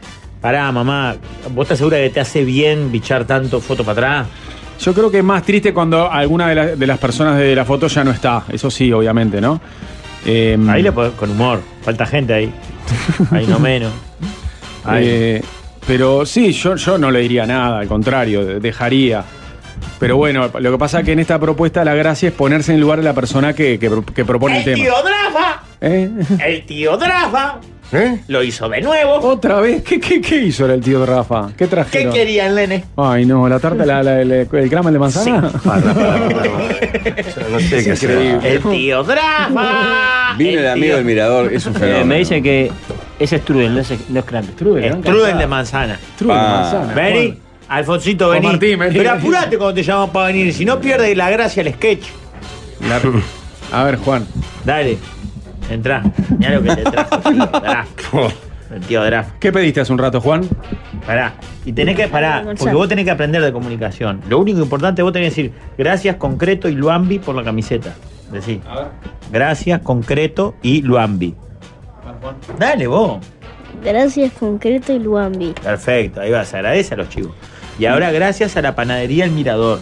Speaker 3: pará, mamá, ¿vos estás segura que te hace bien bichar tanto foto para atrás?
Speaker 2: Yo creo que es más triste cuando alguna de, la- de las personas de la foto ya no está. Eso sí, obviamente, ¿no? Em, Mm.
Speaker 3: ahí le podés, con humor. Falta gente ahí. Ahí no menos. Ahí.
Speaker 2: Eh, pero sí, yo, yo no le diría nada, al contrario, de- dejaría. Pero bueno, lo que pasa es que en esta propuesta la gracia es ponerse en el lugar de la persona que, que pro- que propone el, tema.
Speaker 3: Drafa!
Speaker 2: ¿Eh?
Speaker 3: ¡El tío Drafa!
Speaker 1: ¿Eh?
Speaker 3: Lo hizo de nuevo.
Speaker 2: ¿Otra vez? ¿Qué, qué, qué hizo el tío Rafa? ¿Qué trajeron?
Speaker 3: querían, nene?
Speaker 2: Ay, no, la tarta, la, la- el, el grama de manzana.
Speaker 1: No sé qué hacer. Eh,
Speaker 3: El tío Drafa.
Speaker 4: Vino el amigo del mirador,
Speaker 1: eh,
Speaker 4: es un fenómeno.
Speaker 12: Eh, me dicen que ese es Truden, no es, no es Crumble.
Speaker 3: Es Truden de manzana.
Speaker 12: Truden de
Speaker 3: Ah.
Speaker 12: manzana.
Speaker 3: Vení, Alfonsito, vení.
Speaker 12: Juan Martín, vení.
Speaker 3: Pero apurate cuando te llaman para venir, si no pierdes la gracia al sketch.
Speaker 2: A ver, Juan.
Speaker 3: Dale, entrá. Mirá lo que te trajo el tío Drafa. El tío Drafa.
Speaker 2: ¿Qué pediste hace un rato, Juan?
Speaker 3: Pará. Y tenés que parar, porque vos tenés que aprender de comunicación. Lo único importante, vos tenés que decir gracias concreto y Luambi por la camiseta. Decí. Gracias concreto y Luambi. Dale vos.
Speaker 13: Gracias, concreto y Luambi.
Speaker 3: Perfecto, ahí va, se agradece a los chicos. Y ahora gracias a la panadería El Mirador.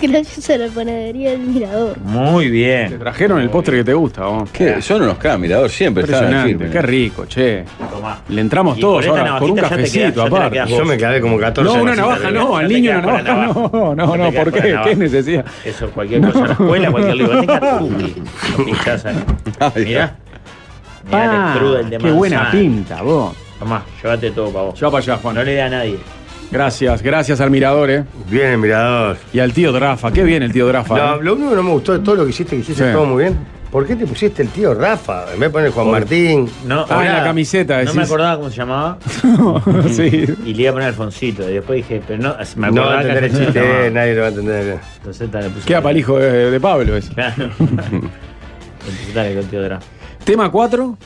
Speaker 13: Gracias a la panadería del Mirador.
Speaker 3: Muy bien.
Speaker 2: Te trajeron el postre que te gusta, vos.
Speaker 4: ¿Qué? Son unos K, mirador, siempre están al
Speaker 2: Impresionante,
Speaker 4: firme.
Speaker 2: qué rico, che.
Speaker 3: Tomá.
Speaker 2: Le entramos
Speaker 4: Y con
Speaker 2: todos
Speaker 4: esta
Speaker 2: ahora con un
Speaker 4: navajita ya te
Speaker 2: cafecito
Speaker 4: quedas- ya te la
Speaker 2: aparte.
Speaker 4: quedas vos. Yo me quedé como 14
Speaker 2: No, una navaja
Speaker 4: navajitas de
Speaker 2: no,
Speaker 4: vida.
Speaker 2: al
Speaker 4: Ya te
Speaker 2: niño una
Speaker 4: quedas
Speaker 2: navaja
Speaker 4: con la
Speaker 2: no. No, no, ¿por qué? ¿Qué necesidad?
Speaker 3: Eso, cualquier cosa en la escuela, cualquier libro. Tenés que cookie. Lo pinchás ahí. Mirá. Mirá
Speaker 2: Ah,
Speaker 3: el strudel de
Speaker 2: qué buena
Speaker 3: manzana.
Speaker 2: pinta, vos.
Speaker 3: Tomá, llévate todo para vos.
Speaker 2: Yo para allá, Juan.
Speaker 3: No le da a nadie.
Speaker 2: Gracias, gracias al mirador, eh.
Speaker 1: Bien el mirador.
Speaker 2: Y al tío Drafa, qué bien el tío Drafa.
Speaker 1: No,
Speaker 2: eh.
Speaker 1: lo único que no me gustó de todo lo que hiciste, que hiciste
Speaker 2: Sí.
Speaker 1: todo muy bien. ¿Por qué te pusiste el tío Rafa? En vez de poner Juan Martín.
Speaker 3: No,
Speaker 1: Hola.
Speaker 3: hola. No me acordaba cómo se llamaba.
Speaker 2: sí.
Speaker 3: Y le iba a poner Alfonsito. Y después dije, pero no, me
Speaker 1: No
Speaker 3: acordaba
Speaker 1: va a
Speaker 3: que
Speaker 1: entender el
Speaker 3: Alfonsito se
Speaker 1: chiste,
Speaker 3: llamaba.
Speaker 1: eh, nadie lo va a entender.
Speaker 3: Entonces tal, le puse.
Speaker 2: Queda para el hijo de, de Pablo ese.
Speaker 3: Claro. Entonces tal, le conté otra.
Speaker 2: ¿Tema 4?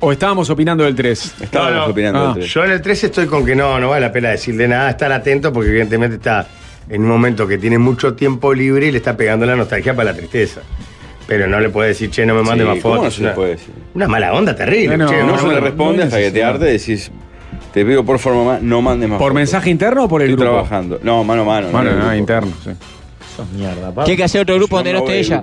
Speaker 2: ¿O estábamos opinando del 3?
Speaker 1: No, no. Ah. Yo en el 3 estoy con que no, no vale la pena decirle nada, estar atento porque evidentemente está en un momento que tiene mucho tiempo libre y le está pegando la nostalgia para la tristeza. Pero no le puede decir, che, no me mande
Speaker 4: Sí,
Speaker 1: más
Speaker 4: ¿cómo
Speaker 1: fotos.
Speaker 4: no se le
Speaker 1: Una-
Speaker 4: puede decir?
Speaker 1: Una mala onda terrible.
Speaker 4: No,
Speaker 1: che,
Speaker 4: no
Speaker 1: una
Speaker 4: se
Speaker 1: mala-
Speaker 4: le responde hasta que te arte decís, te pido por forma más, no mandes más.
Speaker 2: ¿Por mensaje interno o por el
Speaker 4: Estoy
Speaker 2: grupo?
Speaker 4: trabajando. No, mano a mano.
Speaker 2: Mano,
Speaker 4: en el
Speaker 2: no,
Speaker 4: grupo.
Speaker 2: interno, sí.
Speaker 3: Sos mierda,
Speaker 6: Tiene que hacer otro grupo donde no esté ella.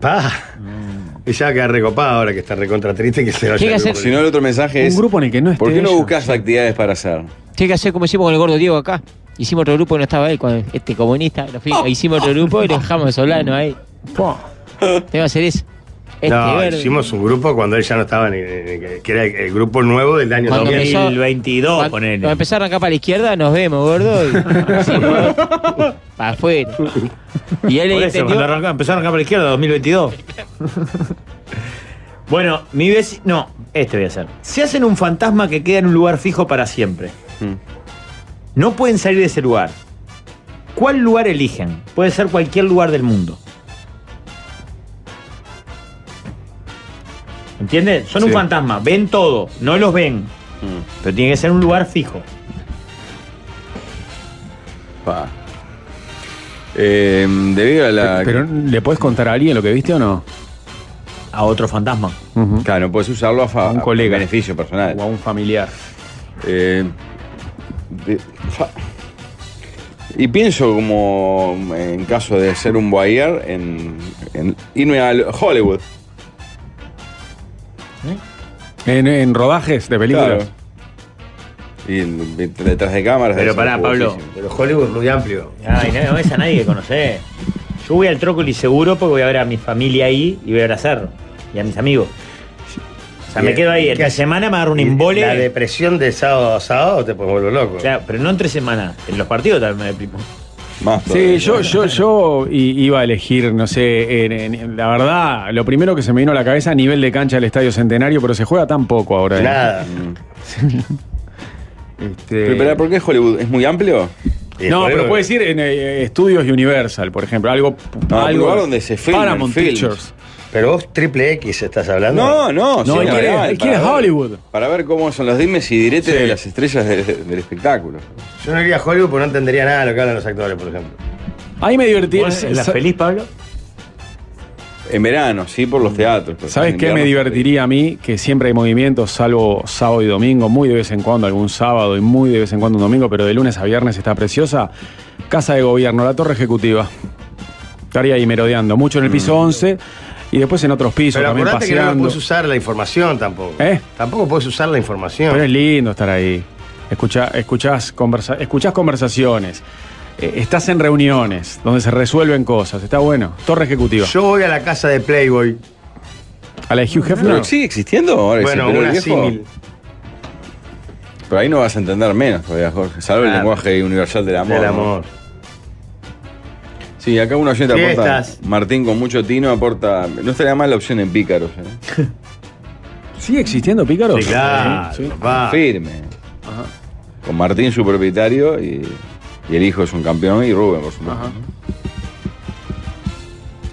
Speaker 1: Pa.
Speaker 4: Mm.
Speaker 1: Y ya queda recopada ahora que está recontra triste que se vaya. al grupo.
Speaker 4: Si no, el otro mensaje es.
Speaker 2: en el que no
Speaker 4: ¿Por qué no
Speaker 6: ella?
Speaker 4: buscas actividades para hacer?
Speaker 6: Tiene que hacer como hicimos con el gordo Diego acá. Hicimos otro grupo y no estaba él, con este comunista. Lo
Speaker 3: Oh.
Speaker 6: fui- Hicimos otro grupo y lo dejamos de solano ahí. Tengo que hacer eso. Este
Speaker 1: no,
Speaker 6: verde.
Speaker 1: hicimos un grupo cuando él ya no estaba, ni, ni- ni- que era el, el grupo nuevo del año
Speaker 6: Cuando empezó-
Speaker 1: 2022.
Speaker 6: Cuando cuando empezaron acá para la izquierda, nos vemos, gordo. Y, para afuera. Y él
Speaker 3: Por eso,
Speaker 6: entendió-
Speaker 3: cuando arrancó- empezaron acá para la izquierda, 2022. bueno, mi vecino. No, este voy a hacer. Se hacen un fantasma que queda en un lugar fijo para siempre. No pueden salir de ese lugar. ¿Cuál lugar eligen? Puede ser cualquier lugar del mundo. ¿Entiendes? Son un
Speaker 6: Sí.
Speaker 3: fantasma, ven todo, no los ven. Pero tiene que ser un lugar fijo.
Speaker 4: Pa. Eh, debido a la.
Speaker 2: Pero ¿le puedes contar a alguien lo que viste o no?
Speaker 3: A otro fantasma.
Speaker 4: Claro, puedes usarlo a, fa-
Speaker 2: un
Speaker 4: a
Speaker 2: colega.
Speaker 4: beneficio personal. Eh, O
Speaker 2: a un familiar.
Speaker 4: y pienso como en caso de ser un voyeur, en, en irme a Hollywood.
Speaker 2: En, en rodajes de películas.
Speaker 4: Claro. Y en- detrás de cámaras. debe
Speaker 1: Pero
Speaker 4: ser
Speaker 1: pará, Pablo,
Speaker 4: jugosísimo.
Speaker 1: pero Hollywood es muy amplio.
Speaker 3: Ay, no, no ves a nadie que conocés. Yo voy al Trócoli seguro porque voy a ver a mi familia ahí y voy a abrazar y a mis amigos. O sea, me quedo ahí.
Speaker 1: ¿Qué
Speaker 3: Entre
Speaker 1: hace?
Speaker 3: semana me agarro un
Speaker 1: Y
Speaker 3: embole.
Speaker 1: La depresión de sábado a sábado te puede volver loco.
Speaker 3: Claro, pero no entre semana. En los partidos también me deprimo.
Speaker 2: Sí, yo, yo, yo i- iba a elegir, no sé, en- en- la verdad, lo primero que se me vino a la cabeza a nivel de cancha del Estadio Centenario, pero se juega tan poco ahora. ¿eh? Este,
Speaker 1: Nada.
Speaker 4: Pero, pero, ¿por qué es Hollywood? ¿Es muy amplio?
Speaker 2: No, pero puede ser en eh, estudios Universal, por ejemplo, algo,
Speaker 4: No,
Speaker 2: algo
Speaker 4: Ah, un lugar donde se filman
Speaker 2: Paramount
Speaker 4: films.
Speaker 2: Pictures.
Speaker 1: Pero vos triple X estás hablando.
Speaker 4: No, no,
Speaker 2: No,
Speaker 4: sí,
Speaker 2: él
Speaker 4: la
Speaker 2: quiere-
Speaker 4: verdad,
Speaker 2: él
Speaker 4: para
Speaker 2: quiere
Speaker 4: ver-
Speaker 2: Hollywood.
Speaker 4: Para ver cómo son los dimes y diretes de las estrellas del, del espectáculo.
Speaker 1: Yo no iría a Hollywood porque no entendería nada de lo que hablan los actores, por ejemplo.
Speaker 2: Ahí me divertí. eh,
Speaker 1: ¿Vos la
Speaker 2: Sa-
Speaker 1: feliz,
Speaker 3: Pablo?
Speaker 4: En verano, sí, por los teatros. pero
Speaker 1: Pues
Speaker 2: ¿Sabes
Speaker 4: en
Speaker 2: qué me
Speaker 4: invierno-
Speaker 2: divertiría a mí? Que siempre hay movimientos, salvo sábado y domingo, muy de vez en cuando algún sábado y muy de vez en cuando un domingo, pero de lunes a viernes está preciosa. Casa de Gobierno, la Torre Ejecutiva. Estaría ahí merodeando, mucho en el piso 11 y después en otros pisos
Speaker 1: Mm. Pero
Speaker 2: también
Speaker 1: acordate que no
Speaker 2: paseando.
Speaker 1: puedes usar la información tampoco.
Speaker 2: ¿Eh?
Speaker 1: Tampoco puedes usar la información.
Speaker 2: Pero es lindo estar ahí. Escucha, escuchás, conversa- escuchás conversaciones. Eh, estás en reuniones donde se resuelven cosas. Está bueno. Torre Ejecutiva.
Speaker 1: Yo voy a la casa de Playboy.
Speaker 2: ¿A la de Hugh Hefner?
Speaker 4: ¿Pero sigue existiendo ahora ese
Speaker 1: Bueno,
Speaker 4: pelo
Speaker 1: una
Speaker 4: viejo?
Speaker 1: símil.
Speaker 4: Pero ahí no vas a entender menos todavía, Jorge, salvo el
Speaker 1: Claro.
Speaker 4: lenguaje universal del amor.
Speaker 1: Del
Speaker 4: ¿no?
Speaker 1: amor.
Speaker 4: Sí, acá uno oyente aporta.
Speaker 1: Fiestas.
Speaker 4: Martín con mucho tino aporta. No estaría mal la opción en pícaros. ¿eh?
Speaker 2: ¿Sigue existiendo Pícaro?
Speaker 4: Sí, claro,
Speaker 2: Ah.
Speaker 4: Firme. Con Martín, su propietario, y, y el hijo es un campeón, y Rubén, por supuesto.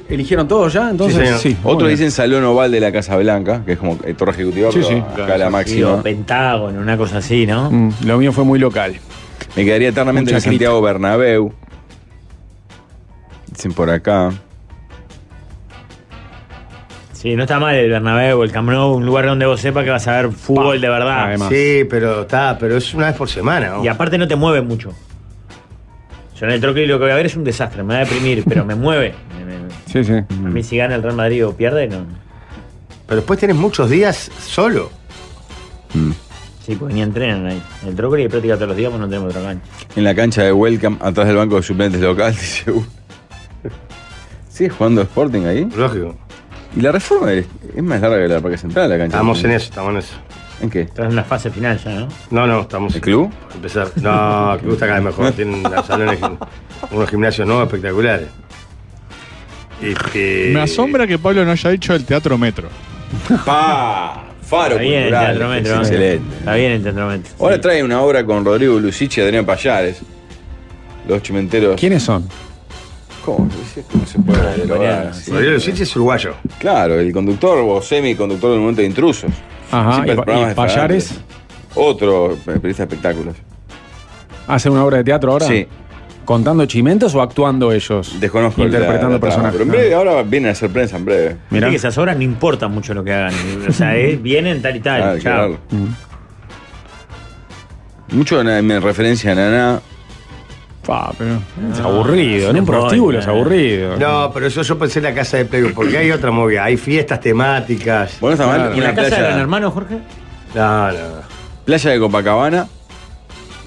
Speaker 2: ¿Eligieron todos ya? Entonces, sí.
Speaker 4: Otros
Speaker 2: Bueno.
Speaker 4: dicen Salón Oval de la Casa Blanca, que es como eh, Torre Ejecutiva,
Speaker 2: Sí,
Speaker 4: pero
Speaker 2: sí.
Speaker 4: acá
Speaker 2: Claro,
Speaker 4: la
Speaker 2: sí,
Speaker 4: máxima.
Speaker 2: o
Speaker 3: Pentágono, una cosa así, ¿no?
Speaker 2: Mm, lo mío fue muy local.
Speaker 4: Me quedaría eternamente
Speaker 2: Mucha
Speaker 4: en Santiago Bernabéu. Dicen por acá.
Speaker 3: Sí, no está mal el Bernabéu, el Camp Nou, un lugar donde vos sepas que vas a ver fútbol de verdad.
Speaker 1: Sí, pero está, pero es una vez por semana. Ah, ¿no?
Speaker 3: Y aparte no te mueve mucho. Yo en el troque lo que voy a ver es un desastre, me va a deprimir, pero me mueve.
Speaker 2: Sí, sí.
Speaker 3: A mí si gana el Real Madrid o pierde, no.
Speaker 1: Pero después tenés muchos días solo.
Speaker 3: Sí, pues ni entrenan ahí. En el troque y práctica todos los días, pues no tenemos otra cancha.
Speaker 4: En la cancha de Welcome, atrás del banco de suplentes local, dice uno. ¿Sigue jugando Sporting ahí?
Speaker 1: Lógico.
Speaker 4: Y la reforma es es más larga que la Parque Central, la cancha.
Speaker 1: Estamos en eso, estamos en eso.
Speaker 4: ¿En qué?
Speaker 3: Estás en la fase final ya, ¿no?
Speaker 1: No, no, estamos.
Speaker 4: ¿El club?
Speaker 1: Para empezar. No, el club está cada vez mejor. Tienen salones, unos gimnasios nuevos espectaculares. Este,
Speaker 5: Me asombra que Pablo no haya dicho el Teatro Metro.
Speaker 4: ¡Pa! Faro
Speaker 5: Está bien el
Speaker 4: cultural,
Speaker 5: Teatro Metro,
Speaker 4: es
Speaker 5: ¿no?
Speaker 4: excelente.
Speaker 3: Está bien el Teatro Metro.
Speaker 4: Ahora traen una obra con Rodrigo Lucich y Adrián Payares. Los chimenteros.
Speaker 2: ¿Quiénes son?
Speaker 4: ¿Cómo, se dice? ¿Cómo se puede derogar? Sí.
Speaker 1: Rodrigo Lucich es uruguayo.
Speaker 4: Claro, el conductor o semiconductor del momento de intrusos.
Speaker 2: Ajá,
Speaker 4: Siempre
Speaker 2: y,
Speaker 4: los programas
Speaker 2: y Payares
Speaker 4: extravagantes. Otro eh, periodista de espectáculos.
Speaker 2: hace una obra de teatro ahora.
Speaker 4: Sí.
Speaker 2: ¿Contando chimentos o actuando ellos?
Speaker 4: Desconozco la-
Speaker 2: Interpretando
Speaker 4: la trama,
Speaker 2: personajes.
Speaker 4: Pero en breve, ahora vienen a hacer prensa en breve.
Speaker 3: Mirá. que esas obras no importan mucho lo que hagan. O sea, es- vienen tal y tal.
Speaker 4: Claro,
Speaker 3: chao.
Speaker 4: claro. Mucho en, en referencia a Naná.
Speaker 2: Pa, Ah, pero es aburrido, en un prostíbulo es aburrido.
Speaker 1: No, pero eso yo pensé en la casa de Playboy, porque hay otra movida, hay fiestas temáticas.
Speaker 4: Bueno, está mal,
Speaker 1: Claro.
Speaker 4: en la casa de Gran
Speaker 3: Hermano Jorge?
Speaker 1: No, no.
Speaker 4: Playa de Copacabana,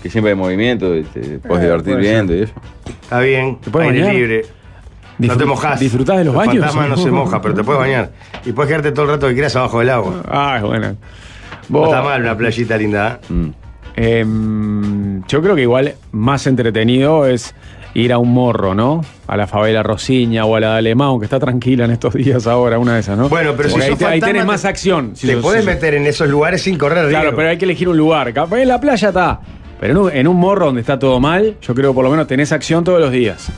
Speaker 4: que siempre hay movimiento, y te puedes divertir
Speaker 1: puede ser.
Speaker 4: viendo y eso.
Speaker 1: Está bien,
Speaker 4: puedes
Speaker 1: aire
Speaker 4: bañar?
Speaker 1: libre. no
Speaker 4: Disfrut-
Speaker 1: te mojás.
Speaker 4: ¿disfrutás de los baños?
Speaker 1: fantasma no se moja, pero te puedes bañar. Y puedes quedarte todo el rato que quieras abajo del agua.
Speaker 2: Ah, es bueno.
Speaker 1: No
Speaker 2: Vos-
Speaker 1: está mal una playita linda. ¿eh?
Speaker 2: Em, yo creo que igual más entretenido es ir a un morro, ¿no? A la favela Rosiña o a la de Alemán, que está tranquila en estos días ahora, una de esas, ¿no?
Speaker 1: Bueno, pero si
Speaker 2: Porque ahí,
Speaker 1: sos
Speaker 2: te- ahí
Speaker 1: fantasma,
Speaker 2: tenés
Speaker 1: te-
Speaker 2: más acción.
Speaker 1: te
Speaker 2: sos-
Speaker 1: podés
Speaker 2: sos-
Speaker 1: meter en esos lugares sin correr riesgo.
Speaker 2: Claro, pero hay que elegir un lugar. Capaz en la playa está. Pero en un, en un morro donde está todo mal, yo creo que por lo menos tenés acción todos los días.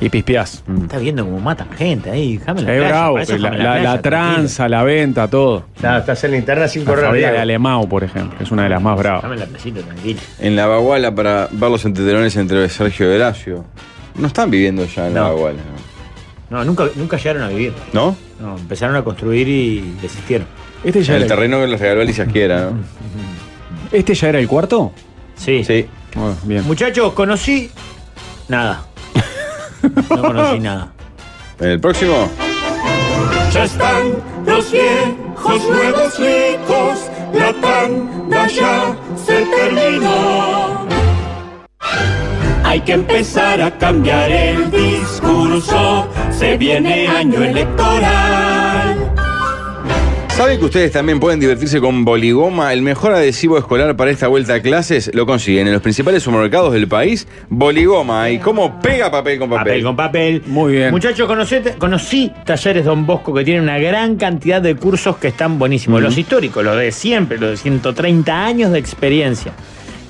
Speaker 2: Y pispiás.
Speaker 3: Está viendo cómo matan gente ahí. Déjame
Speaker 2: Es
Speaker 3: la playa,
Speaker 2: bravo,
Speaker 3: para eso
Speaker 2: pero la,
Speaker 3: déjame
Speaker 2: la- la
Speaker 3: playa, tranquilo.
Speaker 2: tranza, la venta, todo.
Speaker 1: Claro, estás en la interna sin
Speaker 2: La
Speaker 1: correr
Speaker 2: favela de
Speaker 1: riesgo.
Speaker 2: Alemão, por ejemplo, es una de las más bravas.
Speaker 3: Déjame la playita, tranquilo.
Speaker 4: En la Baguala para ver los entretelones entre Sergio y Horacio. No están viviendo ya en la
Speaker 3: No.
Speaker 4: Baguala.
Speaker 3: No, nunca, nunca llegaron a vivir.
Speaker 4: ¿No?
Speaker 3: No, empezaron a construir y desistieron.
Speaker 2: Este ya
Speaker 4: En el
Speaker 2: era-
Speaker 4: terreno que les regaló Alicia Quiera, ¿no?
Speaker 2: ¿Este ya era el cuarto?
Speaker 3: Sí.
Speaker 4: Sí.
Speaker 2: Bueno, bien.
Speaker 3: Muchachos, conocí nada. No conocí nada.
Speaker 4: En el próximo.
Speaker 8: Ya están los viejos nuevos ricos, la tanda ya se terminó. Hay que empezar a cambiar el discurso. cruzó, se viene año electoral.
Speaker 4: ¿Saben que ustedes también pueden divertirse con Boligoma? El mejor adhesivo escolar para esta vuelta a clases lo consiguen en los principales supermercados del país. Boligoma. ¿Y cómo pega papel con papel?
Speaker 3: Papel con papel.
Speaker 4: Muy bien.
Speaker 3: Muchachos, conocí, conocí Talleres Don Bosco, que tiene una gran cantidad de cursos que están buenísimos. Los históricos, los de siempre, los de 130 años de experiencia.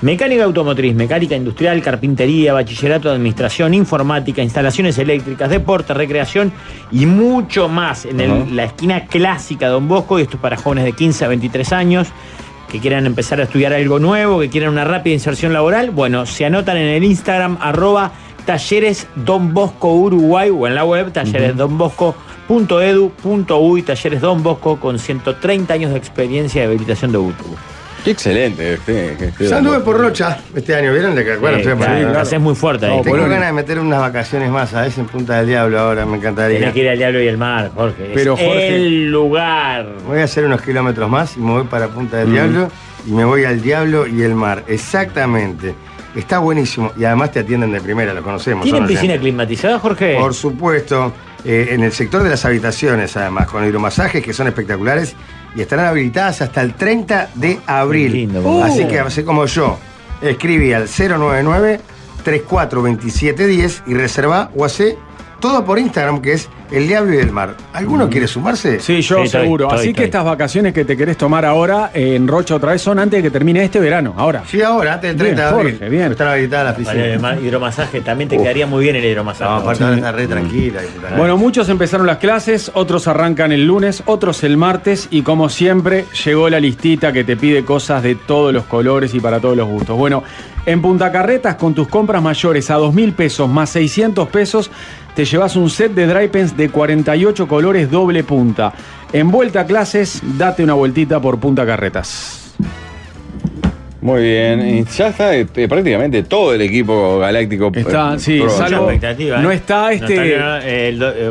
Speaker 3: Mecánica automotriz, mecánica industrial, carpintería, bachillerato de administración, informática, instalaciones eléctricas, deporte, recreación y mucho más en el-
Speaker 14: Ajá.
Speaker 3: la esquina clásica de Don Bosco. Y esto es para jóvenes de 15 a 23 años que quieran empezar a estudiar algo nuevo, que quieran una rápida inserción laboral, bueno, se anotan en el Instagram arroba talleres Don Bosco Uruguay o en la web talleresdonbosco.edu.uy talleres Don Bosco con 130 años de experiencia de habilitación de Uruguay.
Speaker 4: Qué excelente. este- este-
Speaker 1: Ya anduve por Rocha este año, ¿vieron? De que, bueno,
Speaker 3: Sí,
Speaker 1: estoy
Speaker 3: Eh, claro,
Speaker 1: por-
Speaker 3: la haces muy fuerte ahí.
Speaker 1: Tengo
Speaker 3: Polonia.
Speaker 1: ganas de meter unas vacaciones más, a veces en Punta del Diablo ahora, me encantaría.
Speaker 3: Tenés que ir al diablo y el mar, Jorge. Es
Speaker 1: Pero, Jorge-
Speaker 3: el lugar.
Speaker 1: Voy a hacer unos kilómetros más y me voy para Punta
Speaker 2: Mm.
Speaker 1: del Diablo y me voy al Diablo y el Mar. Exactamente. Está buenísimo. Y además te atienden de primera, lo conocemos.
Speaker 3: ¿Tienen
Speaker 1: son
Speaker 3: piscina
Speaker 1: oyentes.
Speaker 3: climatizada, Jorge?
Speaker 1: Por supuesto. eh, en el sector de las habitaciones, además, con hidromasajes que son espectaculares y estarán habilitadas hasta el 30 de abril.
Speaker 3: bueno.
Speaker 1: Así
Speaker 3: Uh.
Speaker 1: que, así como yo, escribí al 099-342710 y reserva o hace todo por Instagram, que es El Diablo y el Mar. ¿Alguno quiere sumarse?
Speaker 2: Mm. Sí, yo seguro. Así que estas vacaciones que te querés tomar ahora eh, en Rocha otra vez son antes de que termine este verano, ahora.
Speaker 1: Sí, ahora, antes del 30
Speaker 2: Bien,
Speaker 1: de abril.
Speaker 2: Jorge, bien.
Speaker 1: Están habilitadas las
Speaker 3: Vale,
Speaker 1: piscinas.
Speaker 3: además, hidromasaje, también te quedaría muy bien el hidromasaje.
Speaker 1: No, aparte ahora está re tranquila. ¿eh? y puta madre.
Speaker 2: Mm. Bueno, muchos empezaron las clases, otros arrancan el lunes, otros el martes y como siempre llegó la listita que te pide cosas de todos los colores y para todos los gustos. Bueno, en Punta Carretas con tus compras mayores a 2 mil pesos más 600 pesos te llevas un set de dry pens de 48 colores doble punta. En vuelta a clases, date una vueltita por Punta Carretas.
Speaker 4: Muy bien. Y ya está eh, prácticamente todo el equipo galáctico.
Speaker 2: Está,
Speaker 4: eh,
Speaker 2: sí,
Speaker 4: pronto.
Speaker 2: salvo-
Speaker 3: ¿eh?
Speaker 2: no está este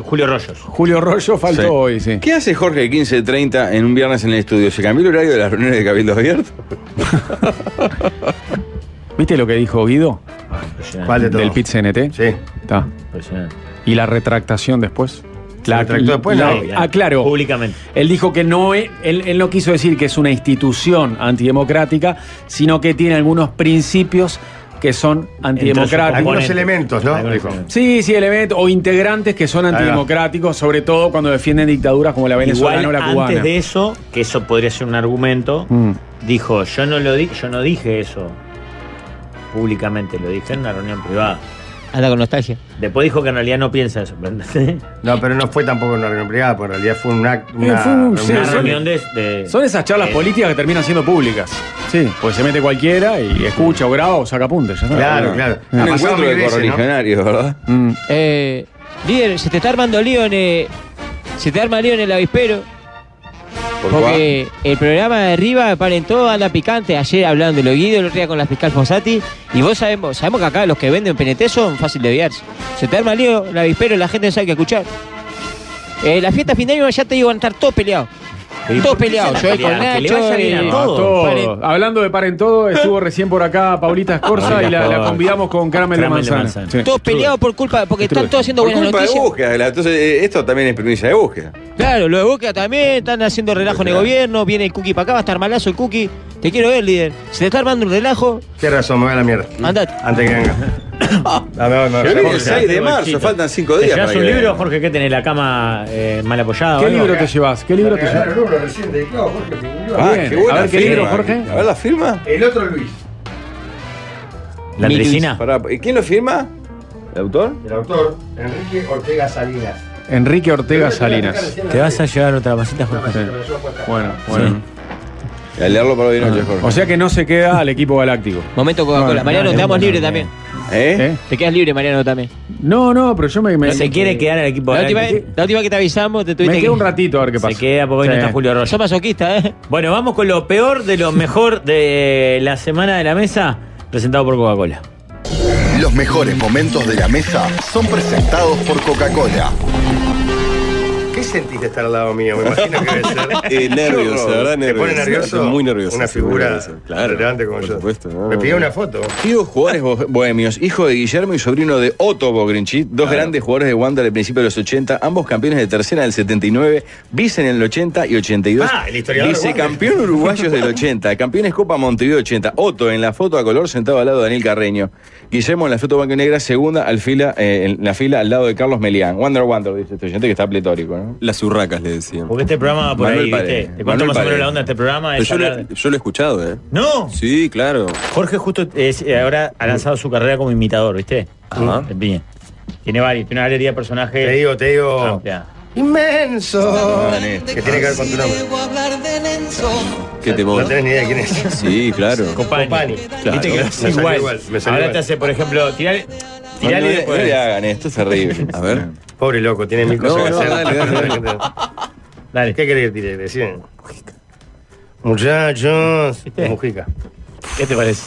Speaker 3: Julio Rollos.
Speaker 2: Julio Rollo faltó
Speaker 4: Sí.
Speaker 2: hoy, sí.
Speaker 4: ¿Qué hace Jorge 15.30 en un viernes en el estudio? ¿Se cambió el horario de las reuniones de Cabildo Abierto?
Speaker 2: ¿Viste lo que dijo Guido?
Speaker 1: ¿Cuál de todos?
Speaker 2: ¿Del PIT CNT?
Speaker 1: Sí.
Speaker 2: Está. ¿Y la retractación después? La
Speaker 1: retractó después,
Speaker 2: la-
Speaker 1: no,
Speaker 2: ah, claro.
Speaker 3: Públicamente.
Speaker 2: Él dijo que no es- él, él no quiso decir que es una institución antidemocrática, sino que tiene algunos principios que son antidemocráticos.
Speaker 1: Algunos elementos, ¿no? Dijo.
Speaker 2: Sí, sí, elementos o integrantes que son
Speaker 1: va.
Speaker 2: antidemocráticos, sobre todo cuando defienden dictaduras como la venezolana
Speaker 3: Igual,
Speaker 2: o la cubana.
Speaker 3: antes de eso, que eso podría ser un argumento,
Speaker 2: Mm.
Speaker 3: dijo, yo no lo di yo no dije eso públicamente, lo dije en una reunión privada.
Speaker 6: Anda con nostalgia.
Speaker 3: Después dijo que en realidad no piensa eso. ¿entendés?
Speaker 1: No, pero no fue tampoco una reunión privada, porque en realidad fue un acto.
Speaker 2: Eh, fue un- sí,
Speaker 3: una
Speaker 2: son-
Speaker 3: reunión de, de-
Speaker 2: Son esas charlas
Speaker 3: eh,
Speaker 2: políticas que terminan siendo públicas. Sí, pues se mete cualquiera y escucha o graba o saca apuntes. ya está. Mm.
Speaker 1: Claro, claro.
Speaker 2: Eh.
Speaker 4: Ah, Un
Speaker 1: Ha pasado
Speaker 4: encuentro
Speaker 1: mil
Speaker 4: de
Speaker 1: veces, ¿no?
Speaker 4: correligionarios, ¿verdad?
Speaker 6: Eh, líder, se te está armando lío en. eh, se te arma lío en el avispero.
Speaker 4: ¿Por
Speaker 6: porque el programa de arriba, paren todo, anda picante. Ayer hablando de lo guido, el otro día con la fiscal Fossati. Y vos sabemos, sabemos que acá los que venden PNT son fácil de viarse. Se te arma lío en el avispero, la gente no sabe qué escuchar. Eh, la fiesta de fin de año ya te digo, van a estar todos peleados.
Speaker 3: ¿Y por
Speaker 6: Todos
Speaker 3: qué se
Speaker 6: peleados.
Speaker 3: van a
Speaker 6: Yo con
Speaker 3: pelear? Que le
Speaker 6: Nacho.
Speaker 3: vaya bien a
Speaker 6: eh,
Speaker 2: A
Speaker 3: todos.
Speaker 2: todos.
Speaker 6: Paren-
Speaker 2: Hablando de Paren Todo, estuvo recién por acá Paulita Escorza y la, la convidamos con Caramel de
Speaker 3: Caramel de
Speaker 2: Manzana.
Speaker 3: manzana.
Speaker 2: Sí.
Speaker 6: Todos peleados por culpa, porque están todos haciendo
Speaker 4: Por
Speaker 6: buenas
Speaker 4: culpa de
Speaker 6: noticias.
Speaker 4: búsqueda. la- Entonces, eh, esto también es primicia de búsqueda.
Speaker 6: Claro, lo de Boca también, están haciendo relajo en el
Speaker 4: Claro.
Speaker 6: gobierno, viene el cookie para acá, va a estar malazo el cookie. Te quiero ver, líder. Se te está armando un relajo,
Speaker 1: Tienes razón, me voy a la mierda.
Speaker 6: andate.
Speaker 1: Antes que venga. No, me voy, me voy.
Speaker 4: Pero viene el
Speaker 1: Jorge,
Speaker 4: 6 de marzo,
Speaker 3: Bolsito.
Speaker 4: faltan 5
Speaker 3: ¿Te
Speaker 4: días.
Speaker 3: llevas
Speaker 4: para
Speaker 3: un
Speaker 4: que-
Speaker 3: libro, Jorge, que tenés la cama eh, mal apoyada? o
Speaker 2: ¿Qué
Speaker 3: algo?
Speaker 2: libro te llevas? ¿Qué libro te
Speaker 1: regalaron
Speaker 2: llevas?
Speaker 1: uno recién dedicado a Jorge Piñeiro.
Speaker 4: Ah,
Speaker 2: Bien.
Speaker 4: qué buena
Speaker 2: A ver, ¿qué
Speaker 4: firma.
Speaker 2: libro, Jorge?
Speaker 4: A ver la firma.
Speaker 1: El otro Luis,
Speaker 3: ¿La
Speaker 6: Mi Luis.
Speaker 3: medicina?
Speaker 4: Pará, ¿y ¿Quién lo firma? ¿El autor?
Speaker 1: el autor, Enrique Ortega Salinas.
Speaker 2: Enrique Ortega Salinas.
Speaker 3: ¿Te vas a llevar otra vasita, Jorge?
Speaker 2: Bueno, bueno.
Speaker 4: Y A leerlo para hoy noche, Jorge.
Speaker 2: Ah. O sea que no se queda al equipo galáctico.
Speaker 6: Momento Coca-Cola.
Speaker 2: Bueno,
Speaker 6: Mariano,
Speaker 2: no,
Speaker 6: te damos
Speaker 2: no,
Speaker 6: libre
Speaker 2: no,
Speaker 6: también.
Speaker 4: ¿Eh?
Speaker 2: ¿Eh?
Speaker 6: Te quedas libre, Mariano, también.
Speaker 2: No, no, pero yo me. me-
Speaker 3: No se quiere quedar al equipo
Speaker 6: La última,
Speaker 3: galáctico.
Speaker 6: vez- la última que te avisamos, te
Speaker 2: Me
Speaker 6: tuviste
Speaker 2: quedo un
Speaker 6: que.
Speaker 2: ratito a ver qué pasa.
Speaker 3: Se queda porque hoy no
Speaker 2: Sí.
Speaker 3: está Julio Rollo.
Speaker 6: Sos masoquista, ¿eh?
Speaker 3: Bueno, vamos con lo peor de lo mejor de la semana de la mesa, presentado por Coca-Cola.
Speaker 15: Los mejores momentos de la mesa son presentados por Coca-Cola.
Speaker 1: ¿Qué sentís de estar al lado mío? Me imagino que debe ser.
Speaker 14: Eh, nervios,
Speaker 1: Chorro.
Speaker 14: la verdad,
Speaker 1: ¿Te
Speaker 14: nervios.
Speaker 1: pone nervioso?
Speaker 14: Estoy Muy nervioso.
Speaker 1: Una
Speaker 14: estoy muy
Speaker 1: figura
Speaker 14: nervioso, claro,
Speaker 1: relevante como
Speaker 14: por
Speaker 1: yo.
Speaker 14: Supuesto, no,
Speaker 1: Me
Speaker 14: no,
Speaker 1: pidió
Speaker 14: no.
Speaker 1: una foto.
Speaker 4: Tío jugadores bo- bohemios, hijo de Guillermo y sobrino de Otto Bogrinchit, dos grandes jugadores de Wanda del principio de los 80, ambos campeones de tercera del 79, vice en el 80 y 82,
Speaker 1: Ah, el historiador de Wander.
Speaker 4: vicecampeón uruguayos del 80, campeones Copa Montevideo 80, Otto en la foto a color sentado al lado de Daniel Carreño, Guillermo en la foto blanca y negra, segunda al fila, eh, en la fila al lado de Carlos Melián. Wonder Wonder, dice este oyente que está pletórico, ¿no?
Speaker 14: Las urracas le decían.
Speaker 3: Porque este programa va por
Speaker 14: Manuel
Speaker 3: ahí,
Speaker 14: Paredes.
Speaker 3: ¿viste? Te cuento
Speaker 14: Manuel
Speaker 3: más o menos
Speaker 14: Paredes.
Speaker 3: la onda de este programa.
Speaker 14: Pero
Speaker 3: Es
Speaker 14: yo,
Speaker 3: hablar
Speaker 14: lo, yo lo he escuchado, ¿eh?
Speaker 3: No.
Speaker 14: Sí, claro.
Speaker 3: Jorge justo es- eh, ahora ha lanzado su carrera como imitador, ¿viste?
Speaker 14: Ajá.
Speaker 3: El piña. Tiene varios, tiene una galería de personajes. Te
Speaker 1: digo, te digo. Inmenso.
Speaker 14: Que
Speaker 1: tiene que ver con tu nombre.
Speaker 14: ¿Qué te
Speaker 1: No tenés ni idea quién es.
Speaker 14: Sí, claro.
Speaker 3: Copani.
Speaker 14: Claro.
Speaker 3: Viste que
Speaker 14: Me
Speaker 3: es
Speaker 14: salió
Speaker 3: igual.
Speaker 14: igual, me salió
Speaker 3: ahora
Speaker 14: igual.
Speaker 3: te hace, por ejemplo, tirar.
Speaker 4: No, no
Speaker 3: Tirale
Speaker 4: le-
Speaker 3: después.
Speaker 4: no le hagan, esto es terrible.
Speaker 14: A ver.
Speaker 1: Pobre loco, tiene mil
Speaker 4: No,
Speaker 1: cosas
Speaker 4: no,
Speaker 1: que hacer.
Speaker 4: dale, dale,
Speaker 3: Dale.
Speaker 1: ¿Qué querés que tire? Decime. Muchachos. Mujica.
Speaker 3: ¿Qué te parece?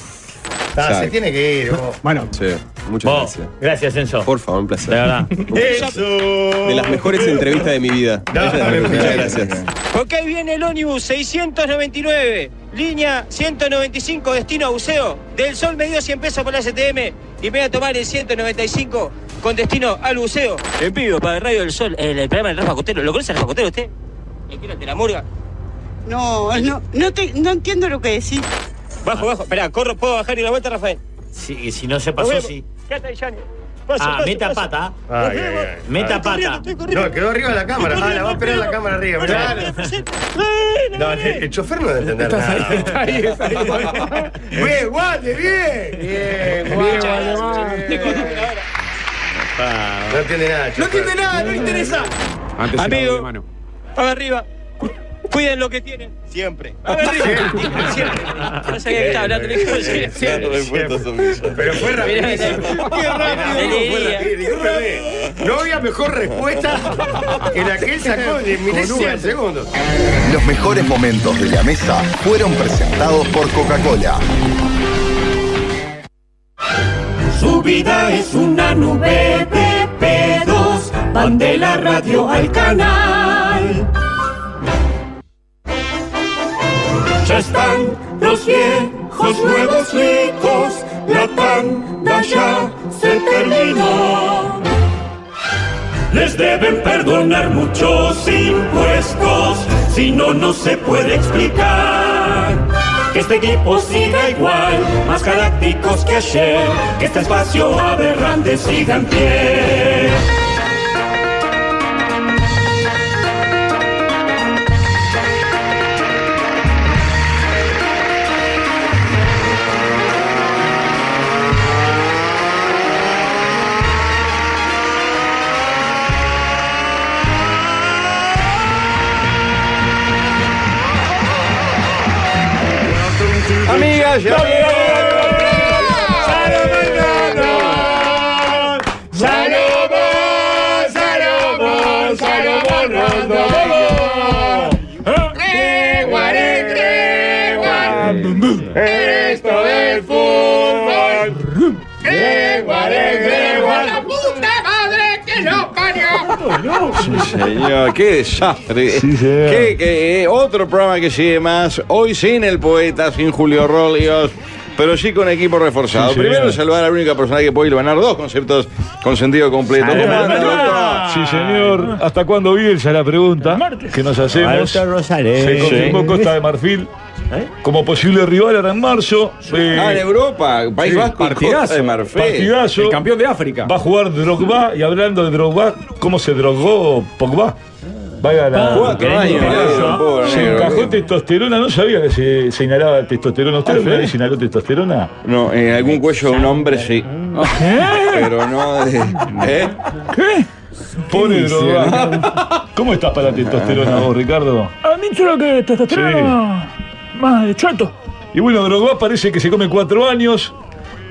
Speaker 1: Ah, se
Speaker 14: Exacto.
Speaker 1: tiene que ir. vos.
Speaker 14: Bueno. Sí, muchas
Speaker 3: Vos,
Speaker 14: gracias.
Speaker 3: Gracias, Enzo.
Speaker 14: Por favor, un placer.
Speaker 3: De verdad.
Speaker 1: Eso.
Speaker 14: De las mejores entrevistas de mi vida. Muchas gracias.
Speaker 6: Ok, viene el ómnibus 699, línea 195, destino a buceo. Del Sol me dio 100 pesos por la STM y me voy a tomar el 195 con destino al buceo. El pido para el Radio del Sol, el, el programa del Rafa Cotero. ¿Lo conoce el Rafa Cotero usted? El que era de la murga.
Speaker 15: No, no, no, te- no entiendo lo que decís.
Speaker 6: Bajo, bajo. Esperá, corro, ¿puedo bajar y la vuelta, Rafael?
Speaker 3: Sí, y si no se pasó,
Speaker 6: Nos
Speaker 3: sí.
Speaker 6: vemos. Quédate ahí, Johnny.
Speaker 3: Ah, meta pata.
Speaker 1: Ay, ay, ay.
Speaker 3: Meta
Speaker 1: Ay.
Speaker 3: pata.
Speaker 1: No, quedó arriba de la cámara. Ah, la va a esperar la cámara arriba. mirá. No, el, el chofer no debe entender nada. Bien, guate, bien. Bien, guate, bien. No entiende nada. chofer.
Speaker 6: nada, no le interesa.
Speaker 2: Antes se lavó
Speaker 6: Amigo.
Speaker 2: de mano.
Speaker 6: Haga arriba. Cu- Cuiden lo que tienen. Siempre. Haga arriba. Ah, Siempre. No sabía que estaba hablando. le digo, siempre.
Speaker 1: Pero fue
Speaker 6: Qué
Speaker 1: rapidísimo. Fue
Speaker 6: rápido.
Speaker 1: rapidísimo, discúlpeme. No había mejor respuesta que la que él sacó de milésimas de segundo.
Speaker 16: Los mejores momentos de la mesa fueron presentados por Coca-Cola.
Speaker 8: Su vida es una nube de pedos. Van de la radio al canal. Ya están los viejos nuevos ricos. La tanda ya se terminó. Les deben perdonar muchos impuestos. Si no, no se puede explicar. Que este equipo siga igual, más galácticos que ayer. Que este espacio aberrante siga en pie.
Speaker 4: Amigas, ya
Speaker 8: Esto del fútbol. la puta madre que lo parió.
Speaker 4: Señor, qué desastre. Qué- qué- eh, otro programa que sigue más. Hoy sin el poeta, sin Julio Rolios, pero sí con equipo reforzado.
Speaker 5: Sí,
Speaker 4: Primero
Speaker 5: señor.
Speaker 4: salvar a la única persona que puede ganar dos conceptos con sentido completo. ¿Cómo anda, doctor?
Speaker 17: Sí, señor. ¿Hasta cuándo Bielsa la pregunta que nos hacemos?
Speaker 3: Alberto Rosales.
Speaker 17: Se confirmó
Speaker 3: Sí.
Speaker 17: Costa de Marfil como posible rival ahora en marzo. Eh,
Speaker 4: Ah, en Europa, País
Speaker 17: sí,
Speaker 4: Vasco, y Costa de Marfil.
Speaker 17: Partidazo.
Speaker 4: El
Speaker 17: campeón
Speaker 2: de África.
Speaker 17: Va a jugar Drogba y hablando de Drogba, ¿cómo se drogó Pogba? Vaya la.
Speaker 4: Ah, cuatro
Speaker 17: Qué
Speaker 4: años,
Speaker 17: golazo,
Speaker 4: eh, pobre
Speaker 17: ¿eh? Se
Speaker 4: negro,
Speaker 17: encajó
Speaker 4: bien. Ah,
Speaker 17: testosterona, no sabía que se, se inhalaba testosterona. ¿Usted alguna vez inhaló testosterona?
Speaker 4: No, en algún cuello de un hombre sí. Pero no de. ¿eh?
Speaker 17: Pobre
Speaker 4: dice?
Speaker 17: Drogba. ¿Cómo estás para la testosterona vos, Ricardo?
Speaker 18: A mí solo que testosterona más de choto.
Speaker 17: Y bueno, Drogba parece que se come cuatro años.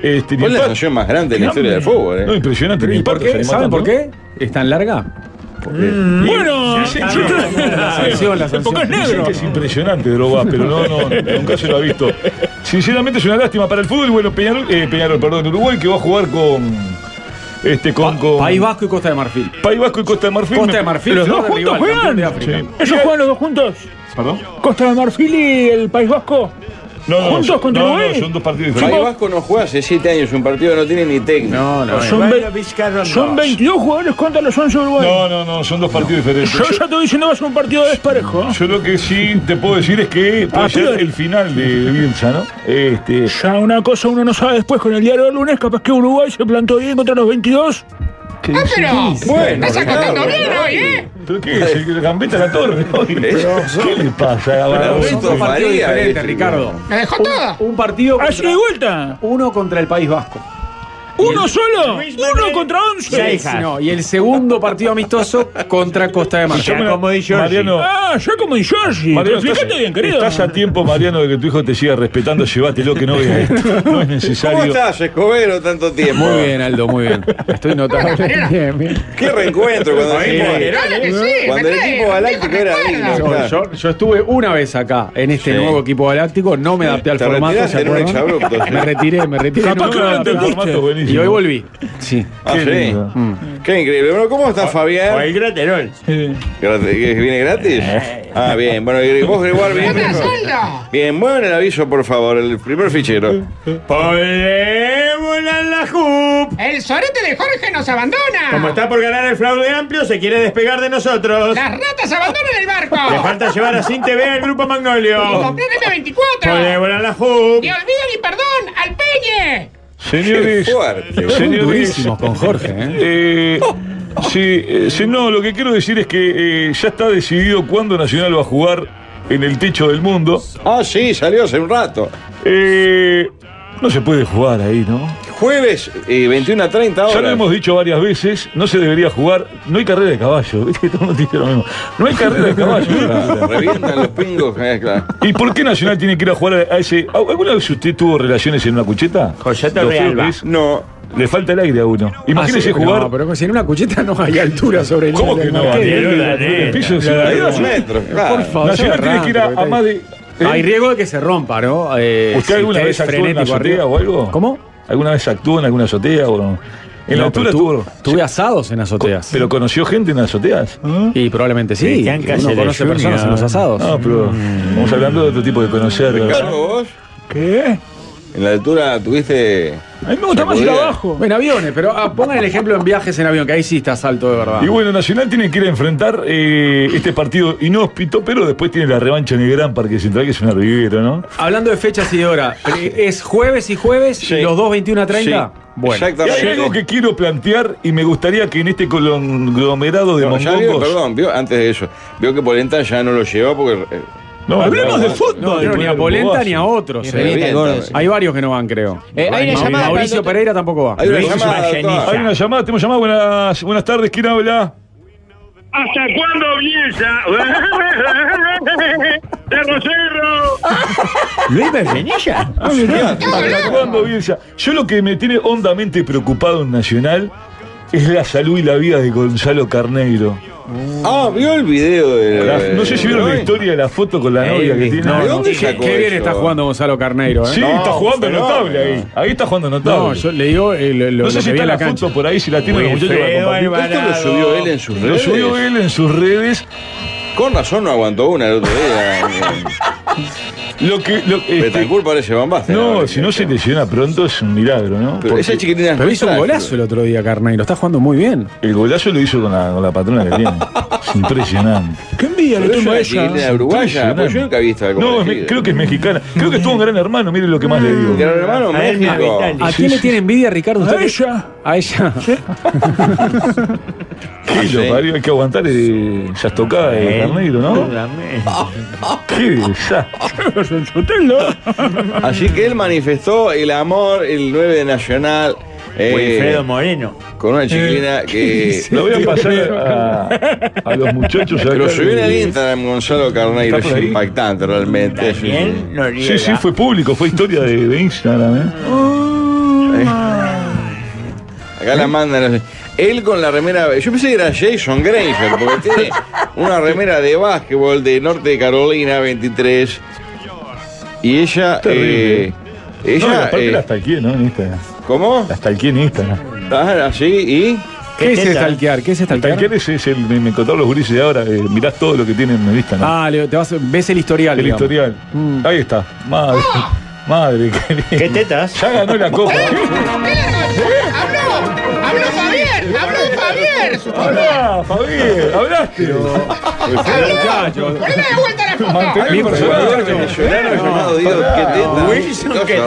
Speaker 17: Este,
Speaker 4: Fue la sanción más grande de la historia del fútbol, ¿eh?
Speaker 17: No, impresionante.
Speaker 4: ¿Y
Speaker 17: ni
Speaker 4: por
Speaker 17: impacto
Speaker 4: qué?
Speaker 17: se animó
Speaker 4: ¿Saben
Speaker 17: tanto.
Speaker 2: ¿Por qué? ¿Es tan larga?
Speaker 17: Bueno,
Speaker 2: Sí, sí, sí. La sanción, la
Speaker 17: El
Speaker 2: sanción.
Speaker 17: Boca es negro. Dicen que es impresionante Drogba, pero no, no, nunca se lo ha visto. Sinceramente es una lástima para el fútbol. Bueno, Peñarol, eh, Peñarol, perdón, Uruguay que va a jugar con Este con, con-
Speaker 2: País Vasco y Costa de Marfil.
Speaker 17: País Vasco y Costa de Marfil.
Speaker 2: Costa
Speaker 17: me-
Speaker 2: de Marfil,
Speaker 17: Los
Speaker 2: flor
Speaker 17: dos
Speaker 2: de
Speaker 17: juntos
Speaker 2: rival, campeón
Speaker 17: juegan.
Speaker 2: de África.
Speaker 17: Sí.
Speaker 18: ¿Ellos juegan los dos juntos?
Speaker 17: ¿Perdón?
Speaker 18: ¿Costa de Marfil y el País Vasco?
Speaker 17: No, no,
Speaker 18: ¿Juntos
Speaker 17: son-
Speaker 18: contra
Speaker 17: no,
Speaker 18: Uruguay?
Speaker 17: no, son dos partidos
Speaker 4: País
Speaker 17: diferentes.
Speaker 4: Vasco no juega hace 7 años un partido que no tiene ni técnica.
Speaker 2: No,
Speaker 18: Son, ve- son 22 jugadores contra los 11 Uruguay.
Speaker 17: No, no, no, son dos partidos diferentes.
Speaker 18: Yo ya te estoy diciendo que es un partido desparejo. ¿eh?
Speaker 17: Yo lo que sí te puedo decir es que puede
Speaker 18: Ah,
Speaker 17: ser
Speaker 18: pero-
Speaker 17: el final de, de Bielsa, ¿no? Este,
Speaker 18: Ya una cosa uno no sabe después con el diario del lunes, capaz que Uruguay se plantó bien contra los 22.
Speaker 17: Ah, pero,
Speaker 18: Bueno,
Speaker 17: estás contando bien
Speaker 19: hoy, ¿eh?
Speaker 17: ¿Pero qué es? ¿El gambeta la torre? hoy? ¿Qué le pasa a
Speaker 2: Pero
Speaker 17: Barbosa?
Speaker 2: son dos partidos diferentes, Ricardo.
Speaker 19: ¡La dejó toda!
Speaker 2: Un partido.
Speaker 18: ¡Así de vuelta!
Speaker 2: Uno contra el País Vasco.
Speaker 18: ¿Uno solo? ¿Uno contra 11?
Speaker 2: No, y el segundo partido amistoso contra Costa de Marfil.
Speaker 17: Mariano,
Speaker 18: Ah, ya como en Georgie.
Speaker 17: Mariano,
Speaker 18: Fíjate
Speaker 17: estás-
Speaker 18: bien, querido.
Speaker 17: Estás a tiempo, Mariano, de que tu hijo te siga respetando. Llévatelo, que no veas esto. No es necesario.
Speaker 4: ¿Cómo estás, Escobero, tanto tiempo?
Speaker 2: Muy bien, Aldo, muy bien. Estoy notable. Bien, bien.
Speaker 4: Qué reencuentro cuando
Speaker 2: Sí.
Speaker 4: el equipo,
Speaker 2: Claro
Speaker 19: que sí,
Speaker 4: cuando el
Speaker 19: me trae-
Speaker 4: equipo galáctico era digno.
Speaker 2: Yo,
Speaker 4: claro.
Speaker 2: yo- yo estuve una vez acá, en este
Speaker 4: Sí.
Speaker 2: nuevo equipo galáctico, no me adapté al
Speaker 4: Te
Speaker 2: formato.
Speaker 4: retiraste
Speaker 2: ¿se
Speaker 4: en un
Speaker 2: acuerdan?
Speaker 4: exabrupto, sí.
Speaker 2: Me retiré, me retiré.
Speaker 17: Capaz que no lo
Speaker 2: me adapté.
Speaker 17: entendiste. Formato buenísimo.
Speaker 2: Y hoy volví. Sí.
Speaker 4: Ah,
Speaker 17: Qué
Speaker 4: sí.
Speaker 17: lindo.
Speaker 4: Mm. Qué increíble. Bueno, ¿cómo estás, Fabián?
Speaker 12: el graterol.
Speaker 4: Gratis- ¿que ¿Viene gratis? Ah, bien. Bueno, y vos, Gregoire, bien. Bien, mueven el aviso, por favor, el primer fichero.
Speaker 12: Polémola en la JUP.
Speaker 19: El sorete de Jorge nos abandona.
Speaker 12: Como está por ganar el fraude amplio, se quiere despegar de nosotros.
Speaker 19: Las ratas abandonan el barco.
Speaker 12: Le falta llevar a Sin TV al grupo
Speaker 19: Y
Speaker 12: Magnolio.
Speaker 19: comprar M24.
Speaker 12: Polémola en la JUP.
Speaker 19: Y olviden y perdón al Peñe.
Speaker 17: Señores, eh,
Speaker 4: Qué fuerte.
Speaker 17: señores,
Speaker 2: Durísimos con Jorge, ¿eh?
Speaker 17: eh, sí, eh, sí, no, lo que quiero decir es que eh, ya está decidido cuándo Nacional va a jugar en el techo del mundo.
Speaker 4: Ah, sí, salió hace un rato.
Speaker 17: Eh, no se puede jugar ahí, ¿no?
Speaker 4: Jueves eh, 21 a 30 horas.
Speaker 17: Ya lo hemos dicho varias veces, no se debería jugar, no hay carrera de caballo, ¿viste? Todo el mundo dice lo mismo. No hay carrera de caballo.
Speaker 4: Revientan los pingos. eh, claro.
Speaker 17: ¿Y por qué Nacional tiene que ir a jugar a ese... ¿Alguna vez usted tuvo relaciones en una cucheta?
Speaker 12: Joyeta
Speaker 17: Lo feo
Speaker 12: Realba.
Speaker 17: que es,
Speaker 4: No.
Speaker 17: Le falta el aire a uno. Imagínese
Speaker 2: Ah, sí,
Speaker 17: jugar...
Speaker 2: No, pero si en una cucheta no hay altura sobre el
Speaker 17: ¿Cómo que no?
Speaker 2: ¿Qué?
Speaker 17: El piso es una-
Speaker 4: Hay dos metros.
Speaker 2: Por
Speaker 4: Claro.
Speaker 2: favor,
Speaker 17: Nacional
Speaker 2: se
Speaker 17: tiene que ir
Speaker 2: arranca,
Speaker 17: a, a
Speaker 2: porque
Speaker 17: más de... ¿eh?
Speaker 2: Hay riesgo de que se rompa, ¿no? Eh,
Speaker 17: ¿Usted
Speaker 2: si
Speaker 17: alguna
Speaker 2: usted
Speaker 17: vez
Speaker 2: es
Speaker 17: actuó en una
Speaker 2: frenético
Speaker 17: azotea
Speaker 2: arriba.
Speaker 17: o algo?
Speaker 2: ¿Cómo?
Speaker 17: ¿Alguna vez actuó en alguna azotea? O no? En la
Speaker 2: No, pero
Speaker 17: altura
Speaker 2: tu-
Speaker 17: tuvo...
Speaker 2: Tuve asados en azoteas. ¿Mm?
Speaker 17: ¿Pero conoció gente en las azoteas?
Speaker 2: y probablemente sí.
Speaker 12: Cristian
Speaker 2: Uno
Speaker 12: Cáceres
Speaker 2: conoce personas
Speaker 12: Jr.
Speaker 2: en los asados.
Speaker 17: No, pero
Speaker 2: Mm.
Speaker 17: estamos hablando de otro tipo de conocer.
Speaker 4: Ricardo, vos,
Speaker 18: ¿Qué?
Speaker 4: en la altura tuviste.
Speaker 18: A mí me gusta más ir
Speaker 4: Sacudida.
Speaker 18: abajo.
Speaker 2: En aviones, pero ah, pongan el ejemplo en viajes en avión, que ahí sí está salto de verdad.
Speaker 17: Y bueno, Nacional tiene que ir a enfrentar eh, este partido inhóspito, pero después tiene la revancha en el Gran Parque Central, que es un arribero, ¿no?
Speaker 2: Hablando de fechas y de hora, ¿es jueves y jueves
Speaker 4: Sí.
Speaker 2: y los dos 21 a 30?
Speaker 4: Sí.
Speaker 2: Bueno.
Speaker 17: Y hay
Speaker 4: Exactamente.
Speaker 17: algo que quiero plantear y me gustaría que en este conglomerado de
Speaker 4: No, ya vio,
Speaker 17: mongongos...
Speaker 4: perdón, vio, antes de eso, vio que Polenta ya no lo llevó porque. eh,
Speaker 17: No, hablemos de fútbol.
Speaker 2: No, no, ni a Polenta ni a otros.
Speaker 4: Pero
Speaker 2: eh.
Speaker 4: bien,
Speaker 6: gordo.
Speaker 4: también.
Speaker 2: Hay varios que no van, creo.
Speaker 6: Eh, hay una
Speaker 2: Mauricio
Speaker 6: llamada para el
Speaker 2: Mauricio
Speaker 6: doctor-
Speaker 2: Pereira tampoco va.
Speaker 4: Hay una
Speaker 12: Luis
Speaker 4: llamada.
Speaker 12: Vallenilla.
Speaker 4: doctor.
Speaker 17: Hay una llamada, tenemos llamada, buenas, buenas tardes, ¿quién habla?
Speaker 19: ¿Hasta cuándo Bielsa? ¡De Rosario!
Speaker 12: Luis Bergenilla.
Speaker 2: Ah,
Speaker 17: ¿Hasta cuándo, Bielsa? Yo lo que me tiene hondamente preocupado en Nacional es la salud y la vida de Gonzalo Carneiro.
Speaker 4: Ah, vio el video de.
Speaker 17: La- no sé si vieron la historia de la foto con la
Speaker 12: Ey,
Speaker 17: novia que
Speaker 12: Luis,
Speaker 17: tiene.
Speaker 12: no,
Speaker 4: ¿De dónde
Speaker 2: Qué-
Speaker 4: sacó
Speaker 2: Qué bien
Speaker 4: eso?
Speaker 2: está jugando Gonzalo Carneiro, ¿eh?
Speaker 17: Sí,
Speaker 4: No,
Speaker 17: está jugando
Speaker 4: un
Speaker 17: notable
Speaker 4: fenómeno.
Speaker 17: ahí. Ahí está jugando notable.
Speaker 2: No, yo le digo eh, lo, lo-
Speaker 17: No
Speaker 2: lo
Speaker 17: sé si
Speaker 2: que vi
Speaker 17: está
Speaker 2: en
Speaker 17: la
Speaker 2: la
Speaker 17: foto
Speaker 2: cancha.
Speaker 17: por ahí, si la tiene
Speaker 12: Muy
Speaker 17: los muchachos para
Speaker 12: feo,
Speaker 17: compartir.
Speaker 12: Alvarado.
Speaker 4: Esto lo subió él en sus
Speaker 17: Lo
Speaker 4: redes.
Speaker 17: subió él en sus redes.
Speaker 4: Con razón no aguantó una el otro día.
Speaker 17: Lo que. Lo, este,
Speaker 4: Betancourt parece bombaste.
Speaker 17: no, si no se lesiona pronto es un milagro, ¿no?
Speaker 4: Pero esa chiquitina es
Speaker 2: Pero hizo un
Speaker 4: nuestra,
Speaker 2: golazo el otro día, Carneiro. Está jugando muy bien.
Speaker 17: El golazo lo hizo con la, con la patrona que tiene. Es impresionante.
Speaker 18: ¿Qué envidia le
Speaker 4: Pero es
Speaker 18: tengo a
Speaker 4: una
Speaker 18: ella?
Speaker 4: chiquitina uruguaya. Pues yo nunca he visto algo
Speaker 17: No, es me-
Speaker 4: parecido.
Speaker 17: creo que es mexicana. Creo que estuvo un gran hermano, miren lo que más le digo.
Speaker 4: Gran hermano
Speaker 12: A él,
Speaker 4: México.
Speaker 12: Vitali.
Speaker 2: ¿A quién le tiene envidia, Ricardo?
Speaker 18: A
Speaker 2: ¿Usted-
Speaker 18: ella.
Speaker 2: A ella.
Speaker 17: ¿Qué lo parió? Hay que aguantar eh, ya estocada de carnero, ¿no? Qué desastre.
Speaker 4: Así que él manifestó el amor el 9 de Nacional. eh,
Speaker 12: Wilfredo Moreno.
Speaker 4: con una chiquilina que.
Speaker 17: Lo voy a pasar a, a los muchachos. acá
Speaker 4: Lo subió en el
Speaker 17: de-
Speaker 4: Instagram Gonzalo Carneiro,
Speaker 17: ¿Está
Speaker 4: es
Speaker 17: por ahí?
Speaker 4: impactante realmente. sí, sí.
Speaker 12: Daniel Noriega.
Speaker 17: Sí, sí, fue público, fue historia de, de Instagram, ¿eh?
Speaker 4: Acá
Speaker 18: ¿Mm?
Speaker 4: la mandan. Él con la remera. Yo pensé que era Jason Granger, porque tiene una remera de básquetbol de Norte de Carolina 23. Y ella.
Speaker 17: Terrible.
Speaker 4: eh, ella.
Speaker 17: no, y aparte
Speaker 4: eh,
Speaker 17: la hasta el quién, ¿no? En Instagram.
Speaker 4: ¿Cómo?
Speaker 17: Hasta el quién en Instagram.
Speaker 4: Ah, así y.
Speaker 2: ¿Qué es stalkear? ¿Qué es stalkear?
Speaker 17: Stalkear es, es el. Me, me contaron los gurises de ahora. eh, mirás todo lo que tienen en vista, ¿no?
Speaker 2: Ah, le- te vas- ves el historial.
Speaker 17: el
Speaker 2: digamos.
Speaker 17: historial. Ahí está. Madre. Madre, qué lindo. ¿Qué tetas? Ya ganó la copa.
Speaker 19: ¡Habló! ¡Habló Javier! ¡Habló Javier! su
Speaker 17: Hablá, Javier, hablaste.
Speaker 19: ¡Habló! ¡Poneme de vuelta la foto!
Speaker 17: Mi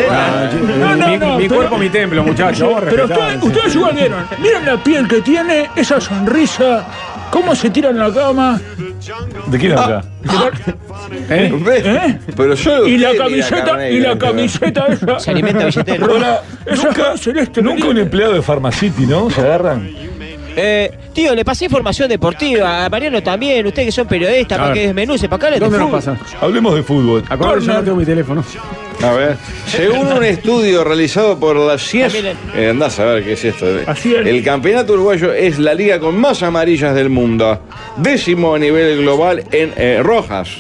Speaker 18: Ah, No, no,
Speaker 2: Mi-
Speaker 18: no,
Speaker 2: Mi
Speaker 18: pero-
Speaker 2: cuerpo, mi templo, muchachos. Vos
Speaker 18: Pero
Speaker 2: respetá,
Speaker 18: ustedes,
Speaker 2: sí.
Speaker 18: ustedes igual vieron. Miren la piel que tiene, esa sonrisa, cómo se tira en la cama.
Speaker 17: ¿De quién habla?
Speaker 18: ¿Eh?
Speaker 4: Pero yo
Speaker 18: Y la camiseta, y la camiseta esa.
Speaker 17: Hola, nunca, nunca un empleado de Pharmacity, ¿no? Se agarran.
Speaker 6: Eh, tío, le pasé información deportiva. A Mariano también. Ustedes que son periodistas,
Speaker 17: A
Speaker 6: para
Speaker 17: ver.
Speaker 6: que desmenuce, para acá le
Speaker 17: ¿Dónde nos Hablemos de fútbol.
Speaker 2: Acuérdate, yo no tengo mi teléfono.
Speaker 4: A ver, según un estudio realizado por la CIES, eh, andás a ver qué es esto. eh.
Speaker 18: Así es.
Speaker 4: El campeonato uruguayo es la liga con más amarillas del mundo. Décimo a nivel global en eh, rojas.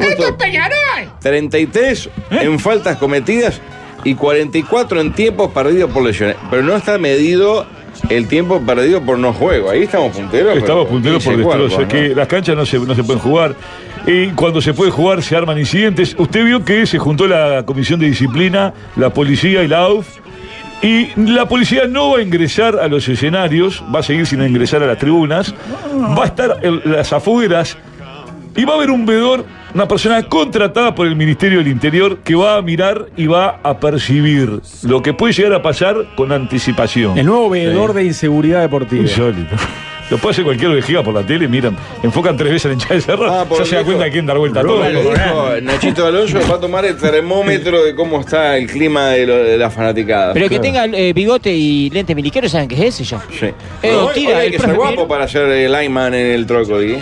Speaker 19: ¡Esto es Peñarol!
Speaker 4: 33
Speaker 17: ¿Eh?
Speaker 4: en faltas cometidas y 44 en tiempos perdidos por lesiones. Pero no está medido el tiempo perdido por no juego. Ahí estamos punteros.
Speaker 17: Estamos
Speaker 4: pero-
Speaker 17: punteros por
Speaker 4: dice
Speaker 17: destrozo.
Speaker 4: cuerpo, ¿no?
Speaker 17: que las canchas no se, no se pueden jugar. Y cuando se puede jugar se arman incidentes. Usted vio que se juntó la comisión de disciplina, la policía y la AUF. Y la policía no va a ingresar a los escenarios, va a seguir sin ingresar a las tribunas, va a estar en las afueras y va a haber un veedor, una persona contratada por el Ministerio del Interior que va a mirar y va a percibir lo que puede llegar a pasar con anticipación.
Speaker 2: El nuevo veedor de inseguridad deportiva.
Speaker 17: Insólito. Lo puede hacer cualquier vejiga por la tele, miran, enfocan tres veces al hincha de cerro,
Speaker 4: Ah, por
Speaker 17: ya se da
Speaker 4: viejo. eh.
Speaker 17: cuenta de quién dar vuelta a todo.
Speaker 4: Rubén lo dijo, Nachito Alonso va a tomar el termómetro de cómo está el clima de, lo- de la fanaticada.
Speaker 6: Pero que tenga eh, bigote y lente miliquero, ¿saben qué es ese yo?
Speaker 4: Sí.
Speaker 6: Eh,
Speaker 4: Hoy-
Speaker 6: tira,
Speaker 4: hoy hay
Speaker 6: el
Speaker 4: que
Speaker 6: profe
Speaker 4: ser guapo para ser el lineman en el troco, ¿eh?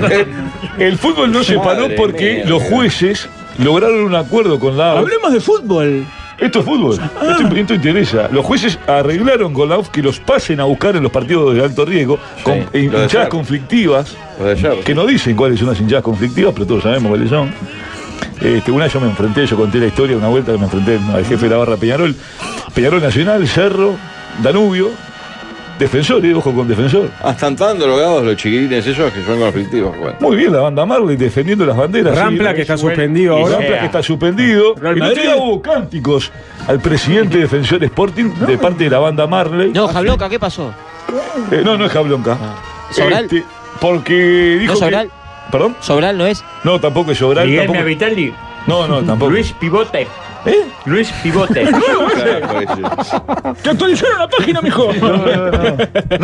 Speaker 17: El fútbol no se paró
Speaker 4: Madre
Speaker 17: porque
Speaker 4: mía,
Speaker 17: los
Speaker 4: mira.
Speaker 17: jueces lograron un acuerdo con la AUF.
Speaker 18: Hablemos de fútbol. Ah.
Speaker 17: Esto es fútbol, esto, esto interesa. Los jueces arreglaron con la AUF que los pasen a buscar en los partidos de alto riesgo, con
Speaker 4: lo de
Speaker 17: hinchadas
Speaker 4: Cerro.
Speaker 17: conflictivas,
Speaker 4: Lo de ayer.
Speaker 17: que no dicen cuáles son las hinchadas conflictivas, pero todos sabemos cuáles son. Este, una vez yo me enfrenté, yo conté la historia, una vuelta que me enfrenté al jefe de la barra Peñarol. Peñarol Nacional, Cerro, Danubio, defensor, eh, ojo con defensor.
Speaker 4: Hasta están drogados los chiquirines esos que son conflictivos. Bueno.
Speaker 17: Muy bien la banda Marley defendiendo las banderas.
Speaker 2: Rampla,
Speaker 17: Sí,
Speaker 2: que está
Speaker 17: Rampla
Speaker 2: suspendido
Speaker 17: que
Speaker 2: ahora.
Speaker 17: Rampla que está suspendido.
Speaker 2: Real
Speaker 17: Y no
Speaker 2: Madrid.
Speaker 17: tenía hubo cánticos al presidente de Defensor Sporting de parte de la banda Marley.
Speaker 6: No, Jabloca, ¿qué pasó?
Speaker 17: Eh, no, no es Jablonca. Este,
Speaker 6: ¿Sobral?
Speaker 17: porque dijo
Speaker 6: ¿No Sobral?
Speaker 17: que- ¿Perdón?
Speaker 6: ¿Sobral no es?
Speaker 17: No, tampoco es Sobral.
Speaker 12: Miguel
Speaker 17: tampoco-
Speaker 12: Navitaldi.
Speaker 17: No, no, tampoco.
Speaker 12: Luis Pivote.
Speaker 17: ¿Eh?
Speaker 12: Luis Pivote.
Speaker 4: pues,
Speaker 18: Te actualizaron la página, mijo.
Speaker 17: No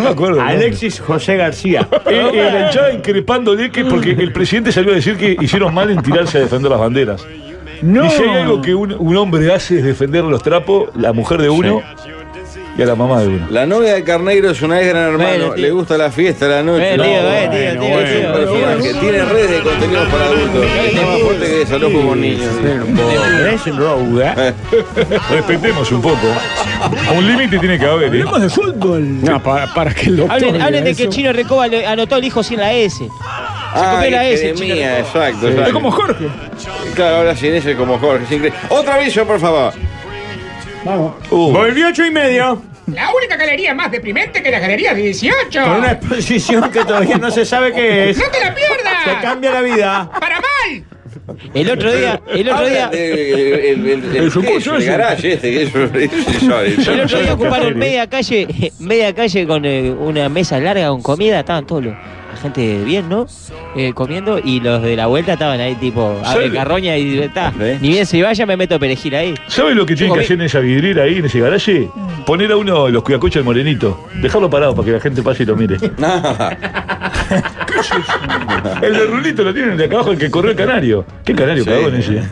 Speaker 17: me acuerdo. ¿no?
Speaker 12: Alexis José García.
Speaker 17: Eh, eh, la hinchada increpándole que porque el presidente salió a decir que hicieron mal en tirarse a defender las banderas.
Speaker 18: No.
Speaker 17: Y si hay algo que un, un hombre hace es defender los trapos, la mujer de uno y a la mamá de uno.
Speaker 4: La novia de Carneiro es una ex gran hermano.
Speaker 17: Bueno, tío.
Speaker 4: Le gusta la fiesta, la noche.
Speaker 6: Bueno, tío, bueno, tío, tío,
Speaker 4: bueno, bueno,
Speaker 6: tío,
Speaker 4: pero
Speaker 6: tío.
Speaker 4: bueno, que tiene redes de contenidos para adultos. Es más fuerte que desalojo con niños.
Speaker 18: ¿eh?
Speaker 17: Respetemos un poco. A un límite tiene que haber. ¿eh?
Speaker 18: Hablemos de fútbol.
Speaker 2: No, para, para que el doctor
Speaker 6: Hablen,
Speaker 2: diga
Speaker 6: hablen de que
Speaker 2: eso.
Speaker 6: Chino Recoba le anotó al hijo sin la S. Se
Speaker 4: Ah,
Speaker 6: copió la S, Chino
Speaker 4: mía,
Speaker 6: Recoba.
Speaker 4: exacto, exacto.
Speaker 18: Es como Jorge.
Speaker 4: Claro, ahora sin ese como Jorge. es increíble. Otro aviso, por favor.
Speaker 2: Vamos.
Speaker 12: Volvió ocho y medio
Speaker 19: La única galería más deprimente que la galería 18.
Speaker 12: con una exposición que todavía no se sabe qué es.
Speaker 19: ¡No te la pierdas!
Speaker 12: Te cambia la vida.
Speaker 19: ¡Para mal!
Speaker 6: El
Speaker 17: Eh,
Speaker 6: otro día, el otro día,
Speaker 4: El, el, el, el,
Speaker 18: El
Speaker 4: ¿qué
Speaker 18: supuesto
Speaker 4: es? El
Speaker 18: ese.
Speaker 4: garage este, que es
Speaker 6: el otro día ocuparon
Speaker 4: un...
Speaker 6: media calle, media calle con eh, una mesa larga con comida, estaban todos los la gente bien, ¿no? Eh, comiendo y los de la vuelta estaban ahí tipo abre
Speaker 17: Sí.
Speaker 6: carroña y está.
Speaker 4: ¿Eh?
Speaker 6: Ni bien se vaya me meto perejil ahí.
Speaker 17: ¿Sabes lo que tienen que hacer en esa vidriera ahí, en ese garaje?
Speaker 18: Mm.
Speaker 17: Poner a uno de los cuidacoches al morenito. Dejarlo parado para que la gente pase y lo mire. El de Rulito lo tienen de acá abajo, el que corrió el canario. ¿Qué canario
Speaker 4: Sí.
Speaker 17: cagón ese? eh.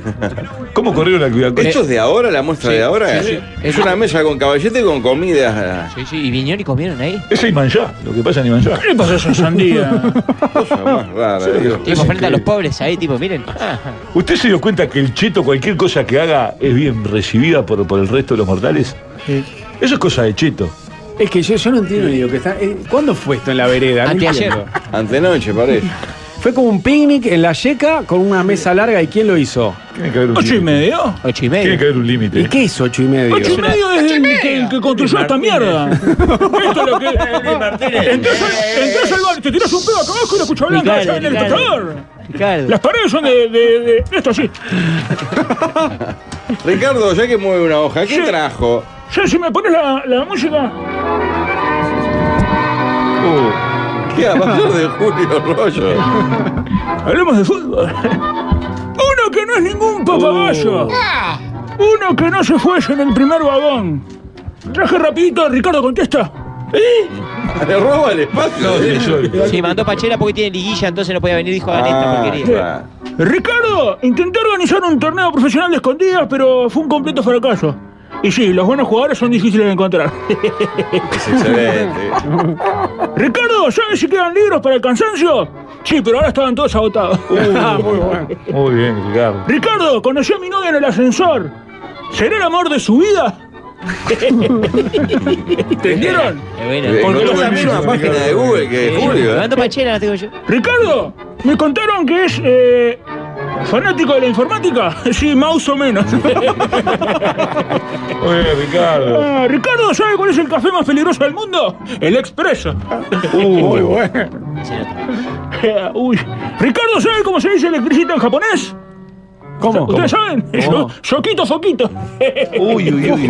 Speaker 17: ¿Cómo corrieron al cuidacoche?
Speaker 4: ¿Esto es de ahora, la muestra
Speaker 6: Sí,
Speaker 4: de ahora?
Speaker 6: sí, sí.
Speaker 4: Es una mesa con caballete y con comida. ah,
Speaker 6: Sí, sí, y vinieron y comieron ahí.
Speaker 17: Es en Imanjá, lo que pasa en Imanjá.
Speaker 18: ¿Qué le pasa a esa sandía?
Speaker 4: Cosa más rara, digo.
Speaker 6: Tipo frente a los pobres ahí, tipo, miren. ah,
Speaker 17: ¿Usted se dio cuenta que el cheto, cualquier cosa que haga, es bien recibida por, por el resto de los mortales? Eso es cosa de cheto.
Speaker 2: Es que yo, yo no entiendo, digo, que está. eh, ¿Cuándo fue esto en la vereda? No
Speaker 6: Anteayer.
Speaker 2: entiendo.
Speaker 4: Antenoche, parece.
Speaker 2: Fue como un picnic en la yeca con una mesa larga. ¿Y quién lo hizo?
Speaker 17: Tiene que haber un
Speaker 18: ¿Ocho y
Speaker 17: límite.
Speaker 18: medio?
Speaker 6: Ocho y
Speaker 17: Tiene
Speaker 6: medio.
Speaker 17: que haber un límite.
Speaker 2: ¿Y qué es ocho y medio?
Speaker 18: Ocho y medio es el que, que construyó esta mierda. Esto es lo que. Entonces, entras al bar, te tiras un pedo acá abajo y una cucha blanca
Speaker 12: Ricardo,
Speaker 18: allá en el
Speaker 12: Ricardo.
Speaker 18: tostador. Las paredes son de. de, de- esto así.
Speaker 4: Ricardo, ya que mueve una hoja, ¿qué
Speaker 18: Sí.
Speaker 4: trajo?
Speaker 18: Ya, si me pones la, la música.
Speaker 4: Uh, ¿Qué abajo de Julio Rollo?
Speaker 18: Hablemos de fútbol. Uno que no es ningún papagayo.
Speaker 17: Uh.
Speaker 18: Ah. Uno que no se fue en el primer vagón. Traje rapidito, Ricardo contesta.
Speaker 4: Le roba el espacio. ¿eh?
Speaker 6: Sí, mandó Pachela porque tiene liguilla, entonces no podía venir, dijo hagan
Speaker 4: Ah,
Speaker 17: Ah,
Speaker 6: esta porquería.
Speaker 18: Ricardo, intenté organizar un torneo profesional de escondidas, pero fue un completo fracaso. Y sí, los buenos jugadores son difíciles de encontrar.
Speaker 4: Es excelente.
Speaker 18: Ricardo, ¿sabes si quedan libros para el cansancio? Sí, pero ahora estaban todos agotados.
Speaker 17: muy bueno. Muy bien, Ricardo.
Speaker 18: Ricardo, conocí a mi novia en el ascensor. ¿Será el amor de su vida? ¿Entendieron?
Speaker 6: Eh,
Speaker 17: Eh,
Speaker 4: Encontró la misma página de Google que Julio.
Speaker 6: Mando Eh, Pachela, no tengo yo.
Speaker 18: Ricardo, me contaron que es eh, fanático de la informática. Sí, más o menos.
Speaker 17: Oye, Ricardo.
Speaker 18: Ah, Ricardo, ¿sabe cuál es el café más peligroso del mundo? El expreso.
Speaker 17: Muy
Speaker 18: Uh. bueno. Eh, Uy. Ricardo, ¿sabe cómo se dice electricista en japonés?
Speaker 2: ¿Cómo?
Speaker 18: ¿Ustedes
Speaker 2: ¿Cómo?
Speaker 18: saben?
Speaker 2: ¿Cómo?
Speaker 18: Yo, Yoquito Foquito. Uy, uy, uy.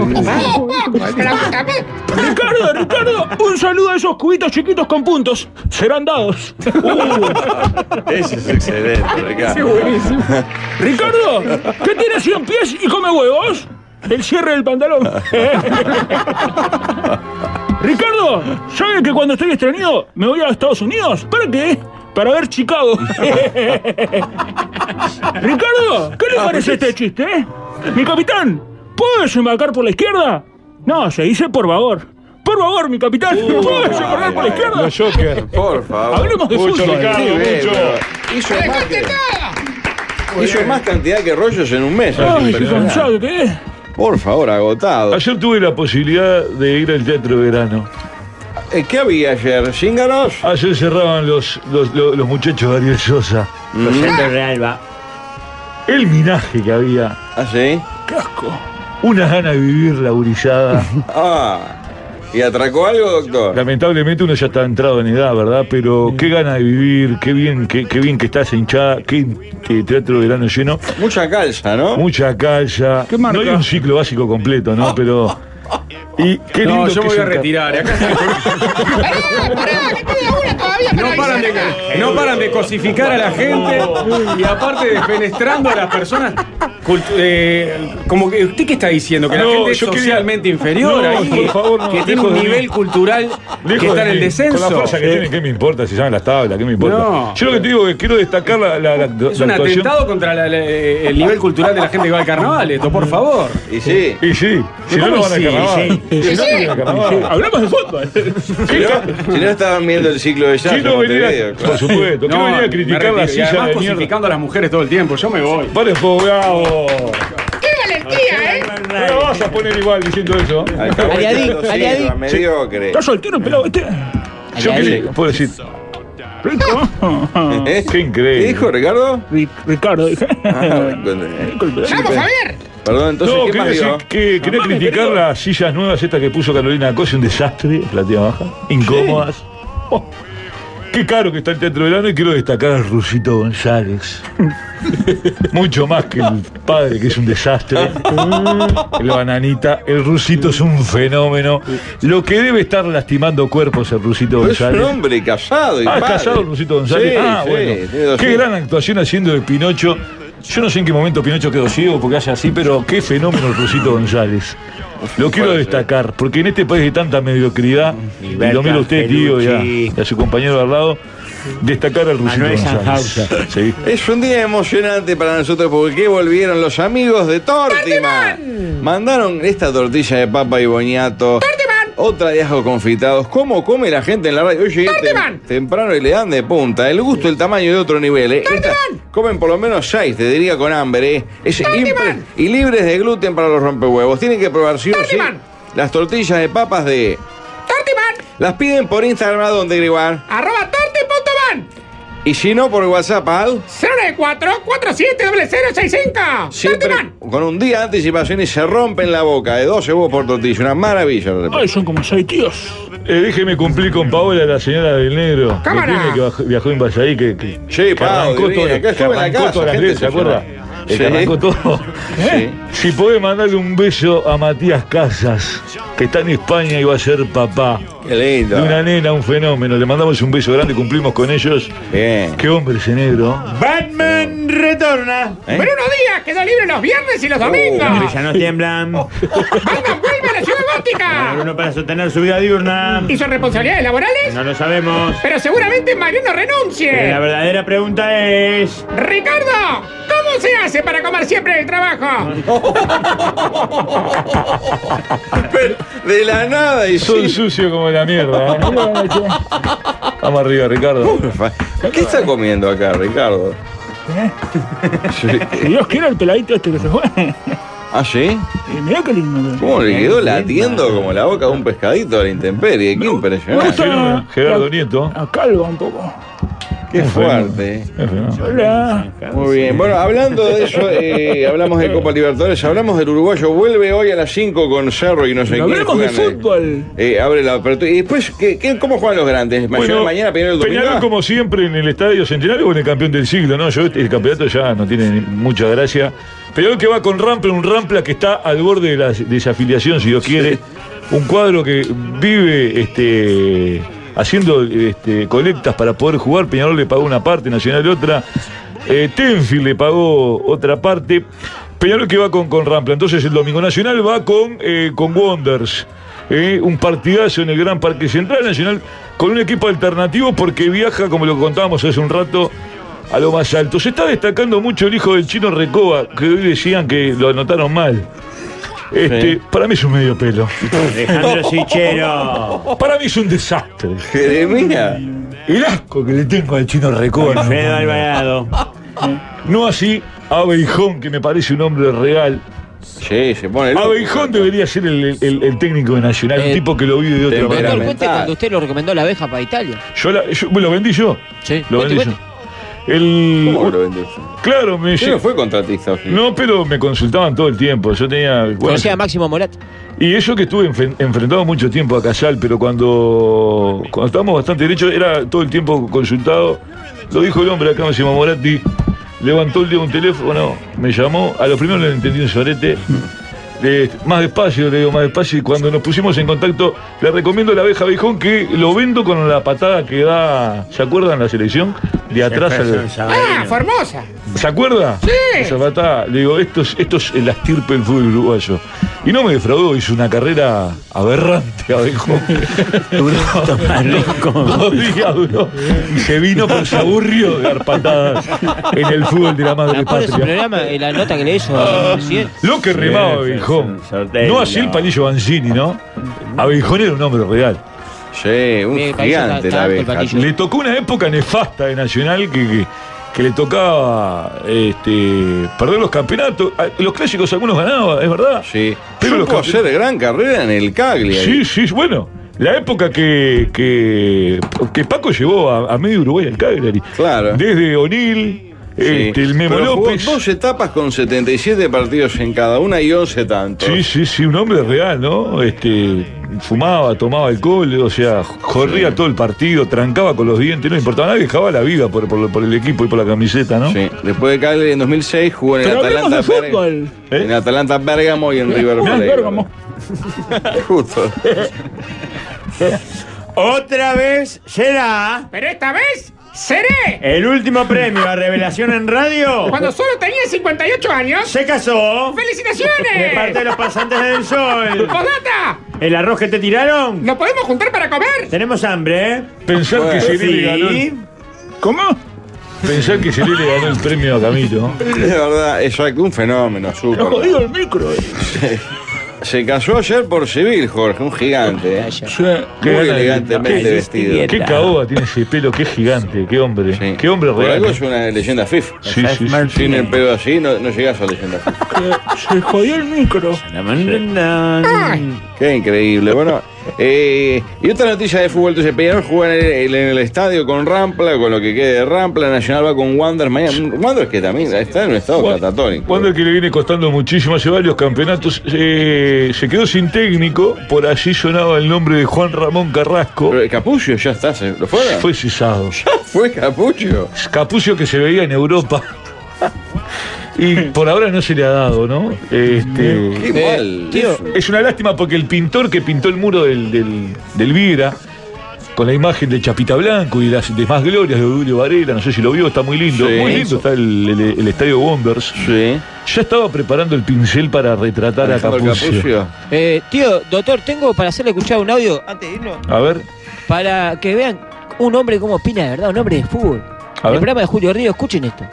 Speaker 18: Ricardo, Ricardo, un saludo a esos cubitos chiquitos con puntos. Serán dados.
Speaker 4: Ese es excelente,
Speaker 18: Sí,
Speaker 4: Ricardo.
Speaker 18: buenísimo. Ricardo, ¿qué tiene 100 pies y come huevos? El cierre del pantalón. Ricardo, ¿sabe que cuando estoy estreñido me voy a Estados Unidos? ¿Para qué? Para ver Chicago. Ricardo, ¿qué le parece este chiste? eh? Mi capitán, ¿puedo desembarcar por la izquierda? No, se dice por favor. Por favor, mi capitán, ¿puedo desembarcar por la izquierda?
Speaker 17: Los Joker.
Speaker 4: Por favor.
Speaker 18: Hablemos de
Speaker 4: Mucho,
Speaker 18: fútbol.
Speaker 4: Ricardo,
Speaker 18: Sí,
Speaker 4: mucho.
Speaker 18: bueno.
Speaker 4: Hizo más, que- hizo más cantidad que rollos en un mes.
Speaker 18: Ay, qué
Speaker 17: Impresionante.
Speaker 18: cansado que es.
Speaker 4: Por favor, agotado.
Speaker 17: Ayer tuve la posibilidad de ir al teatro de verano.
Speaker 4: Eh, ¿Qué había ayer? ¿Cíngaros?
Speaker 17: Ayer cerraban los, los, los- los muchachos de Ariel Sosa.
Speaker 4: Los centros
Speaker 17: de Alba. El minaje que había.
Speaker 4: ¿Ah, sí?
Speaker 18: Casco.
Speaker 17: Unas ganas de vivir la gurizada.
Speaker 4: Ah. ¿Y atracó algo, doctor?
Speaker 17: Lamentablemente uno ya está entrado en edad, ¿verdad? Pero qué ganas de vivir, qué bien, qué, qué bien que estás hinchada, qué eh, teatro de verano lleno.
Speaker 4: Mucha calza, ¿no?
Speaker 17: Mucha calza.
Speaker 4: ¿Qué marca?
Speaker 17: No hay un ciclo básico completo, ¿no? Pero. Y qué lindo
Speaker 2: No, yo
Speaker 17: que
Speaker 2: me voy
Speaker 17: es
Speaker 2: a
Speaker 17: un ca-
Speaker 2: retirar. Acá No paran, de, no paran de cosificar a la gente y aparte defenestrando a las personas. cultu- eh, como que, ¿Usted qué está diciendo? Que
Speaker 17: No,
Speaker 2: la gente es
Speaker 17: yo quería-
Speaker 2: socialmente inferior
Speaker 17: No,
Speaker 2: ahí,
Speaker 17: por favor, no,
Speaker 2: que tiene
Speaker 17: lejos
Speaker 2: un
Speaker 17: de mí.
Speaker 2: nivel cultural
Speaker 17: Lejos
Speaker 2: que está en
Speaker 17: de
Speaker 2: el
Speaker 17: mí. Con la
Speaker 2: descenso.
Speaker 17: fuerza que tienen, ¿qué me importa? Si saben las tablas, ¿qué me importa?
Speaker 2: No.
Speaker 17: Yo lo que te digo es que quiero destacar la, la, la- la
Speaker 2: Es un
Speaker 17: actuación.
Speaker 2: atentado contra la- la- el nivel cultural de la gente que va al carnaval, esto, por favor.
Speaker 4: Y sí.
Speaker 17: Y sí. Si no,
Speaker 2: ¿Cómo
Speaker 17: no van a
Speaker 2: sí?
Speaker 17: carnaval.
Speaker 2: Sí.
Speaker 17: Si no, no van a carnaval.
Speaker 18: Hablamos de fútbol.
Speaker 4: Si no, si no estaban viendo el ciclo de jazz.
Speaker 17: Quiero
Speaker 4: no te
Speaker 17: venir a-
Speaker 4: veo, claro.
Speaker 17: por supuesto, quiero
Speaker 2: No,
Speaker 17: venir
Speaker 2: me
Speaker 17: a criticar
Speaker 2: retiro.
Speaker 17: la
Speaker 2: Y
Speaker 17: silla
Speaker 2: además
Speaker 17: de mierda.
Speaker 2: cosificando a las mujeres todo el tiempo, yo me voy.
Speaker 17: Vale, fogado.
Speaker 19: ¡Qué valentía, eh!
Speaker 17: No lo vas a poner igual diciendo eso.
Speaker 4: Al cabo, Aliadí, aliadí. Mediocre.
Speaker 18: Está soltero el pelado este.
Speaker 17: Yo
Speaker 4: Aliadí.
Speaker 17: qué puedo decir.
Speaker 18: Rico.
Speaker 4: ¿Eh?
Speaker 17: Qué
Speaker 4: ¿Qué
Speaker 17: increíble.
Speaker 4: dijo Ricardo?
Speaker 18: Ri- Ricardo, dije.
Speaker 4: Ah, con-
Speaker 19: ¡Vamos, Javier!
Speaker 4: Perdón, entonces,
Speaker 17: no,
Speaker 4: ¿qué
Speaker 17: quería,
Speaker 4: más
Speaker 17: decir
Speaker 4: digo?
Speaker 17: que quería criticar las sillas nuevas estas que puso Carolina Cosi, un desastre, la tía baja, incómodas. Oh, qué caro que está el Teatro Verano y quiero destacar al Rusito González. Mucho más que el padre, que es un desastre. El bananita, el Rusito es un fenómeno. Lo que debe estar lastimando cuerpos el Rusito
Speaker 4: Pero es un
Speaker 17: González.
Speaker 4: hombre casado y
Speaker 17: Ah,
Speaker 4: padre.
Speaker 17: casado Lucito González.
Speaker 4: Sí,
Speaker 17: ah,
Speaker 4: sí, tiene
Speaker 17: bueno.
Speaker 4: dos
Speaker 17: Qué
Speaker 4: hijos.
Speaker 17: gran actuación haciendo de Pinocho. Yo no sé en qué momento Pinocho quedó ciego porque hace así, pero qué fenómeno el Lucito González. Lo quiero destacar, porque en este país de tanta mediocridad, y lo miro a usted, tío, y a, y a su compañero de al lado, destacar al Lucito
Speaker 3: Manuel
Speaker 17: González. Sí.
Speaker 4: Es un día emocionante para nosotros porque volvieron los amigos de Tortima. Mandaron esta tortilla de papa y boñato. Otra de ajos confitados. ¿Cómo come la gente en la radio? Oye, tem- temprano y le dan de punta. El gusto, el tamaño de otro nivel. ¿eh? Estas comen por lo menos seis, te diría con hambre. ¿eh? Es impre- y libres de gluten para los rompehuevos. Tienen que probar sí o sí las tortillas de papas de... Las piden por Instagram, ¿a dónde, Griguar?
Speaker 19: Arroba torte punto van.
Speaker 4: Y si no, por WhatsApp al...
Speaker 19: 094-470065.
Speaker 4: Siempre con un día de anticipación y se rompen la boca de 12 huevos por tortilla. Una maravilla. lo repito.
Speaker 18: Ay, son como seis tíos.
Speaker 17: Eh, déjeme cumplir con Paola, la señora del negro.
Speaker 19: Cámara.
Speaker 17: Que, tiene, que baj- viajó en Vallaí, que, que, que
Speaker 4: Pao, divina,
Speaker 17: todo,
Speaker 4: que estuvo en la
Speaker 17: arrancó
Speaker 4: casa,
Speaker 17: todas las
Speaker 4: gente
Speaker 17: redes, ¿se acuerda? Eh,
Speaker 4: excepcional.
Speaker 17: que
Speaker 4: Sí.
Speaker 17: arrancó todo.
Speaker 4: Sí.
Speaker 17: Si podés mandarle un beso a Matías Casas, que está en España y va a ser papá.
Speaker 4: Qué lindo.
Speaker 17: De una nena, un fenómeno. Le mandamos un beso grande, cumplimos con ellos.
Speaker 4: Bien.
Speaker 17: Qué hombre ese negro.
Speaker 12: Batman retorna.
Speaker 17: ¿Eh?
Speaker 19: Bruno Díaz quedó libre los viernes y
Speaker 4: Uh,
Speaker 19: los
Speaker 12: Los
Speaker 19: domingos.
Speaker 12: villanos tiemblan.
Speaker 19: Batman vuelve a la ciudad gótica.
Speaker 12: Bruno para sostener su vida diurna.
Speaker 19: ¿Y sus responsabilidades laborales?
Speaker 12: No lo sabemos.
Speaker 19: Pero seguramente Mariano
Speaker 12: Pero
Speaker 3: Eh,
Speaker 12: la
Speaker 19: renuncie.
Speaker 12: verdadera pregunta es.
Speaker 19: Ricardo, ¿cómo se hace para comer siempre en el trabajo?
Speaker 4: De la nada y
Speaker 17: Son
Speaker 4: sí.
Speaker 17: sucios como la mierda. ¿eh? Vamos arriba, Ricardo.
Speaker 4: ¿Qué está comiendo acá, Ricardo?
Speaker 18: Si Dios quiere el peladito este que se fue.
Speaker 4: ¿Ah, sí?
Speaker 18: Y mirá qué lindo.
Speaker 4: ¿Cómo le quedó latiendo como la boca de un pescadito a la intemperie? Qué
Speaker 18: Me gusta-
Speaker 4: impresionante.
Speaker 17: Gerardo Nieto.
Speaker 18: A calva un poco.
Speaker 4: Qué fuerte.
Speaker 18: Hola.
Speaker 4: Muy bien. Bueno, hablando de eso, eh, hablamos de Copa Libertadores, hablamos del uruguayo. Vuelve hoy a las 5 con Cerro y no sé
Speaker 18: Pero
Speaker 4: quién.
Speaker 18: hablemos de
Speaker 4: juegan, eh,
Speaker 18: fútbol.
Speaker 4: eh, abre la apertura. ¿Y después ¿qué, qué- cómo juegan los grandes?
Speaker 17: Bueno,
Speaker 4: Mañana, mañana Peñarol domingo.
Speaker 17: Peñarol, como siempre, en el Estadio Centenario con el campeón del siglo, ¿no? Yo, el campeonato ya no tiene ni- mucha gracia. Peñarol que va con Rampla, un Rampla que está al borde de la desafiliación, si Dios quiere. Un cuadro que vive este, haciendo este, colectas para poder jugar. Peñarol le pagó una parte, Nacional otra. Eh, Tenfield le pagó otra parte. Peñarol que va con, con Rampla. Entonces el Domingo Nacional va con, eh, con Wonders. Eh, un partidazo en el Gran Parque Central Nacional con un equipo alternativo porque viaja, como lo contábamos hace un rato, a lo más alto. Se está destacando mucho el hijo del chino Recoba, que hoy decían que lo anotaron mal. Este, Para mí es un medio pelo.
Speaker 12: Alejandro Sichero.
Speaker 17: Para mí es un desastre.
Speaker 4: Jeremía.
Speaker 17: El asco que le tengo al chino Recoba. no,
Speaker 12: Alfredo
Speaker 17: no, no.
Speaker 12: Alvarado.
Speaker 17: No así a Beijón, que me parece un hombre real.
Speaker 4: Sí, se pone loco.
Speaker 17: Abeijón debería ser el, el- el técnico de Nacional, un tipo que lo vive de otra
Speaker 6: Doctor,
Speaker 17: manera.
Speaker 6: cuente cuando usted lo recomendó la abeja para Italia.
Speaker 17: Yo, la- yo- bueno, lo vendí yo.
Speaker 6: Sí.
Speaker 17: Lo
Speaker 6: Cuente,
Speaker 17: vendí yo.
Speaker 6: cuente.
Speaker 17: El,
Speaker 4: ¿Cómo lo vendes?
Speaker 17: Claro, me
Speaker 4: Usted
Speaker 17: lle-
Speaker 4: no fue contratista. ¿sí?
Speaker 17: No, pero me consultaban todo el tiempo. Yo tenía. bueno,
Speaker 6: Conocía a Máximo Morat.
Speaker 17: y eso que estuve enfe- enfrentado mucho tiempo a Casal, pero cuando, cuando estábamos bastante derechos, era todo el tiempo consultado. Lo dijo el hombre acá, Máximo Moratti. Levantó el dedo un teléfono, me llamó. A lo primero le entendí un sorete. Eh, más despacio, le digo, más despacio. Y cuando nos pusimos en contacto, le recomiendo la abeja Bijón, que lo vendo con la patada que da. ¿Se acuerdan la selección? De atrás al.
Speaker 19: Ah, Formosa.
Speaker 17: ¿Se acuerda?
Speaker 19: Sí.
Speaker 17: Esa patada. Le digo, esto es, esto es la estirpe del fútbol uruguayo. Y no me defraudó, hizo una carrera aberrante, abejo. Duró dos días duró. Y se vino por se aburrió de dar patadas en el fútbol de la
Speaker 6: Me
Speaker 17: madre
Speaker 6: acuerdo de
Speaker 17: patria.
Speaker 6: ese
Speaker 17: Ah.
Speaker 6: programa, eh, la nota que le hizo al presidente.
Speaker 17: Lo que remaba Abejón. No así el palillo Banzini, ¿no? Abejón era un hombre real.
Speaker 4: Sí, un
Speaker 6: Me pareció
Speaker 4: gigante
Speaker 6: tan-
Speaker 4: la
Speaker 6: tanto el
Speaker 4: abeja.
Speaker 6: palillo.
Speaker 17: Le tocó una época nefasta de Nacional que, que- que le tocaba este, perder los campeonatos. Ah, Los clásicos algunos ganaban, es verdad.
Speaker 4: Sí.
Speaker 17: Pero
Speaker 4: Pero
Speaker 17: los
Speaker 4: pudo
Speaker 17: campe-
Speaker 4: hacer gran carrera en el Cagli.
Speaker 17: Sí, sí, bueno. La época que, que, que Paco llevó a, a medio Uruguay al Cagliari.
Speaker 4: Claro.
Speaker 17: Desde O'Neill, este, el Memo
Speaker 4: Pero jugó
Speaker 17: López.
Speaker 4: dos etapas con 77 partidos en cada una y 11 tantos.
Speaker 17: Sí, sí, sí, un hombre real, ¿no? Este, fumaba, tomaba alcohol, o sea, corría todo el partido, trancaba con los dientes, no importaba nada, dejaba la vida por, por- por el equipo y por la camiseta, ¿no?
Speaker 4: Sí. Después de Cagliari en 2006 jugó en el
Speaker 18: Pero hablemos
Speaker 4: Atalanta
Speaker 18: de
Speaker 4: Berg-
Speaker 18: fútbol.
Speaker 17: ¿Eh?
Speaker 4: En Atalanta Bérgamo y en River
Speaker 18: Ah,
Speaker 4: Plate.
Speaker 18: Bérgamo.
Speaker 4: Justo.
Speaker 12: Otra vez será
Speaker 19: Pero esta vez seré.
Speaker 12: el último premio a revelación en radio.
Speaker 19: Cuando solo tenía 58 años.
Speaker 12: Se casó. De parte de
Speaker 19: ¡Felicitaciones!
Speaker 12: los pasantes del sol.
Speaker 19: ¡Fogata!
Speaker 12: ¿El arroz que te tiraron?
Speaker 19: ¿Nos podemos juntar para comer?
Speaker 12: Tenemos hambre, ¿eh?
Speaker 17: Pensar que
Speaker 12: Sí.
Speaker 17: se le ganó el,
Speaker 18: ¿Cómo?
Speaker 17: pensar que se le ganó el premio a Camilo.
Speaker 4: De verdad, es un fenómeno,
Speaker 18: Lo
Speaker 4: súper.
Speaker 18: jodido el micro. eh.
Speaker 4: Se casó ayer por civil, Jorge, un gigante. ¿eh? Muy
Speaker 17: gana de-
Speaker 4: elegantemente
Speaker 17: qué-
Speaker 4: vestido.
Speaker 17: Qué caoba tiene ese pelo, qué gigante, qué hombre,
Speaker 4: Sí.
Speaker 17: qué hombre
Speaker 4: Por
Speaker 17: real. ¿eh?
Speaker 4: algo es una leyenda FIFA.
Speaker 17: Sí, sí, sí.
Speaker 4: Sin el pelo así no, no llegás a leyenda FIFA.
Speaker 18: Se jodió el micro.
Speaker 12: Na, na, na.
Speaker 4: Qué increíble. Bueno, Eh, y otra noticia de fútbol, entonces Peñarol juega en el, en el estadio con Rampla, con lo que quede de Rampla, Nacional va con Wander, mañana, Wander que también está en un estado catatónico.
Speaker 17: Wander que le viene costando muchísimo hace varios campeonatos, eh, se quedó sin técnico, por allí sonaba el nombre de Juan Ramón Carrasco.
Speaker 4: Pero eh, el Capucho ya está, ¿se- ¿lo fuera?
Speaker 17: Fue cesado.
Speaker 4: Fue Capucho.
Speaker 17: Capucho que se veía en Europa. Y por ahora no se le ha dado, ¿no? Este,
Speaker 4: Qué mal.
Speaker 17: tío, Es una lástima porque el pintor que pintó el muro del, del, del Vigra, con la imagen de Chapita Blanco y las demás glorias de Julio Varela, no sé si lo vio, está muy lindo.
Speaker 4: Sí.
Speaker 17: muy lindo está el, el- el estadio Bombers. Ya estaba preparando el pincel para retratar a
Speaker 4: Alejandro
Speaker 17: Capucio.
Speaker 6: Eh, tío, doctor, tengo para hacerle escuchar un audio antes de irnos.
Speaker 17: A ver,
Speaker 6: Para que vean un hombre cómo opina de verdad, un hombre de fútbol. El programa de Julio Río, escuchen esto.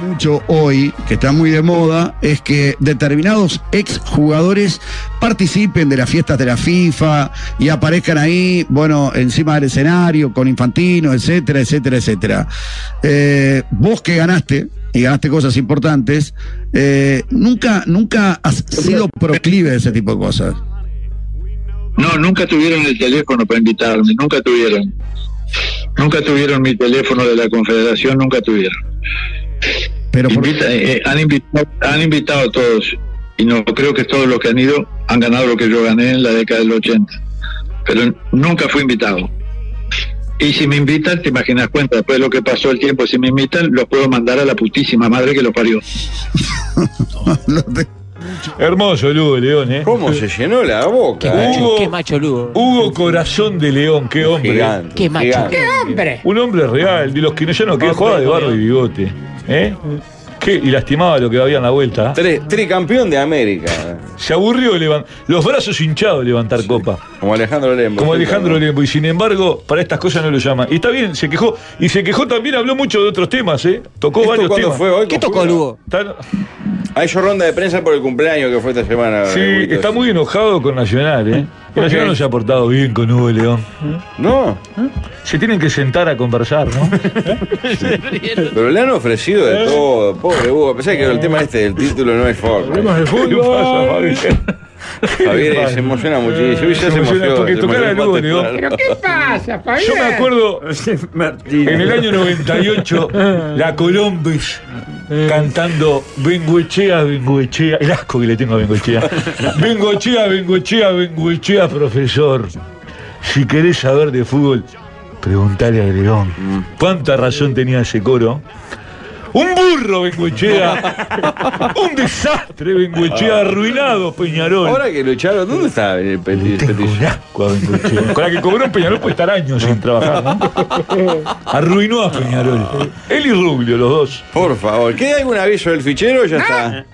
Speaker 20: mucho hoy, que está muy de moda, es que determinados exjugadores participen de las fiestas de la FIFA y aparezcan ahí, bueno, encima del escenario, con infantino, etcétera, etcétera, etcétera. Eh, vos que ganaste, y ganaste cosas importantes, eh, nunca, nunca has sido proclive a ese tipo de cosas.
Speaker 21: No, nunca tuvieron el teléfono para invitarme, nunca tuvieron. Nunca tuvieron mi teléfono de la Confederación, nunca tuvieron.
Speaker 20: Pero
Speaker 21: Invita- eh, eh, han, invitado, han invitado a todos y no creo que todos los que han ido han ganado lo que yo gané en la década del 80. Pero nunca fui invitado. Y si me invitan, te imaginas cuenta, después de lo que pasó el tiempo, si me invitan, los puedo mandar a la putísima madre que los parió.
Speaker 17: hermoso Lugo León, ¿eh? ¿Cómo se
Speaker 4: llenó la boca?
Speaker 6: Qué macho,
Speaker 17: Hugo,
Speaker 6: qué macho Lugo.
Speaker 17: Hugo Corazón de León, qué hombre.
Speaker 6: Gigante, Qué macho. gigante. Qué hombre.
Speaker 17: Un hombre real, de los que no, ya no quedó jugaba de barro y bigote. ¿Eh? ¿Qué? Y lastimaba lo que había en la vuelta.
Speaker 4: tricampeón de América. eh.
Speaker 17: Se aburrió levan- los brazos hinchados de levantar copa.
Speaker 4: Como Alejandro Lembo.
Speaker 17: Como Alejandro Lembo, y sin embargo, para estas cosas no lo llaman. Y está bien, se quejó. Y se quejó también, habló mucho de otros temas, ¿eh? Tocó
Speaker 4: ¿Esto
Speaker 17: varios
Speaker 4: cuándo
Speaker 17: temas.
Speaker 4: fue hoy? ¿Qué tocó, Lugo?
Speaker 17: Está-
Speaker 4: Ha hecho ronda de prensa por el cumpleaños que fue esta semana.
Speaker 17: Sí,
Speaker 4: eh, Guito.
Speaker 17: está muy enojado con Nacional, ¿eh? Y Nacional no se ha portado bien con Hugo León.
Speaker 4: No.
Speaker 17: Se tienen que sentar a conversar, ¿no?
Speaker 4: Pero le han ofrecido
Speaker 17: Eh.
Speaker 4: de todo, pobre Hugo. A pesar que el tema este del título no es forma.
Speaker 17: Problemas de fútbol.
Speaker 4: Javier se emociona muchísimo. Ya se, emociona.
Speaker 17: porque
Speaker 4: se
Speaker 17: tocar
Speaker 4: emociona
Speaker 17: a Lugo,
Speaker 4: bastante.
Speaker 17: León.
Speaker 19: ¿Pero qué pasa, Fabián?
Speaker 17: Yo me acuerdo en el año 98, la Colombes cantando Bengochea, Bengochea, el asco que le tengo a Bengochea. Bengochea, Bengochea, Bengochea, profesor. Si querés saber de fútbol, preguntale a León. ¿Cuánta razón tenía ese coro? Un burro, Bengochea. Un desastre, Bengochea, arruinado, Peñarol.
Speaker 4: Ahora que lo echaron, ¿dónde está el Petit?
Speaker 17: Con la que cobró un Peñarol puede estar años sin trabajar, ¿no? Arruinó a Peñarol. Él y Rubio, los dos.
Speaker 4: Por favor, ¿queda algún aviso del fichero? Ya está.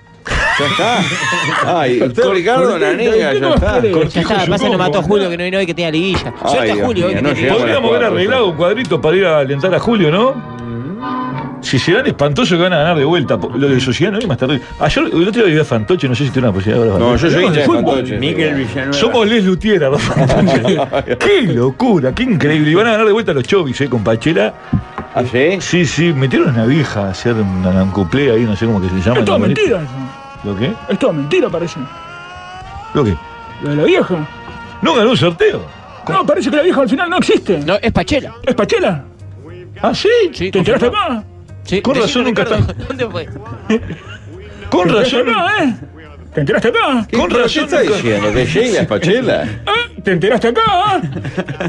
Speaker 4: Ya está. Ay, usted, Ricardo Nanega, ya está.
Speaker 6: Ya está, pasa que nos mató a Julio que no vino hoy que tenía liguilla. Suelta a Julio hoy que tiene liguilla.
Speaker 17: Podríamos haber arreglado un cuadrito para ir a alentar a Julio, ¿no? Si serán espantosos que van a ganar de vuelta. Lo de Sociedad no es más tarde. Ayer, el otro día vi a Fantoche, no sé si tiene una posibilidad de
Speaker 4: No, yo soy hincha de
Speaker 17: Fútbol.
Speaker 4: Fantoche. Miguel Villanueva.
Speaker 17: Somos Les Lutiera, los Fantoche. ¡Qué locura! ¡Qué increíble! Y van a ganar de vuelta los Chovis, ¿eh? Con Pachela.
Speaker 4: ¿Ah, sí?
Speaker 17: Sí, sí. Metieron a una vieja a hacer un anancuplé ahí, no sé cómo que se llama.
Speaker 18: Es toda
Speaker 17: ¿no?
Speaker 18: mentira eso.
Speaker 17: ¿Lo qué?
Speaker 18: Es toda mentira, parece.
Speaker 17: ¿Lo qué?
Speaker 18: Lo de la vieja.
Speaker 17: No ganó un sorteo.
Speaker 18: No, parece que la vieja al final no existe. No, es Pachela. ¿Es Pachela?
Speaker 17: ¿Ah, sí?
Speaker 18: ¿Te enteraste más?
Speaker 17: Con razón nunca están.
Speaker 18: ¿Dónde fue?
Speaker 17: Con
Speaker 18: ¿Te
Speaker 17: razón.
Speaker 18: enteraste acá, eh? ¿Te enteraste acá?
Speaker 17: ¿Qué- Con pero razón qué está nunca- diciendo? ¿Que llega Pachela?
Speaker 18: ¿Eh? ¿Te enteraste acá? eh?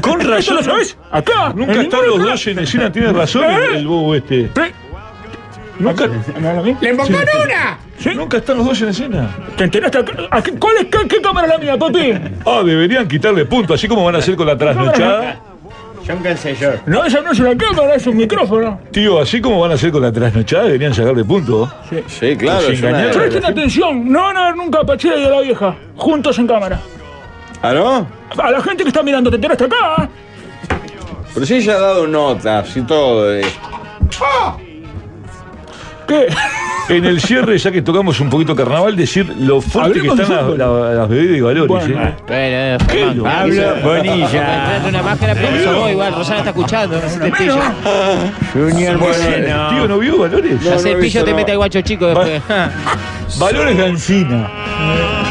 Speaker 17: Con razón.
Speaker 18: ¿Eso lo sabes? Acá.
Speaker 17: Nunca
Speaker 18: en
Speaker 17: están
Speaker 18: ningún
Speaker 17: los
Speaker 18: lugar.
Speaker 17: dos en escena, tiene razón
Speaker 18: ¿Eh?
Speaker 17: el, el bobo este. Nunca.
Speaker 18: ¡Le
Speaker 17: embocó en
Speaker 18: una!
Speaker 17: Nunca están los dos en escena.
Speaker 18: ¿Te enteraste acá? ¿A qué- ¿Cuál es qué, qué cámara es la mía, papi?
Speaker 17: Ah, deberían quitarle punto, así como van a hacer con la trasnochada.
Speaker 18: John Cancellor. No, esa no es una cámara, es un micrófono.
Speaker 17: Tío, así como van a hacer con la trasnochada, deberían sacarle punto.
Speaker 18: Sí,
Speaker 17: claro, es una-
Speaker 18: Presten atención, no van a ver nunca a Pachela y a la vieja, juntos en cámara.
Speaker 4: ¿Ah, no?
Speaker 18: A la gente que está mirando, ¿te enteraste acá?
Speaker 4: Pero si ella ha dado notas y todo. eh.
Speaker 18: ¿Qué?
Speaker 17: En el cierre, ya que tocamos un poquito carnaval, decir lo fuerte
Speaker 18: Hablemos
Speaker 17: que
Speaker 18: de
Speaker 17: están
Speaker 18: fútbol.
Speaker 17: las, las- las bebidas y valores.
Speaker 18: Bueno.
Speaker 17: eh.
Speaker 6: Bueno,
Speaker 17: Pablo
Speaker 6: Ponete una máscara, pero no sos vos igual. Rosana está escuchando, no se te pilla.
Speaker 17: Bueno,
Speaker 6: Bueno,
Speaker 17: ¿Tío no vio valores?
Speaker 6: Ya sé, pillo te mete al guacho chico después.
Speaker 17: Valores de Ancina.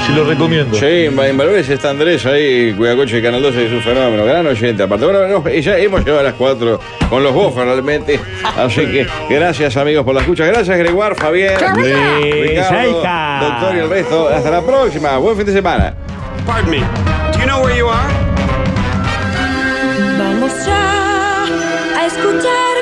Speaker 17: Se lo recomiendo.
Speaker 4: Sí, en en Valores está Andrés ahí, Cuidacoche de Canal 12, es un fenómeno. Gran oyente. Aparte, bueno, no, ya hemos llegado a las 4 con los bofas realmente. Así que gracias, amigos, por la escucha. Gracias, Gregoire, Fabián, Ricardo, doctor y el resto. Hasta la próxima. Buen fin de semana.
Speaker 8: Pardon me. Do you know where you are?
Speaker 9: Vamos ya a escuchar